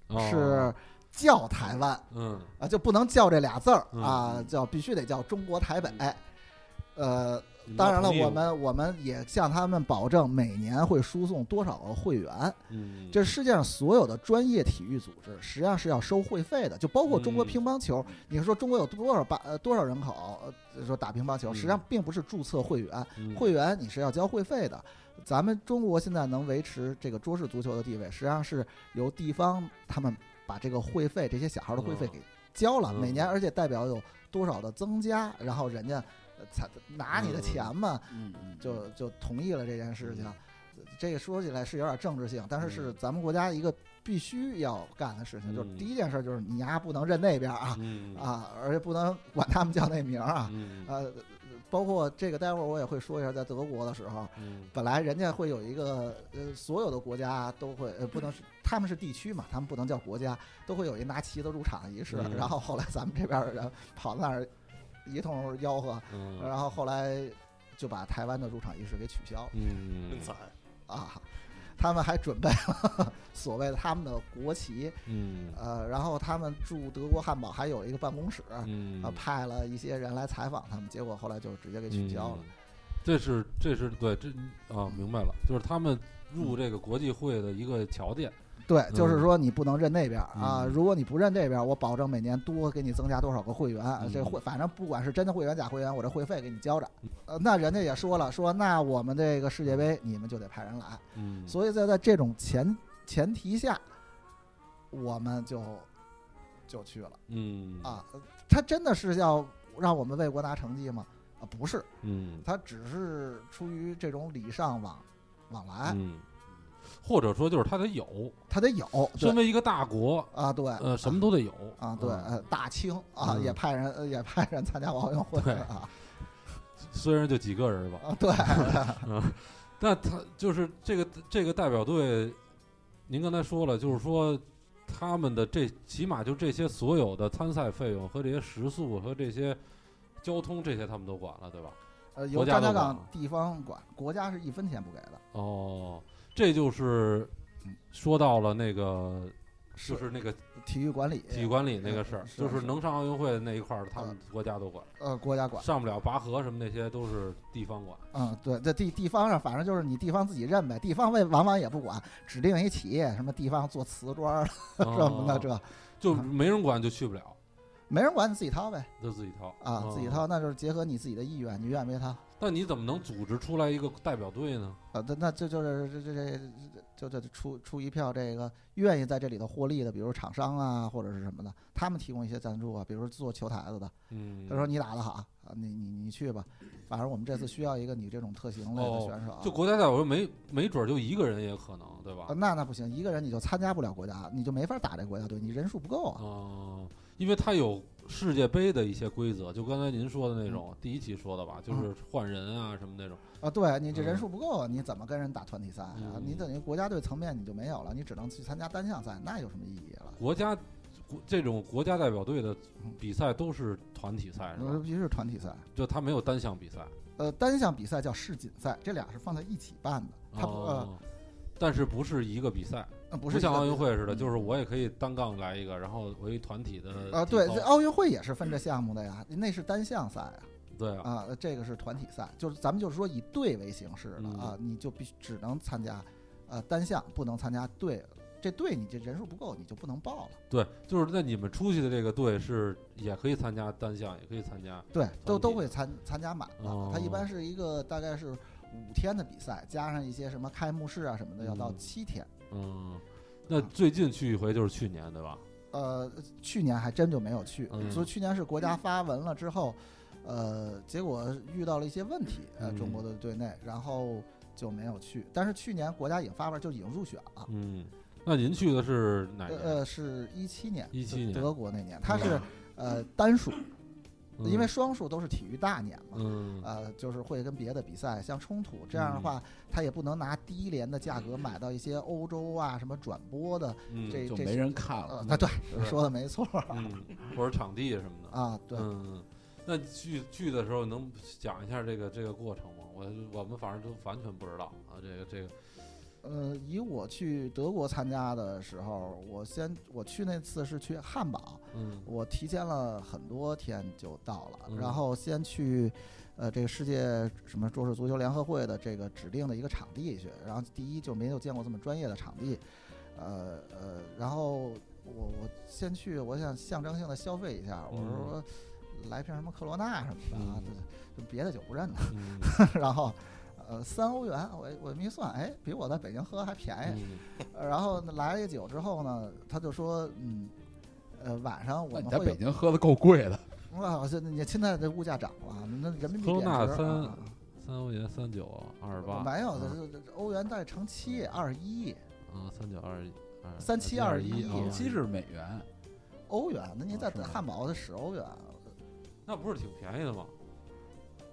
E: 哦
H: 是叫台湾，
E: 嗯
H: 啊，就不能叫这俩字儿
E: 嗯
H: 啊，叫必须得叫中国台北。呃，
E: 你
H: 当然了，
E: 同意
H: 我们我们也向他们保证，每年会输送多少个会员。
E: 嗯，
H: 这世界上所有的专业体育组织实际上是要收会费的，就包括
E: 嗯
H: 中国乒乓球。你说中国有多少八呃多少人口呃说打乒乓球，
E: 嗯
H: 实际上并不是注册会员，
E: 嗯
H: 会员你是要交会费的。咱们中国现在能维持这个桌式足球的地位，实际上是由地方他们把这个会费，这些小孩的会费
E: 嗯
H: 给交了，
E: 嗯
H: 每年而且代表有多少的增加，然后人家呃才拿你的钱嘛，
I: 嗯嗯，
H: 就就同意了这件事情
E: 嗯。
H: 这个说起来是有点政治性，但是是
E: 嗯
H: 咱们国家一个必须要干的事情，就是
E: 嗯
H: 第一件事就是你丫不能认那边啊
E: 嗯
H: 啊，而且不能管他们叫那名儿啊
E: 嗯
H: 呃，包括这个待会儿我也会说一下，在德国的时候，
E: 嗯
H: 本来人家会有一个呃，所有的国家都会呃，不能是他们是地区嘛，他们不能叫国家，都会有一拿旗子入场的仪式。
E: 嗯
H: 然后后来咱们这边儿人跑到那儿一通吆喝，
E: 嗯
H: 啊然后后来就把台湾的入场仪式给取消了
G: 真
E: 嗯
G: 惨。
H: 啊。他们还准备了 <laughs> 所谓的他们的国旗，
E: 嗯
H: 呃，然后他们驻德国汉堡还有一个办公室，
E: 嗯
H: 啊，派了一些人来采访他们，结果后来就直接给取消了。
E: 嗯这是这是对这啊，明白了，就是他们入这个国际会的一个条件。
H: 对，就是说你不能认那边儿啊，
E: 嗯
H: 如果你不认这边儿，我保证每年多给你增加多少个会员。啊
E: 嗯
H: 这会反正不管是真的会员假会员，我这会费给你交着。呃，那人家也说了，说那我们这个世界杯你们就得派人来，
E: 嗯，
H: 所以在在这种前前提下，我们就就去了
E: 嗯
H: 啊。他真的是要让我们为国拿成绩吗？啊，不是，
E: 嗯
H: 他只是出于这种礼尚往往来，
E: 嗯，或者说就是他得有，
H: 他得有。对
E: 身为一个大国，
H: 啊，对，
E: 呃，什么都得有
H: 啊，对，呃，大清啊，
E: 嗯
H: 也派人呃也派人参加过奥运会
E: 对
H: 啊，
E: 虽然就几个人吧，
H: 啊，
E: <laughs>
H: 对，
E: 但他就是这个这个代表队，您刚才说了，就是说他们的这起码就这些所有的参赛费用和这些食宿和这些交通这些他们都管了，对吧？
H: 呃，由
E: 国家
H: 张家
E: 都管
H: 港
E: 了
H: 地方管，国家是一分钱不给的，
E: 哦，这就是说到了那个，就是那个
H: 体育管理，
E: 体育管理那个事儿，
H: 哎是
E: 就是
H: 是
E: 能上奥运会的那一块儿，他们国家都管，
H: 呃，国家管，
E: 上不了拔河什么那些都是地方
H: <laughs>
E: 管。
H: 嗯，对，这地地方上反正就是你地方自己认呗，地方为往往也不管，指定一企业什么地方做瓷砖儿啊什么的，
E: 哦
H: 这
E: 就没人管就去不了，
H: 没人管，你自己掏呗，
E: 就自己掏
H: 啊，自己。掏，
E: 哦
H: 那就是结合你自己的意愿，你愿不愿意掏？
E: 但你怎么能组织出来一个代表队呢？
H: 啊，那那这就是这这这这这这出出一票这个愿意在这里头获利的，比如厂商啊或者是什么的，他们提供一些赞助啊，比如做球台子的，
E: 嗯，
H: 他说你打得好啊，你你你去吧，反正我们这次需要一个你这种特型类的
E: 哦
H: 选手啊，
E: 就国家代表队没没准儿就一个人也可能，对吧
H: 啊？那那不行，一个人你就参加不了国家，你就没法打这国家队，你人数不够啊，
E: 哦，因为它有世界杯的一些规则，就刚才您说的那
H: 嗯
E: 种，第一期说的吧，就是换人啊什么那种。
H: 啊，对你这人
E: 嗯
H: 数不够，你怎么跟人打团体赛啊？你
E: 嗯
H: 等于国家队层面你就没有了，你只能去参加单项赛，那有什么意义啊了？
E: 国家国这种国家代表队的
H: 嗯
E: 比赛都是团体赛，是
H: 尤
E: 吧？
H: 其是团体赛。
E: 就它没有单项比赛。
H: 呃，单项比赛叫世锦赛，这俩是放在一起办的。它不、
E: 哦，但是不是一个比赛，
H: 呃不
E: 不
H: 是一
E: 像
H: 个
E: 奥运会似的，
H: 嗯
E: 就是我也可以单杠来一个，然后我一团体的
H: 啊、对，
E: 体
H: 这
E: 操
H: 奥运会也是分这项目的呀，那是单项赛啊，
E: 对啊，
H: 啊、这个是团体赛，就是咱们就是说以队为形式的
E: 嗯
H: 啊，你就必须只能参加，呃，单项不能参加队，这队你这人数不够，你就不能报了。
E: 对，就是那你们出去的这个队是也可以参加单项，也可以参加。
H: 对，
E: 团
H: 都
E: 体
H: 都会参参加满了
E: 哦。
H: 它一般是一个大概是五天的比赛，加上一些什么开幕式啊什么的，要到
E: 嗯
H: 七天。
E: 嗯，那最近去一回就是去年对吧？
H: 呃，去年还真就没有去，
E: 嗯
H: 所以去年是国家发文了之后，呃，结果遇到了一些问题，呃，
E: 嗯
H: 中国的队内，然后就没有去。但是去年国家也发文，就已经入选了，
E: 嗯，那您去的是哪
H: 呃
E: 年？
H: 呃，是一七年，
E: 17年
H: 德国那年，它是呃单数，
E: 嗯
H: 呃因为双数都是体育大年嘛。
E: 嗯
H: 呃，就是会跟别的比赛相冲突，这样的话，他也不能拿低廉的价格买到一些欧洲啊什么转播的，
E: 嗯
H: 这
I: 就
H: 这
I: 没人看
H: 呃
I: 了，，
H: 那对，
E: 是
H: 说的没错
E: 嗯，或者场地什么的。
H: 啊，对，
E: 嗯，那去去的时候能讲一下这个这个过程吗？我我们反正都完全不知道啊，这个这个
H: 呃，以我去德国参加的时候，我先我去那次是去汉堡，
E: 嗯
H: 我提前了很多天就到了，
E: 嗯
H: 然后先去，呃，这个世界什么桌式足球联合会的这个指定的一个场地去，然后第一就没有见过这么专业的场地，呃呃，然后我我先去，我想象征性的消费一下，我
E: 嗯
H: 说来瓶什么科罗娜什么的啊
E: 嗯，
H: 这这别的酒不认了，
E: 嗯
H: 然后。呃，三欧元，我我一算，哎，比我在北京喝还便宜。
E: 嗯
H: 呃然后呢来了一酒之后呢，他就说，嗯，呃，晚上
I: 那
H: 我们
I: 你在
H: 会
I: 北
H: 有，
I: 京喝的够贵的，
H: 哇，现在你现在这物价涨了，啊那人民币
E: 科罗
H: 贬值
E: 纳
H: 啊，
E: 三三欧元三九二十八，
H: 没有，
E: 啊
H: 这这这欧元再乘七二一
E: 啊三九二一二
H: 三七二一
E: 啊
I: 七是美元，
H: 欧元，那你
E: 啊
I: 哦
H: 在
E: 是吗
H: 汉堡得十欧元，啊
E: 那不是挺便宜的吗？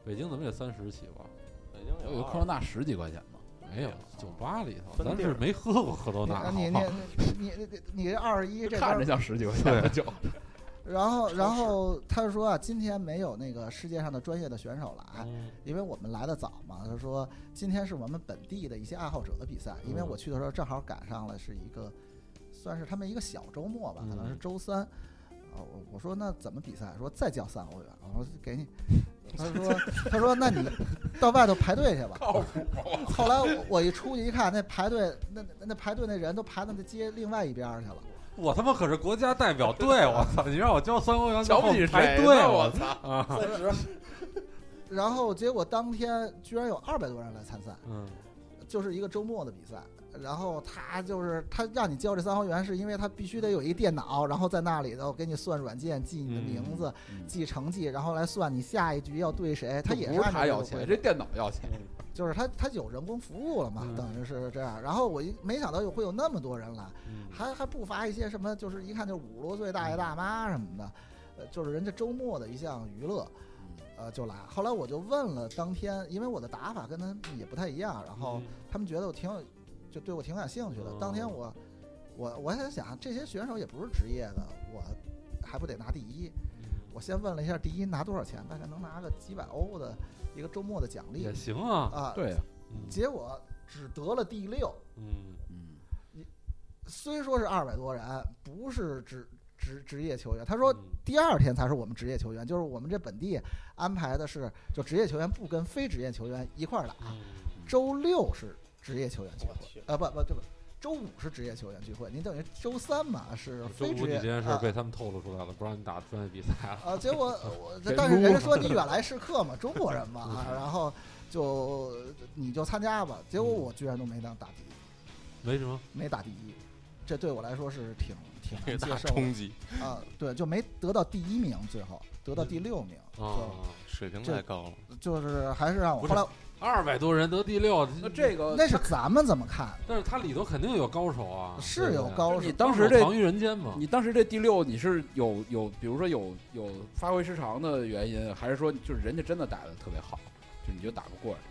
E: 北京怎么也三十起吧？
G: 北京
I: 有啊
G: 有
I: 个
H: 啊
I: 科罗娜十几块钱吧，
E: 没有，酒吧里头，
G: 分
E: 咱
G: 地
E: 是
G: 儿
E: 没喝过科罗
H: 你
E: 娜，好
H: 你
E: 不好
I: <laughs>
H: 你你你你这二十一这边
I: 啊看着像十几块钱的 <laughs> 酒，
H: 然后然后他就说啊，今天没有那个世界上的专业的选手啊来，
I: 哦
E: 嗯
H: 因为我们来的早嘛，他说今天是我们本地的一些爱好者的比赛，因为
E: 嗯
H: 我去的时候正好赶上了是一个，算是他们一个小周末吧，可能是
E: 嗯
H: 周三。啊，我我说那怎么比赛？说再交三欧元，我说给你。他说他说那你到外头排队去吧。靠谱。后来我我一出去一看，那排队那那那排队那人都排到那街另外一边儿去了。
E: 我他妈可是国家代表队，我操！你让我交三欧元，
I: 瞧不起
E: 然后排
I: 谁呢
E: 队，
I: 我
E: 操啊！
H: 然后结果当天居然有二百多人来参赛。
E: 嗯
H: 就是一个周末的比赛，然后他就是他让你交这三欧元，是因为他必须得有一电脑，然后在那里头给你算软件，记你的名字，
I: 嗯
H: 记成绩，然后来算你下一局要对谁。他也
I: 不
H: 是
I: 是
H: 按照
I: 他
H: 这
I: 要
H: 个
I: 钱，
H: 规
I: 这
H: 则
I: 电脑要钱，
H: 就是他他有人工服务了嘛，
E: 嗯
H: 等于是这样。然后我一没想到有会有那么多人来，
E: 嗯
H: 还还不乏一些什么，就是一看就五十多岁大爷大妈什么的，呃，就是人家周末的一项娱乐，呃，就来。后来我就问了当天，因为我的打法跟他们也不太一样，然后他们觉得我挺有，就对我挺感兴趣的
E: 哦。
H: 当天我，我我还在想，这些选手也不是职业的，我还不得拿第一？我先问了一下第一拿多少钱，大概能拿个几百欧的一个周末的奖励
E: 也行啊，
H: 啊。，
I: 对呀，
H: 结果只得了第六。
E: 嗯
I: 嗯，
H: 虽说是二百多人，不是职职职业球员。
E: 嗯
H: 他说第二天才是我们职业球员，就是我们这本地安排的是，就职业球员不跟非职业球员一块儿打。
E: 嗯
H: 周六是职业球员聚会
G: 我去，
H: 呃，不不，这不，周五是职业球员聚会。您等于周三嘛是
E: 周
H: 非
E: 五
H: 职
E: 你
H: 业
E: 这件事儿
H: 啊
E: 被他们透露出来了，不让你打专业比赛了。
H: 啊，
E: <laughs>
H: 结果我
I: 这
H: 但是
I: 撸
H: 人家说你远来是客嘛，中国人嘛，啊然后就呃你就参加吧。结果我居然都没当打第一，
E: 没什么，
H: 没打第一，这对我来说是挺挺
G: 巨
H: 难
G: 大
H: 接受的。
G: 冲击，
H: 啊，对，就没得到第一名，最后得到第六名，
E: 啊，
G: 水平
H: 这
G: 太高了。
H: 就就是还是让我
E: 不是呃
H: 后来
E: 二百多人得第六，
I: 那这个
H: 那是咱们怎么看？
E: 但是它里头肯定有高手啊，
H: 是有高手
I: 你，当时这
E: 藏于人间嘛，
I: 你当时这第六，你是有有，比如说有有发挥失常的原因，还是说就是人家真的打的特别好，就你就打不过人？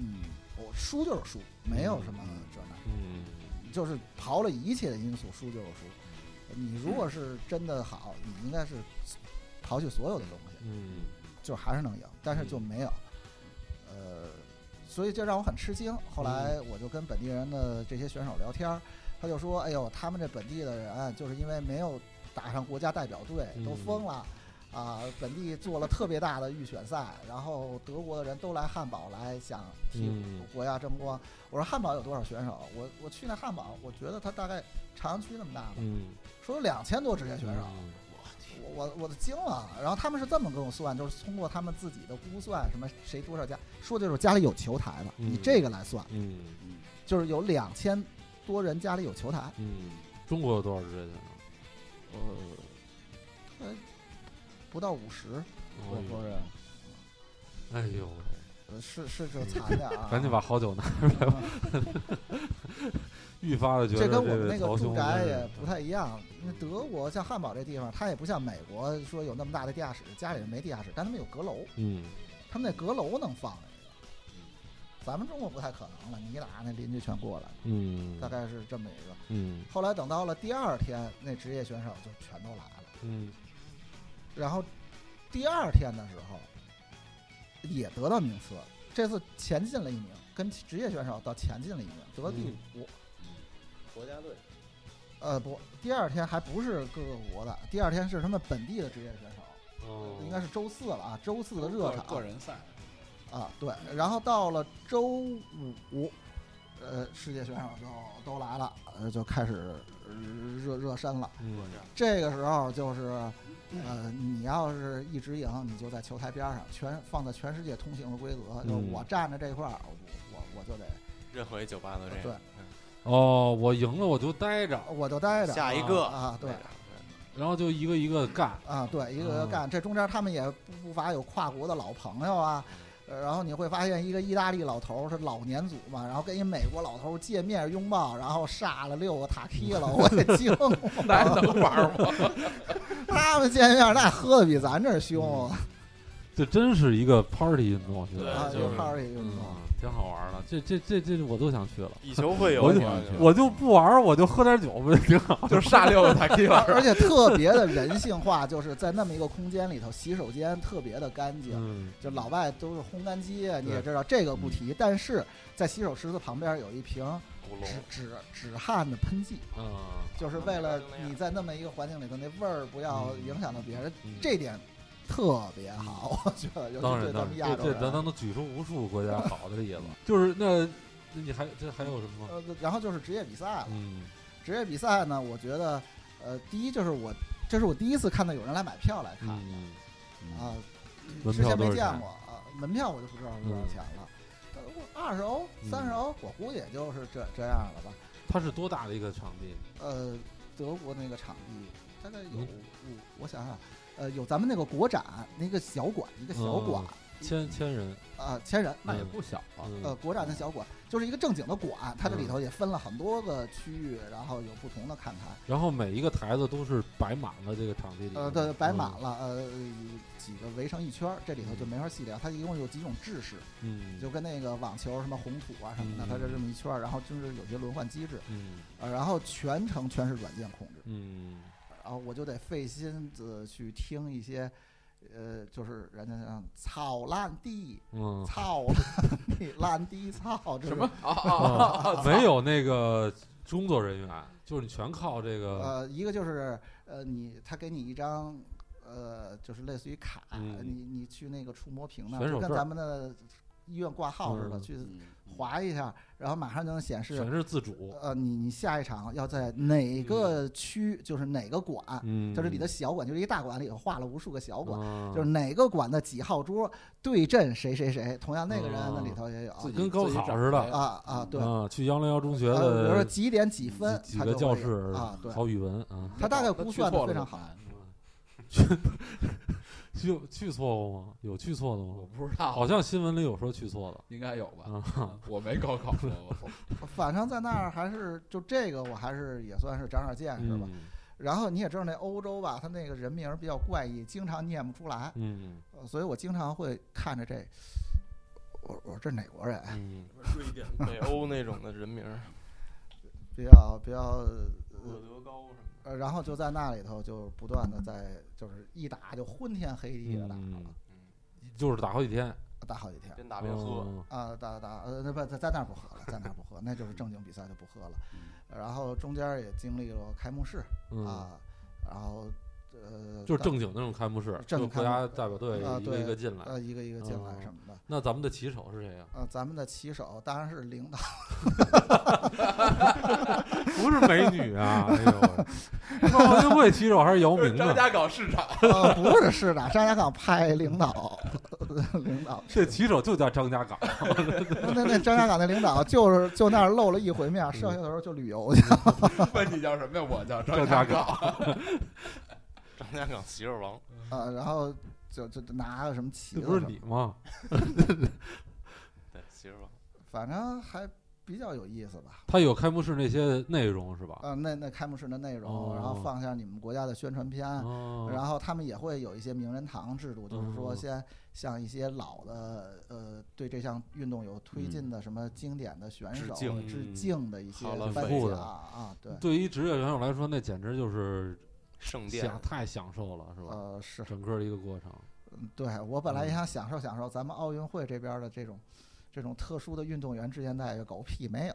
H: 嗯，我输就是输，没有什么这那，
E: 嗯
H: 就是刨了一切的因素，输就是输。你如果是真的好，你应该是刨去所有的东西，
E: 嗯嗯
H: 就还是能赢，但是就没有，呃，所以这让我很吃惊。后来我就跟本地人的这些选手聊天儿，他就说：“哎呦，他们这本地的人啊就是因为没有打上国家代表队，
E: 嗯
H: 都疯了。”啊，本地做了特别大的预选赛，然后德国的人都来汉堡来想替
E: 嗯
H: 国家争光。我说汉堡有多少选手？我我去那汉堡，我觉得它大概朝阳区那么大吧，
E: 嗯，
H: 说有啊两千多职业选手，我我我都惊了。然后他们是这么跟我算，就是通过他们自己的估算，什么谁多少家，说就是家里有球台的，
E: 嗯
H: 以这个来算，
E: 嗯
H: 就是有两千多人家里有球台，
E: 嗯，中国有多少职业选手？
H: 呃不到五十多多人，
E: 哎呦喂！！
H: 呃是是 <laughs> 这惨点儿啊
E: 赶紧把好酒拿出来吧。愈发的觉得
H: 这跟我们
E: 位
H: 那个
E: 曹
H: 住
E: 兄
H: 宅
E: 真是
H: 也不太一样。那德国像汉堡这地方，它也不像美国说有那么大的地下室，家里人没地下室，但他们有阁楼，
E: 嗯
H: 他们那阁楼能放着一个。
G: 嗯
H: 咱们中国不太可能了，你哪那邻居全过来，
E: 嗯，
H: 大概是这么一个。
E: 嗯
H: 后来等到了第二天，那职业选手就全都来了。
E: 嗯
H: 然后第二天的时候也得到名次，这次前进了一名，跟职业选手到前进了已经，得了第五。
G: 嗯国家队
H: 呃，不，第二天还不是各个国的，第二天是他们本地的职业选手，
E: 哦
H: 应该是周四了啊，周四的热
F: 个
H: 场
F: 个人赛，
H: 啊，对，然后到了周五，呃，世界选手就都来了，呃，就开始呃热热身了。
E: 嗯，
H: 这个时候就是，呃，你要是一直赢，你就在球台边上，全放在全世界通行的规则，就是
E: 嗯
H: 我站着这块儿，我我我就得，
G: 任何一酒吧都这样。
H: 对
E: 哦，我赢了我就待着，
H: 我就待着。
G: 下一个
H: 啊，对
E: 然后就一个一个干，
H: 啊，对，一个
F: 哦
H: 一个干。这中间他们也不不乏有跨国的老朋友啊，
F: 嗯
H: 呃然后你会发现一个意大利老头儿是老年组嘛，然后跟一美国老头儿见面拥抱，然后杀了六个塔 K 了，我也惊了。
F: <laughs> 那还能玩吗？
H: <laughs> 他们见面那喝的比咱这儿凶
E: 这真是一个 party 运动，现在
G: 对
F: 嗯
H: 啊，
G: 就
H: 有
G: 是
H: party 运动。
E: 嗯，挺好玩的，这这这这我都想去了。
G: 以球会友，啊
E: 我就
H: 啊
G: 我
E: 我就不玩儿，我就喝点酒不就挺
F: <laughs>
E: 好？
F: 就杀六个塔 K 了，
H: 而且特别的人性化，就是在那么一个空间里头，洗手间特别的干净。
E: 嗯，
H: 就老外都是烘干机，你也知道这个不提，但是在洗手池子旁边有一瓶
G: 古龙
H: 止止止汗的喷剂，
E: 啊，
H: 就是为了你在那么一个环境里头，那味儿不要影响到别人，
E: 嗯
H: 这点特别好，我觉得，尤
E: 当然
H: 其对咱
E: 当
H: 们
E: 然，
H: 亚洲
E: 这这咱
H: 人。啊嗯
E: 能举出无数国家好的例子， <laughs> 就是那，那你还这还有什么吗？
H: 呃，然后就是职业比赛了，
E: 嗯
H: 职业比赛呢，我觉得，呃，第一就是我，这是我第一次看到有人来买票来看，
E: 嗯，
H: 啊，
E: 门
H: 之
E: 票
H: 前
E: 多少
H: 没见
E: 钱嗯
H: 过啊，门票我就不知道是多少钱了，二十欧、三十欧，我估计也就是这这样了吧。
E: 它是多大的一个场地？
H: 呃，德国那个场地大概有
E: 嗯
H: 五，我想想，呃，有咱们那个国展那个小馆，一个
E: 哦
H: 小馆
E: 千千人，
H: 啊，千人。
I: 那也不小啊。
E: 嗯
H: 呃，国展的小馆就是一个正经的馆，它这里头也分了很多个区域，然后有不同的看台。
E: 然后每一个台子都是摆满了这个场地里，
H: 呃，对，
E: 嗯
H: 摆满了，呃，几个围成一圈儿，这里头就没法细聊。它一共有几种制式，
E: 嗯，嗯，
H: 就跟那个网球什么红土啊什么的，
E: 嗯
H: 它就这么一圈儿，然后就是有些轮换机制，
E: 嗯
H: 呃，然后全程全是软件控制，
E: 嗯
H: 然后我就得费心的去听一些，呃，就是人家像草烂地、 <laughs>
E: 嗯，
H: 草烂地、 <laughs> 烂地草这
F: 什
H: 种
F: 么？啊啊啊
H: <laughs>
E: 啊没有那个工作人员，就是你全靠这个，
H: 呃，一个就是呃，你他给你一张。呃，就是类似于卡，
E: 嗯
H: 你你去那个触摸屏那
E: 选
H: 儿，
E: 手
H: 就跟
E: 证
H: 咱们的医院挂号似的，
E: 嗯
H: 去
F: 嗯
H: 划一下，然后马上就能显示
E: 全是自主，
H: 呃，你你下一场要在哪个区，就是哪个馆，
E: 嗯，
H: 它这里的小馆就是一大馆里头画了无数个小馆，
E: 啊
H: 就是哪个馆的几号桌对阵谁谁谁，同样那个人
E: 啊
H: 那里头也有
F: 自己
E: 跟高考似的
F: 自己找
H: 啊啊，对，
E: 啊，去幺零幺中学
H: 呃比如说
E: 的
H: 几点几分，
E: 几
H: 它
E: 个
H: 就
E: 教
H: 会有
E: 室
H: 啊，对，
E: 考语文啊，
H: 他大概估算的非常好。
E: 去去错过吗？有去错的
F: 我
E: 吗？
F: 不知道，
E: 好像新闻里有说去错的
F: 应该有吧？
I: 嗯
E: 啊，
F: 我没高考过，我
H: 反正在那儿还是就这个，我还是也算是长长见识吧。
E: 嗯
H: 然后你也知道那欧洲吧，他那个人名儿比较怪异，经常念不出来。
E: 嗯
H: 呃所以我经常会看着这，我我说这哪国人，啊
E: 嗯，
G: 瑞典、北欧那种的人名儿，
H: 比较比较，
G: 厄德高什么的。
H: 呃，然后就在那里头就不断的在就是一打就昏天黑地的打了，
E: 嗯就是打好几天，
H: 打好几天。
G: 边打边喝，
E: 嗯
H: 啊，打打呃，那不在在那儿不喝了，在那儿不喝，那就是正经比赛就不喝了。然后中间也经历了开幕式
E: 嗯，
H: 啊，然后呃，
E: 就是
H: 当
E: 正经那种开幕式，
H: 正
E: 就国
H: 经开幕
E: 家代表队
H: 啊
E: 一个
H: 对
E: 一个进来。
H: 呃一个一个进来
E: 嗯
H: 什么的。
E: 那咱们的旗手是谁啊呀？
H: 呃，咱们的旗手当然是领导，
E: <laughs> 不是美女啊，哎呦， <laughs> 那奥运会旗手还是姚明啊
F: 张
E: 呢？
F: 家港市场
H: 呃，不是市长，张家港派领导， <laughs> 领导
E: 这旗手就叫张家港，
H: 那那张家港那领导就是就那儿露了一回
E: 嗯
H: 面，剩下的时候就旅游去。
F: 问你叫什么呀？我叫张
E: 张家
F: 港，
G: 张家港媳妇儿王，
H: 啊，然后就就拿个什么旗
E: 这
H: 子
E: 不
H: 什
E: 是
H: 么，
E: 你吗？
G: 对媳妇儿王。
H: 反正还比较有意思吧。
E: 他有开幕式那些内容是吧？
H: 啊，那那开幕式的内容，然后
E: 哦
H: 放一下你们国家的宣传片，
E: 哦，
H: 啊然后他们也会有一些名人堂制度，就是说
E: 哦
H: 先向一些老的呃对这项运动有推进的什么经典的选
G: 致
H: 手
G: 敬
H: 致
E: 嗯
H: 敬的一些
G: 好了
H: 颁
E: 酷的
H: 奖啊，对，
E: 对于职业选手来说，那简直就是
G: 圣殿
E: 享太享受了，是吧？
H: 呃是。
E: 整个一个过程，
H: 嗯，对我本来也想享受享受咱们奥运会这边的这种这种特殊的运动员之间待遇，狗屁没有。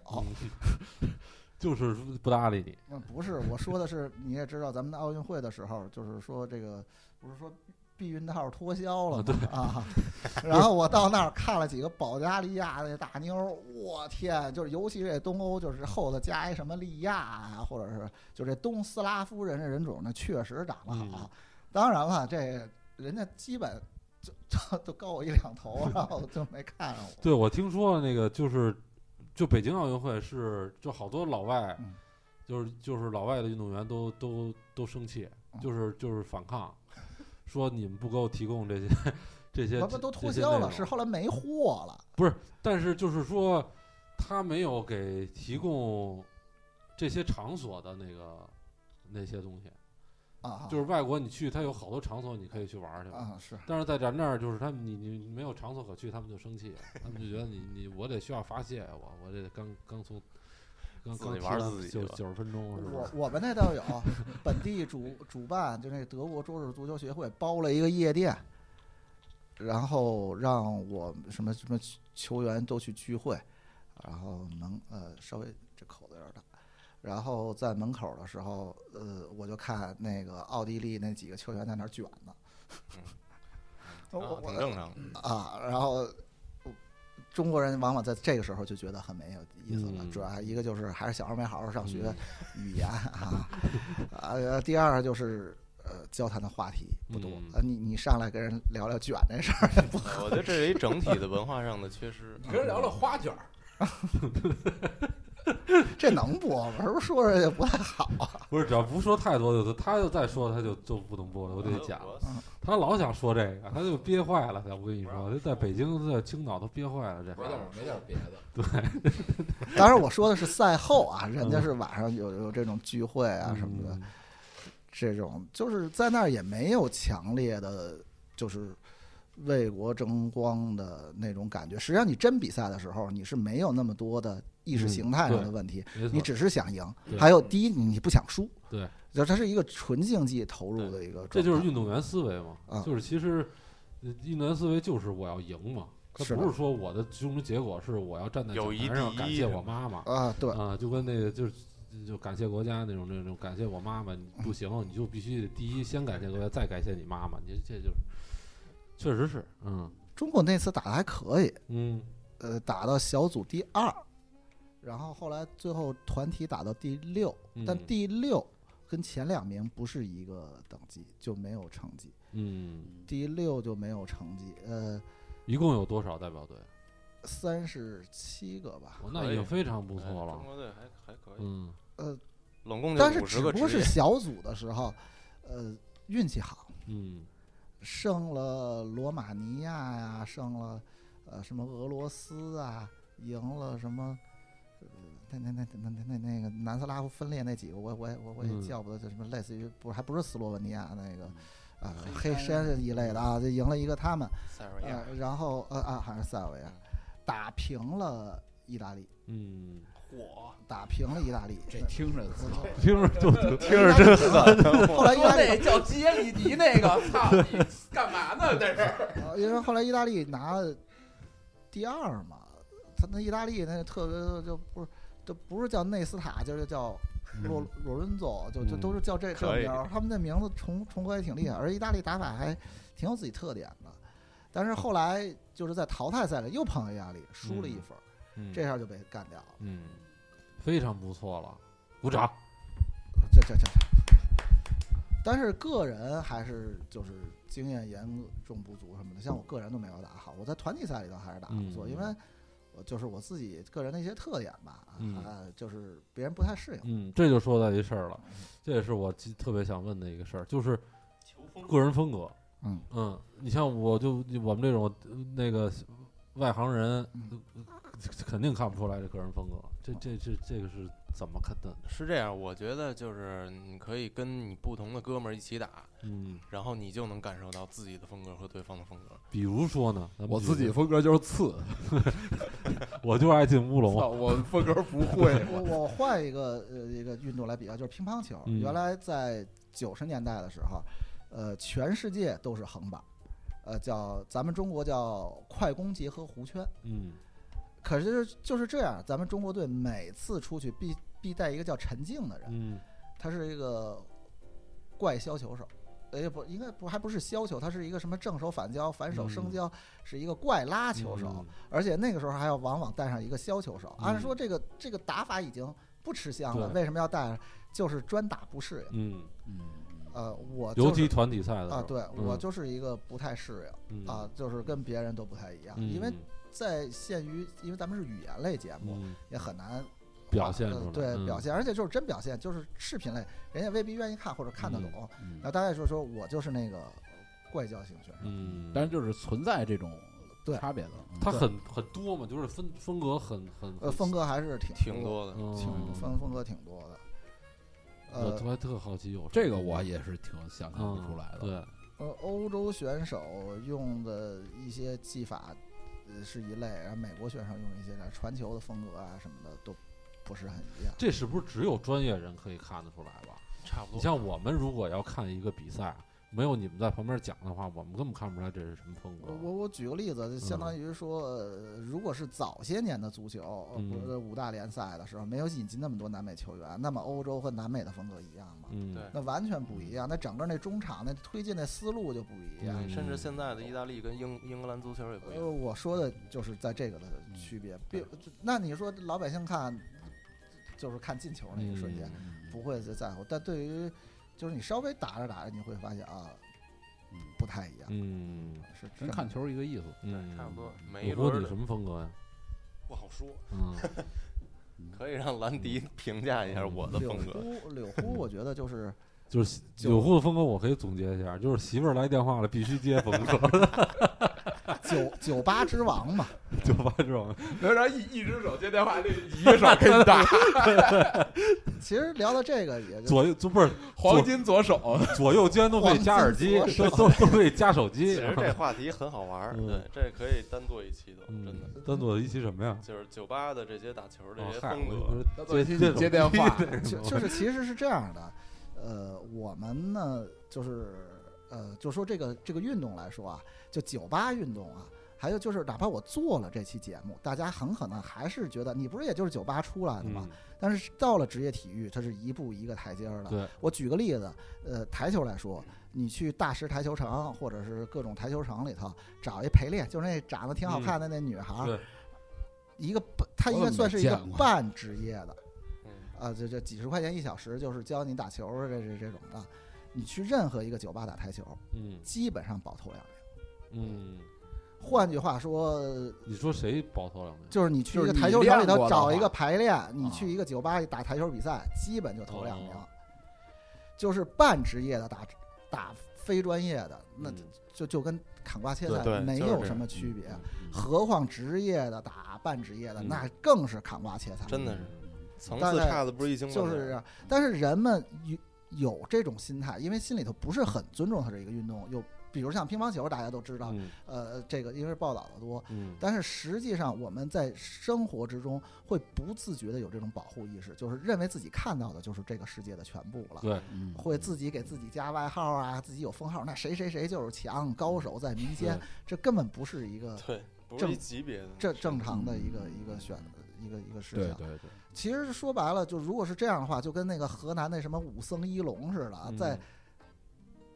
E: 嗯 <laughs> 就是不搭理你。
H: 嗯，不是，我说的是，你也知道，咱们的奥运会的时候，就是说这个不是说避孕套脱销了吗？啊，然后我到那儿看了几个保加利亚那大妞儿，我天，就是尤其这东欧，就是后头加一什么利亚呀、或者是就这东斯拉夫人这人种呢，确实长得好。
E: 嗯
H: 当然了，这人家基本就就都高我一两头，然后就没看上我。
E: 对，我听说那个就是，就北京奥运会是，就好多老外，
H: 嗯
E: 就是就是老外的运动员都都都生气，
H: 嗯
E: 就是就是反抗，说你们不给我提供这些 <laughs> 这些，
H: 我不都脱
E: 这些
H: 销
E: 内
H: 了，
E: 容
H: 是后来没货了。
E: 但是就是说，他没有给提供这些场所的那个那些东西，
H: 啊，
E: 就是外国你去，他有好多场所你可以去玩儿去嘛。
H: 啊，是
E: 但是在咱这儿，就是他们你你你没有场所可去，他们就生气，他们就觉得你你我得需要发泄，我我这刚刚从刚
G: 自
E: 刚
G: 己玩儿
E: 踢完
G: 自己
E: 九
G: 吧
E: 九十分钟是
H: 我
E: 吧？
H: 我们那倒有，本地主主办就那德国周日足球协会包了一个夜店，然后让我们什么什么球员都去聚会，然后能呃稍微这口子有点大，然后在门口的时候，呃我就看那个奥地利那几个球员在那儿卷呢， <laughs> 我
G: 嗯啊
H: 我
G: 挺正常的。
H: 啊，然后呃中国人往往在这个时候就觉得很没有意思了。
E: 嗯
H: 主要一个就是还是小孩没好好上学， <laughs> 语言啊啊，呃第二就是呃交谈的话题不多。
E: 嗯
H: 呃，你你上来跟人聊聊卷这事儿，不好
G: 我觉得这是一整体的文化上的缺失。
I: 跟人聊聊花卷儿，
H: 这能播吗？是不是说着也不太好啊？
E: 不是，只要不说太多，就他就再说他就就不能播了，我得讲。
G: 我
E: 他老想说这个，他就憋坏了。他我跟你说，他在北京、在青岛都憋坏了。这
G: 啊
I: 没点没点别的。
H: 当然我说的是赛后啊，人家是晚上有有这种聚会啊什么的，
E: 嗯
H: 这种就是在那儿也没有强烈的，就是为国争光的那种感觉。实际上，你真比赛的时候，你是没有那么多的意识形态上的问题，
E: 嗯没
H: 你
E: 错，
H: 只是想赢。
E: 对
H: 还有第一，你不想输。
E: 对，
H: 就它是一个纯竞技投入的一个状态，
E: 这就是运动员思维嘛。
H: 啊
E: 就是其实，呃运动员思维就是我要赢嘛。他
H: 是的
E: 不是说我的最终结果是我要站在
G: 友
E: 讲
G: 谊
E: 台上
G: 第
E: 感
G: 一
E: 谢我妈妈。
H: 啊，对，
E: 啊，就跟那个就是就感谢国家那种那种感谢我妈妈， <laughs> 你不行，你就必须得第一先感谢国家，再感谢你妈妈，你这就是，确实是，嗯
H: 中国那次打的还可以，
E: 嗯，
H: 呃，打到小组第二，然后后来最后团体打到第六，但
E: 嗯
H: 第六跟前两名不是一个等级，就没有成绩。
E: 嗯，
H: 第六就没有成绩，呃，
E: 一共有多少代表队？
H: 三十七个吧，
E: 哦那
G: 可
E: 已经
G: 以
E: 非常不
G: 不
E: 错
G: 哎中
E: 了，
G: 国队还还可以，
E: 嗯，
G: 拢共就
H: 但是
G: 五
H: 只
G: 十
H: 不
G: 个
H: 过
G: 职
H: 是
G: 业。
H: 小组的时候，呃，运气好，
E: 嗯
H: 胜了罗马尼亚呀、胜了呃什么俄罗斯啊，赢了什么。呃那那那那那那那个南斯拉夫分裂那几个，我我也我我也
E: 嗯
H: 叫不得，就什么类似于不是还不是斯洛文尼亚那个，啊黑山一类的啊，就赢了一个他们，
G: 塞尔维亚
H: 呃，然后呃啊好像是塞尔维亚
G: 嗯，
H: 打平了意大利，
E: 嗯，
F: 火，
H: 打平了意大利。
I: 这听着， <laughs> 操！
E: <laughs> 听着就
G: 听着真狠。
H: 后来意
D: 说
H: 大
D: 那
H: 利，
D: 叫杰里迪那个，操你干嘛呢？这是。
H: <laughs> 呃因为后来意大利拿第二嘛，他那意大利那特别就不是，就不是叫内斯塔，就是叫洛洛伦佐，就就
E: 嗯
H: 都是叫这这
G: 可以
H: 名儿。他们那名字重重合也挺厉害，而意大利打法还挺有自己特点的。但是后来就是在淘汰赛里又碰到意大利，输了一分儿，
E: 嗯
H: 这下就被干掉了。
E: 嗯，非常不错了，鼓掌，
H: 这这这。但是个人还是就是经验严重不足什么的，像我个人都没有打好，我在团体赛里头还是打得不错，
E: 嗯
H: 因为我就是我自己个人的一些特点吧，啊、
E: 嗯
H: 就是别人不太适应。
E: 嗯，这就说到一事儿了，这也是我其特别想问的一个事儿，就是个人风格，
H: 嗯
E: 嗯，你像我就我们这种呃那个外行人，
H: 嗯
E: 肯定看不出来这个人风格。这这这这个是怎么看的？
G: <laughs> 是这样，我觉得就是你可以跟你不同的哥们儿一起打，
E: 嗯，
G: 然后你就能感受到自己的风格和对方的风格。
E: 比如说呢，咱们
I: 我
E: 举
I: 自己
E: 个
I: 风格就是次，
E: 我就爱进乌
I: 操，
E: 龙。
I: 我风格不会。
H: 我我换一个呃一个运动来比较，就是乒乓球。
E: 嗯
H: 原来在九十年代的时候，呃，全世界都是横板，呃，叫咱们中国叫快攻结合弧圈。
E: 嗯
H: 可是就是这样，咱们中国队每次出去必必带一个叫陈静的人，
E: 嗯
H: 他是一个怪削球手，哎不，应该不还不是削球，他是一个什么正手反胶、反手生胶，是一个怪拉球手，
E: 嗯
H: 而且那个时候还要往往带上一个削球手。
E: 嗯
H: 按说这个这个打法已经不吃香了，
E: 对
H: 为什么要带上？就是专打不适应。
E: 嗯，
I: 嗯，
H: 呃，我
E: 尤
H: 就
E: 其
H: 是
E: 团体赛的时候
H: 啊，对我
E: 嗯
H: 就是一个不太适
E: 嗯
H: 应啊，就是跟别人都不太一样，
E: 嗯
H: 因为
E: 嗯
H: 在限于因为咱们是语言类节目，
E: 嗯
H: 也很难
E: 表现
H: 呃
E: 出来，
H: 对
E: 嗯
H: 表现，而且就是真表现，就是视频类，人家未必愿意看或者看得懂。
I: 嗯
H: 然后大概就是说我就是那个怪叫型选手，
E: 嗯，
I: 但是就是存在这种
H: 对
I: 差别的，嗯
E: 他很很多嘛，就是风风格很很
H: 呃，风格还是挺
G: 挺，多的。
E: 嗯，
H: 风风格挺多的。
E: 我
H: 呃
E: 特还特好奇有
I: 这个我也是挺想象不
E: 嗯
I: 出来的。
E: 对，
H: 呃，欧洲选手用的一些技法，呃是一类，然后美国选手用一些传球的风格啊什么的都不是很一样。
E: 这是不是只有专业人可以看得出来吧？
G: 差不
E: 你像我们如果要看一个比赛，没有你们在旁边讲的话，我们根本看不出来这是什么风格。啊
H: 我我我举个例子，就相当于说，呃如果是早些年的足球，呃
E: 嗯
H: 不是五大联赛的时候，没有引进那么多南美球员，那么欧洲和南美的风格一样吗？
E: 嗯，
G: 对
H: 那完全不一样，那整个那中场那推进那思路就不一样。
E: 嗯
G: 甚至现在的意大利跟英英格兰足球也不一
H: 呃，
G: 样。
H: 我说的就是在这个的区别，并那你说老百姓看，就是看进球那一瞬间，
I: 嗯
H: 不会再在乎，但对于就是你稍微打着打着，你会发现啊，
I: 嗯
H: 不太一样，
E: 嗯
H: 是
I: 跟
H: 是
I: 看球一
F: <laughs>
I: 个意思。
E: 嗯，
G: 对，差不多。。每一
E: 我说
G: 轮
E: 你
G: 的
E: 什么风格呀？
G: 不好说， <laughs>
E: 嗯，
G: 可以让兰迪评价一下我的
H: 柳
G: 风格。
H: 呼柳呼，我觉得就是。
E: 就是
H: 就
E: 九户的风格，我可以总结一下，就是媳妇儿来电话了必须接风格， <laughs>
H: 酒酒吧之王嘛，
E: 就把这
G: <laughs>
E: 种
F: 能让一一只手接电话，另一个手给你打
H: 其实聊到这个也就
E: 左右就不是
F: 黄金左手，
E: 左右肩都可以加耳机，
H: 黄金
E: 都都都可以加手
G: 其
E: 机。
G: 实这话题很好玩儿，
E: 嗯
G: 对，这可以单做一期的，
E: 嗯
G: 真的。，
E: 单做一期什么呀？
G: 就是酒吧的这些打球这
E: 哦
G: 些
E: 嗨
G: 风
E: 我
G: 格，
E: 我接
F: 接接电
E: <laughs>
F: 话，
H: 就就是其实是这样的，呃，我们呢就是呃，就说这个这个运动来说啊，就酒吧运动啊，还有就是哪怕我做了这期节目，大家很可能还是觉得你不是也就是酒吧出来的吗？
E: 嗯，
H: 但是到了职业体育，它是一步一个台阶儿的。
E: 对，
H: 我举个例子，呃，台球来说，你去大师台球城或者是各种台球城里头找一陪练，就是那长得挺好看的那女孩儿，
E: 嗯对
H: 一个半，她
I: 我
H: 应该
I: 怎么
H: 算
I: 没
H: 是一个
I: 见过
H: 半职业的，
G: 嗯
H: 啊，这这几十块钱一小时，就是教你打球儿这这这种的。你去任何一个酒吧打台球，
E: 嗯
H: 基本上保头两名。
E: 嗯，
H: 换句话说，
E: 你说谁保头两名？
H: 就是你去
I: 就
H: 一
I: 是
H: 个
I: 你
H: 台球场
I: 练
H: 里
I: 过
H: 头
I: 的
H: 找
I: 话
H: 一个排练，你
I: 啊
H: 去一个酒吧里打台球比赛，基本就头两名
E: 哦。
H: 就是半职业的打打非专业的，那
E: 嗯
H: 就就跟砍瓜切
E: 对
H: 菜
G: 对
H: 没
G: 就是
H: 有
G: 这
H: 什
G: 样
H: 么区别。
E: 嗯
H: 何况职业的打半职业的，
E: 嗯
H: 那更是砍瓜切菜。
G: 真的是层
H: 大
G: 次
H: 概
G: 差的不是一星半
H: 就是这
G: 点儿
H: 样。但是人们有有这种心态，因为心里头不是很尊重它这个运动。有比如像乒乓球，大家都知道，
E: 嗯
H: 呃，这个因为报道的多。
E: 嗯，
H: 但是实际上，我们在生活之中会不自觉的有这种保护意识，就是认为自己看到的就是这个世界的全部了，
E: 对，
I: 嗯
H: 会自己给自己加外号啊，自己有封号，那谁谁谁就是强高手在民间
E: 对，
H: 这根本不是一个
G: 对，不是
H: 正
G: 一级别的，
H: 正正常的一个一个选
E: 嗯
H: 一个一个事
I: 对
H: 情。
I: 对对，
H: 其实说白了，就如果是这样的话，就跟那个河南那什么武僧一龙似的啊，
E: 嗯
H: 在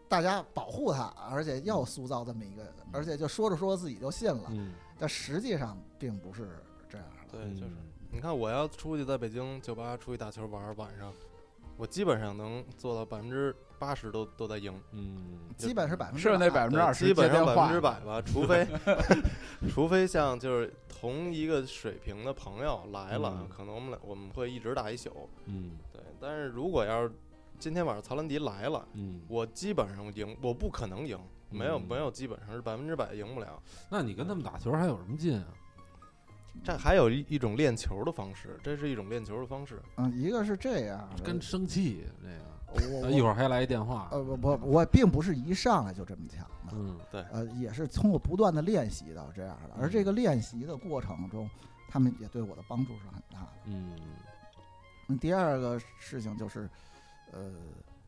H: 大家保护他，而且要塑造这么一个，
I: 嗯
H: 而且就说着说着自己就信了，
E: 嗯，
H: 但实际上并不是这样的。
G: 对，就是
E: 嗯
G: 你看我要出去在北京酒吧出去打球玩儿，晚上我基本上能做到百分之八十都都在赢，
E: 嗯，
H: 基本是百分之
I: 是那百分之二十
G: 基本
I: 接
G: 上百
I: 电话
G: 分之百吧，除非
I: <laughs>
G: 除非像就是同一个水平的朋友来了，
E: 嗯
G: 可能我们俩我们会一直打一宿。
E: 嗯
G: 对，但是如果要是今天晚上曹兰迪来了，
E: 嗯，
G: 我基本上赢，我不可能赢，没有
E: 嗯
G: 没有，基本上是百分之百赢不了。
E: 那你跟他们打球还有什么劲啊？
G: 这还有一一种练球的方式，这是一种练球的方式。
I: 啊
H: 嗯，一个是这样的，
E: 跟生气那个，
H: 我
I: 哎
E: 啊一
H: 我
E: 会儿还来一电话，
H: 呃不不，我并不是一上来就这么强的，
E: 嗯
H: 呃，也是通过不断的练习到这样的，而这个练习的过程中，他们也对我的帮助是很大的。
E: 嗯
H: 嗯，第二个事情就是，呃，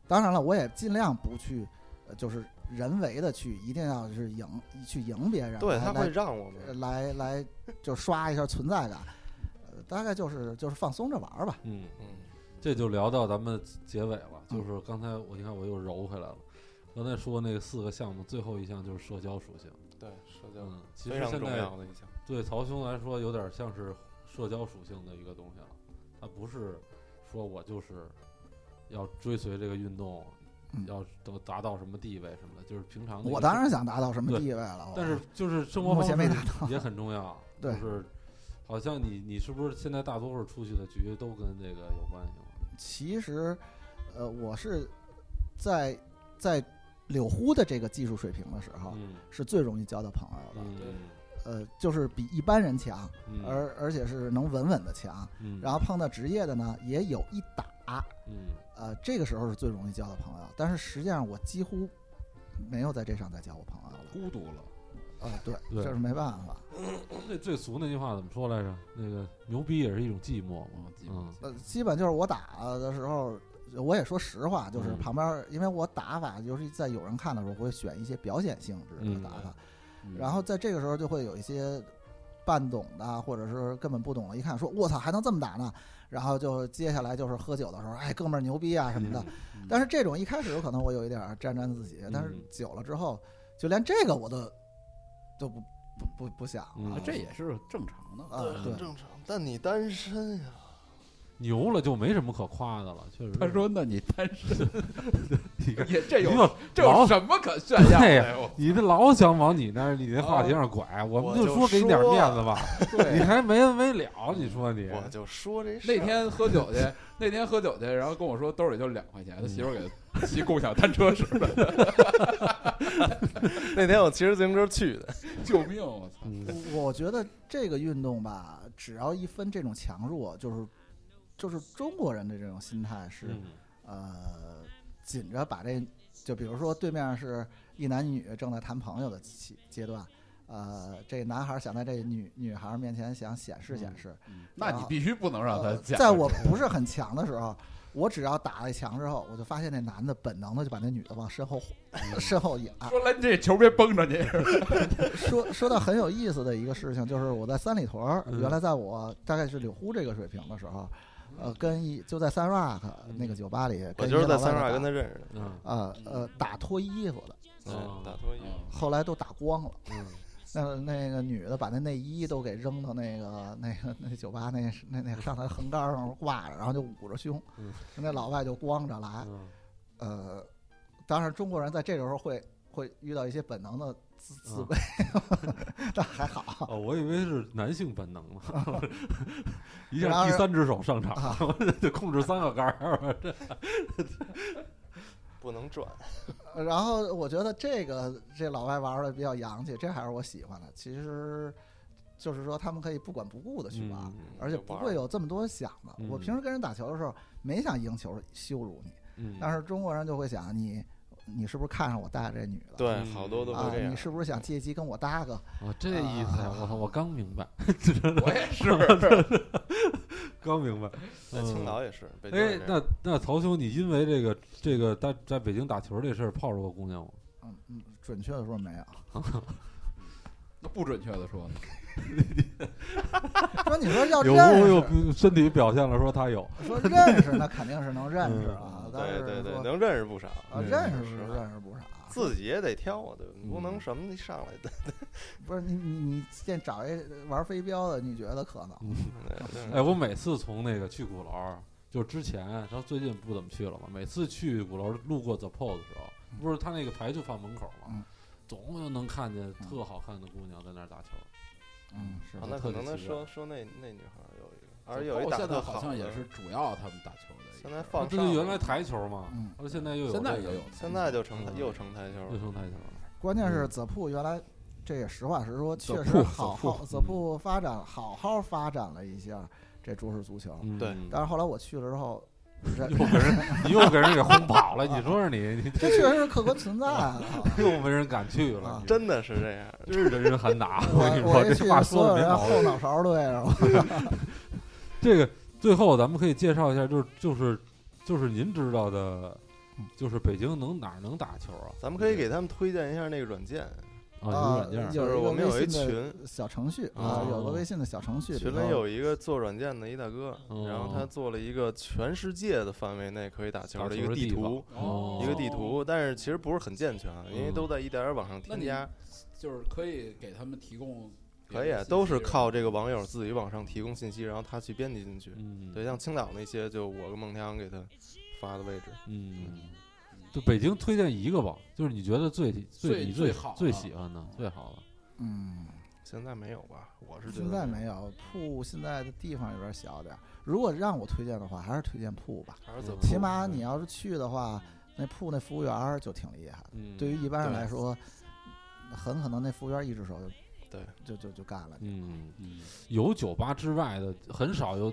H: 当然了，我也尽量不去呃就是人为的去一定要是赢去赢别人，
G: 对，
H: 来
G: 他会
H: 来
G: 让我
I: 呃
G: 们，
H: 来来就刷一下存在感，呃，大概就是就是放松着玩儿吧。
E: 嗯，
G: 嗯，
E: 这就聊到咱们结尾了，
H: 嗯
E: 就是刚才我你看我又揉回来了。刚才说那四个项目，最后一项就是社交属性。
G: 对，社交
E: 嗯，其
G: 非
E: 实
G: 常
E: 现
G: 重
E: 在
G: 要的一项，
E: 对曹兄来说，有点像是社交属性的一个东西了。他不是说我就是要追随这个运动，
H: 嗯
E: 要都达到什么地位什么的，就是平常的一
H: 我
E: 个
H: 当
E: 生
H: 然想达到什么
E: 对
H: 地位了，
E: 但是就是生活
H: 目
E: 方
H: 前没
E: 式
H: 达到。
E: 也很重
H: <laughs>
E: 要，就
H: 对
E: 是好像你你是不是现在大多数出去的局都跟这个有关系了？
H: 其实，呃，我是在在柳呼的这个技术水平的时候，
E: 嗯
H: 是最容易交到朋友的。
E: 嗯
H: 呃，就是比一般人强，
E: 嗯，
H: 而而且是能稳稳的强。
E: 嗯
H: 然后碰到职业的呢，也有一打。
E: 嗯
H: 呃，这个时候是最容易交到朋友，但是实际上我几乎没有在这上再交过朋友了。
I: 孤独了。
H: 啊、对，
E: 哦对
H: 这是没办法。
E: 那最俗那句话怎么说来着？那个牛逼也是一种寂寞嘛
I: 嗯，寂寞
E: 嗯
H: 呃，基本就是我打的时候，我也说实话，就是
E: 嗯
H: 旁边儿，因为我打法就是在有人看的时候，我会选一些表演性质的
E: 嗯
H: 打法，
I: 嗯
H: 然后在这个时候就会有一些半懂的，或者是根本不懂的，一看说“我操，还能这么打呢”，然后就接下来就是喝酒的时候，哎，哥们儿牛逼啊什么的。
I: 嗯
H: 但是这种一开始有可能我有一点儿沾沾自喜，但是
E: 嗯
H: 久了之后，就连这个我都都不不不不想
E: 嗯
H: 了
I: 啊。这也是正常的。
H: 啊，对
G: 很，正常。但你单身呀，
E: 牛了就没什么可夸的了，确实是。
I: 他说：“那你单身，
E: 你看
I: 也
G: 哎
I: 这
E: 你
I: 有
E: 怎么
I: 这有
E: 老
I: 什么可炫耀的
E: 对
I: 呀？
E: 哎呀，你这老想往你那儿你那话题上拐，我们
G: 我
E: 就
G: 就
E: 说给你点
G: 哦说
E: 面子吧，你
I: 对，
E: 还没完没了，你说你
G: 我就说这事儿
I: 那天喝酒去，那天喝酒去，然后跟我说兜里就两块钱，他媳妇儿给
H: 嗯
I: 他骑共享单车使的， <laughs>
G: 那天我骑着自行车去的，
I: 救命！我操！
E: 嗯
H: 我我觉得这个运动吧，只要一分这种强弱，就是就是中国人的这种心态是、
E: 嗯
H: 呃紧着把这，就比如说对面是一男一女正在谈朋友的阶阶段，呃，这男孩想在这女女孩面前想显示
E: 嗯
H: 显示，
I: 那你必须不能让他
H: 啊呃
I: 见。
H: 在我不是很强的时候。我只要打了墙之后，我就发现那男的本能的就把那女的往身后、<laughs>
G: 嗯
H: 身后掩，
I: <laughs> 说来，你这球别绷着你。
H: 说说到很有意思的一个事情，就是我在三里屯儿，
E: 嗯
H: 原来在我大概是柳呼这个水平的时候，呃，跟一就在三 rock 那个酒吧里，
G: 嗯我
H: 跟一
G: 就是在
H: 老外
G: 三亚跟
H: 打
G: 他认识的，
E: 嗯
H: 呃呃打脱衣服的，
E: 哦
G: 嗯，打脱衣服。
H: 后来都打光了。
E: 嗯
H: 那那个女的把那内衣都给扔到那个那个那酒吧那那那上台横杆儿上挂着，然后就捂着胸
E: 嗯，
H: 那老外就光着来，
E: 嗯
H: 呃，当然中国人在这个时候会会遇到一些本能的自自
E: 嗯
H: 卑， <laughs> 但还好。
E: 哦，我以为是男性本能 <laughs> 呢，一
H: 然
E: 下
H: 后
E: 第
H: 是
E: 三只手上场 <laughs>
H: 啊，
E: 得控制三个杆儿，这
G: 不能转，
H: 然后我觉得这个这老外玩的比较洋气，这还是我喜欢的。其实就是说他们可以不管不顾的去玩，
E: 嗯
H: 而且不会有这么多想的。
E: 嗯
H: 我平时跟人打球的时候，没想赢球羞辱你，
E: 嗯，
H: 但是中国人就会想你，你是不是看上我带这女的？
G: 对，
E: 嗯
G: 好多都
H: 啊
G: 会这，样
H: 你。是不是想借机跟我搭个？
E: 哦，这意思呀，
H: 啊
E: 我操，我刚明白，
I: 我也是，
E: <laughs> 刚明白，
G: 在青岛也是，北京
E: 嗯
G: 也
E: 哎
G: 是，
E: 那那曹兄，你因为这个这个在在北京打球这事儿泡着过姑娘吗？
H: 嗯嗯，准确的说没有。
I: 那不准确的说呢，
H: 说你说要
E: 有
H: 认
E: 没
H: 识，
E: 有身体表现了说他有？
H: <laughs> 说认识那肯定是能认识啊
E: 嗯，
H: 但
G: 对对
H: 是
G: 对，
H: 说
G: 能认识不少，
H: 啊
E: 嗯
H: 认识
G: 是
H: 是认识不少。
G: 自己也得挑啊，对吧，你不
E: 嗯
G: 能什么一上来的。
H: 不是你你你先找一玩飞镖的，你觉得可能？
G: 嗯
E: 哎，我每次从那个去鼓楼，就之前，然后最近不怎么去了嘛。每次去鼓楼路过 The Pose 的时候，不是他那个牌就放门口嘛
H: 嗯，
E: 总就能看见特好看的姑娘在那儿打球。
H: 嗯，是
G: 啊那可能他说说那那女孩有一个，而且有一
I: 我
G: 打
I: 哦现在
G: 特
I: 好像
G: 的
I: 也是哦主要他们打球的一个
G: 现
I: 事
G: 在
I: 儿。
G: 放
E: 这
G: 上
E: 就
G: 了，
E: 原来台球嘛
H: 嗯，
E: 而现在又有
I: 现在
E: 这个
I: 也有，
G: 现在就成台
E: 嗯
G: 又成台球
E: 又
G: 了，
E: 成台球了。
H: 关键是
E: 嗯
H: 泽铺原来这也实话实说，确
I: 泽
H: 实
I: 铺
H: 好好
E: 泽铺
H: 泽铺发展好好发展了一下这中式足球，
E: 嗯
G: 对
H: <laughs> 但是后来我去了之
E: <laughs>
H: 后，这
E: 又给人，你又给人给轰跑了。你说说你，
H: <laughs>
E: 你
H: 这确实是客观存
E: <laughs>
H: 在啊。
E: 又没人敢去了
H: 啊。
E: 你
G: 真的是这样。
E: 真是人人喊打，
H: 我
E: 跟你
H: 我
E: 说
H: 一
E: 这
H: 去
E: 话
H: 所
E: 说
H: 有
E: 的没
H: 人
E: 毛病
H: 后。脑勺对着我，
E: <laughs> 这个最后咱们可以介绍一下，就是就是就是您知道的就是北京能哪儿能打球啊？
G: 咱们可以给他们推荐一下那个软件，
E: 啊，有
H: 啊
E: 软件儿，
H: 有
G: 就是
H: 一
G: 我
H: 个
G: 们有
H: 微
G: 一
H: 信的啊
G: 群
H: 小程序啊
E: 啊，
H: 有个微信的小程序里
G: 群
H: 头
G: 里有一个做软件的一大哥，
E: 哦
G: 然后他做了一个全世界的范围内可以打球
E: 打
G: 的
E: 球
G: 一个
E: 的
G: 地
E: 地
G: 图，
I: 嗯
E: 哦
G: 一个地图，但是其实不是很健全，啊因为
E: 嗯
G: 都在一点点往上
I: 那
G: 添
I: 你
G: 加，
I: 就是可以给他们提供别的
G: 可以啊
I: 信息
G: 都是靠这个网友自己往上提供信息，然后他去编辑进去。
E: 嗯，
G: 对，像青岛那些，就我跟孟良给他发的位置，
E: 嗯，就北京推荐一个吧，就是你觉得最
I: 最
E: 你
I: 最
E: 最
I: 好的
E: 最喜欢的最好的，
H: 嗯，
G: 现在没有吧？我是觉得
H: 现在没，有铺，现在的地方有点小点儿。如果让我推荐的话，还是推荐铺吧。
E: 嗯
G: 还是怎么？
H: 起码你要是去的话，那铺那服务员儿就挺厉害的。
E: 嗯，
H: 对于一般人
G: 嗯对
H: 来说，很可能那服务员儿一只手就
G: 对
H: 就就就干了。
E: 嗯，有酒吧之外的很少有，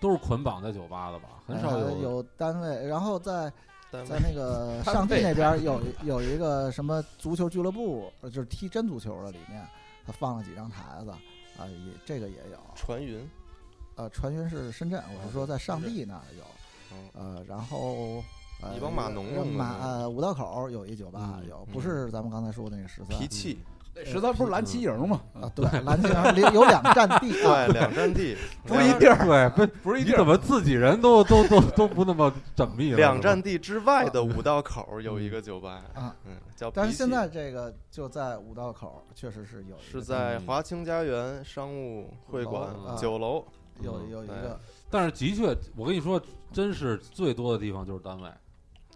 E: 都是捆绑在酒吧的吧，很
H: 哎
E: 少
H: 还
E: 有
H: 有单位，然后在
G: 单
H: 在
G: 位
H: 那
G: <laughs>
H: 个
G: 单
H: 上
G: 位
H: 地那边儿
G: <laughs>
H: 有有一个什么足球俱乐部，呃就是踢真足球的，里面他放了几张台子啊，也这个也有。
G: 传云，
H: 呃，传云是深圳，我是说在上
G: 深
H: 地那儿有。
G: 嗯，
H: 呃，然后呃，
G: 一帮码农
H: 呃
G: 用的
H: 马
G: 那种
H: 呃五道口有一酒吧
E: 嗯
H: 有，
G: 嗯
H: 不是咱们刚才说的那个十三 <laughs>
G: 脾气，
I: 那十三不是蓝旗营吗？
H: 啊，对，蓝青阳里有两站地，啊，
G: <laughs> 对，哎两
H: <laughs>
G: 站地，
E: 不是一地儿，对，不不是一地儿，你怎么自己人都都都都不那么缜密了？
G: 两
E: 是吧
G: 站地之外的五道口有一个酒吧
H: 啊，
G: 嗯，叫
H: 但
G: 脾
H: 是
G: 气。
H: 现在这个就在五道口，确实是有一
G: 是
H: 个
E: 嗯
G: 在华清家园商务会馆
E: 楼
H: 啊
G: 酒楼，
H: 有有一
G: 嗯对
H: 个
E: 但是的确，我跟你说，真是最多的地方就是单位啊、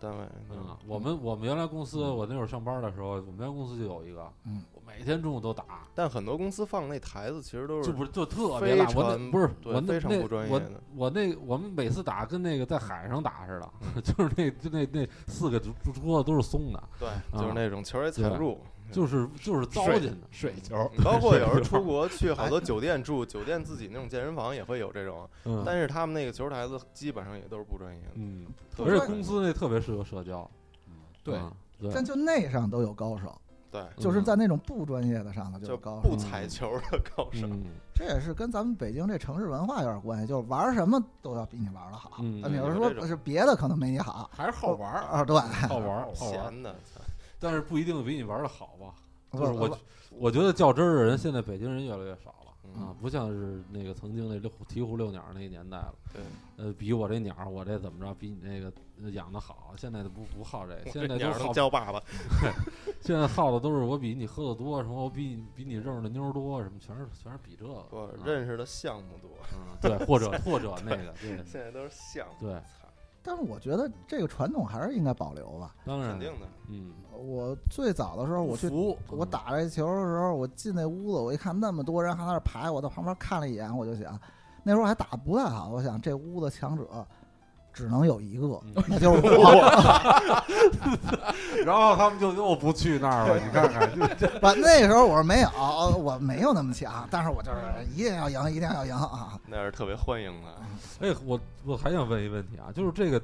G: 单位
E: 嗯我们我们原来公司，
G: 嗯
E: 我那会儿上班的时候，我们原来公司就有一个，
H: 嗯
E: 我每天中午都打，
G: 但很多公司放那台子其实都
E: 就是不是就特别烂。
G: 非
E: 我
G: 常
E: 那不是
G: 对
E: 我那
G: 非常
E: 那
G: 不专业
E: 我
G: 的
E: 我那我们每次打跟那个在海上打似的，<laughs>
G: 嗯
E: 就是那就那那四个桌桌子都是松的，啊
G: 对，就是那种球也藏
E: <laughs>
G: 住。
E: 就是就是糟
I: 水
E: 践的。
I: 水球，
G: 包括有时候出国去好多酒店住，酒店自己那种健身房也会有这种，
E: 嗯
G: 但是他们那个球台子基本上也都是不专业的。
E: 嗯，
G: 特别
E: 而且公司那特别适合社交，
I: 对，
E: 啊对，嗯
H: 但就那上都有高手，
G: 对，
H: 就是在那种不专业的上头就
G: 嗯就
H: 有高
G: 不
H: 手，
G: 踩球的高手。
E: 嗯
H: 这也是跟咱们北京这城市文化有点关系，就是玩什么都要比你玩的好。
E: 嗯
H: 啊你要
G: 有
H: 是
G: 这种
H: 说是别的可能没你好
I: 还是好玩儿，
H: 啊，对，
E: 好玩儿嗯好玩儿，
G: 哦闲的， <laughs>
E: 但是不一定比你玩的好吧？
H: 不
E: 就是我
H: 不，
E: 我觉得较真儿的人，现在北京人越来越少了、
G: 嗯
E: 啊，不像是那个曾经那六鹈鹕六鸟那个年代了。
G: 对，
E: 呃，比我这鸟儿，我这怎么着，比你那个呃养的好。现在都不不好这个，
G: 这
E: 现在都
G: 鸟
E: 好
G: 能，叫爸爸，
E: 现在好的都是我比你喝的多，什么我比你比你认识的妞儿多，什么全是全是比这个。
G: 我
E: 啊
G: 认识的项目多，
E: 嗯对，或者或者那
G: <laughs>
E: 个对
G: 现在都是项目。
E: 对，
G: 操
H: 但是我觉得这个传统还是应该保留吧。
E: 当然
G: 肯定的，
E: 嗯，
H: 我最早的时候，我去
E: 服
H: 我打这球的时候，我进那屋子，我一看那么多人还在那儿排，我到旁边看了一眼，我就想，那时候还打不太好，我想这屋子强者只能有一个
E: 嗯，
H: 那 <laughs> 就是我。
E: 然后他们就又不去那儿了，你看看，就
H: 把那时候我说没有，我没有那么强，但是我就是一定要赢，一定要赢啊！
G: 那是特别欢迎的。
E: 哎，我我还想问一问题啊，就是这个，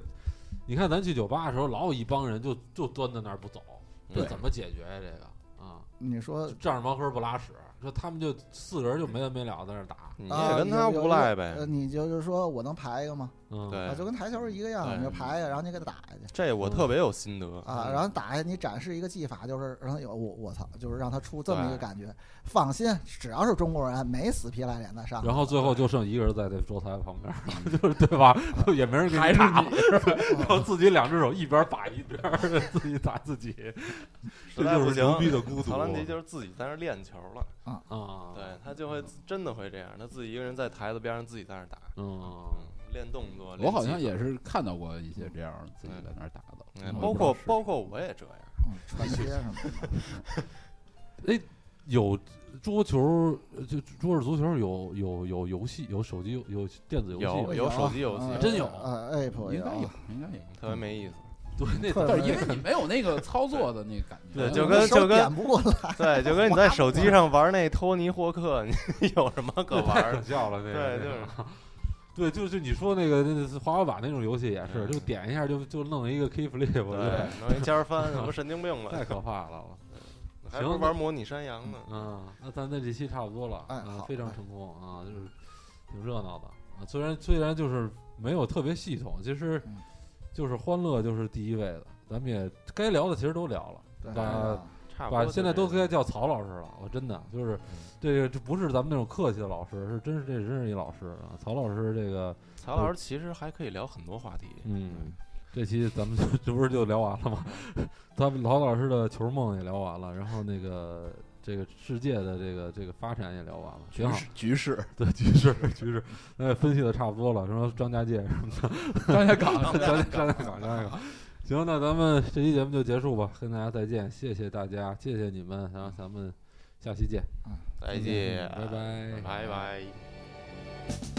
E: 你看咱去酒吧的时候，老有一帮人就就端在那儿不走，这
G: 对
E: 怎么解决呀、这个啊，
H: 你说
E: 就站着盲盒不拉屎，说他们就四个人就没完没了在那儿打，
G: 嗯你
H: 啊
G: 也跟他无赖呗
H: 呃，你就是说我能排一个吗？
E: 嗯，
G: 对
H: 啊，就跟台球一个样，
I: 对
H: 你就排一个，然后你给他打下去。
G: 这我特别有心得。
H: 啊，
E: 嗯
H: 然后打下你展示一个技法，就是让他有我我操，就是让他出这么一个
G: 对
H: 感觉。放心，只要是中国人，没死皮赖脸的上。
E: 然后最后就剩一个人在这桌台旁边儿， <laughs> 就是对吧？
G: 嗯
E: 也没人给
I: 还
E: 你
I: 是
E: 打
I: 你
E: 了， <laughs> 然后自己两只手一边打一边儿自己打自己，
G: 实
E: 这
G: 在不
E: 就是
G: 行，
E: 牛逼的孤独
G: 陶兰迪就是自己在那儿练球了，
E: 啊！
G: 对，他就会真的会这样，他自己一个人在台子边上自己在那儿打，
E: 嗯
G: 嗯，练动作。
I: 我好像
G: 练技
I: 也是看到过一些这样自己在那儿打
G: 巧，
I: 的
G: 嗯，
I: 我
G: 包
I: 也不知道
G: 括
I: 是
G: 包括我也这样，
H: 嗯穿鞋什么的，
E: 有桌球，呃就桌式足球有有有游戏，有手机有有电子游戏吗，
G: 有有手机游
H: 呃
G: 戏，嗯
E: 真有
H: 呃，app
G: 啊
I: 应该有，应该有。
G: 特别没意思。
H: 嗯
E: 对，那
H: 特
I: 但
H: 别
I: 是因为你没有那个操作的那个感觉，
G: 对就
H: 我
G: 跟
H: 手
G: 就跟
H: 点不过来。
G: 对，就跟你在手机上玩那托尼霍克，你有什么可玩
E: 可
G: 的？
E: 笑了，那
G: <laughs>
E: 个
G: 对，就是
E: <laughs> 对，就就你说那个那那滑滑板那种游戏也是，
G: 嗯
E: 就点一下就就弄一个 K flip，我觉得
G: 对，弄一尖翻，这不神经病
E: <laughs> 太
G: 了，
E: 可怕
G: <laughs>
E: 了。
G: 还不如
E: 行
G: 玩模拟山羊呢。
E: 嗯，那咱这这期差不多了，
H: 哎
E: 啊
H: 好，
E: 非常
H: 哎
E: 成功啊，就是挺热闹的啊。虽然虽然就是没有特别系统，其实
H: 嗯
E: 就是欢乐就是第一位的。咱们也该聊的其实都聊了，
H: 对
E: 把
H: 啊
G: 差不多
E: 把
G: 就
E: 现在都
G: 这嗯样
E: 该叫曹老师了。我真的就是，这个这不是咱们那种客气的老师，是真是这真是一老师啊。曹老师这个，
G: 曹老师其实还可以聊很多话题，
E: 嗯，这期咱们就这不是就聊完了吗？ <laughs> 咱们曹老师的球梦也聊完了，然后那个这个世界的这个这个发展也聊完了，挺
I: 局
E: 好。
I: 势局势，
E: 对，局势局势，呃，分析的差不多了，什么张家界什么的，
I: 张家港
E: 张家张家港，张家港。行，那咱们这期节目就结束吧，跟大家再见，谢谢大家，谢谢你们，然后咱们下期见，
G: 再见，
E: 嗯拜拜
G: 拜拜。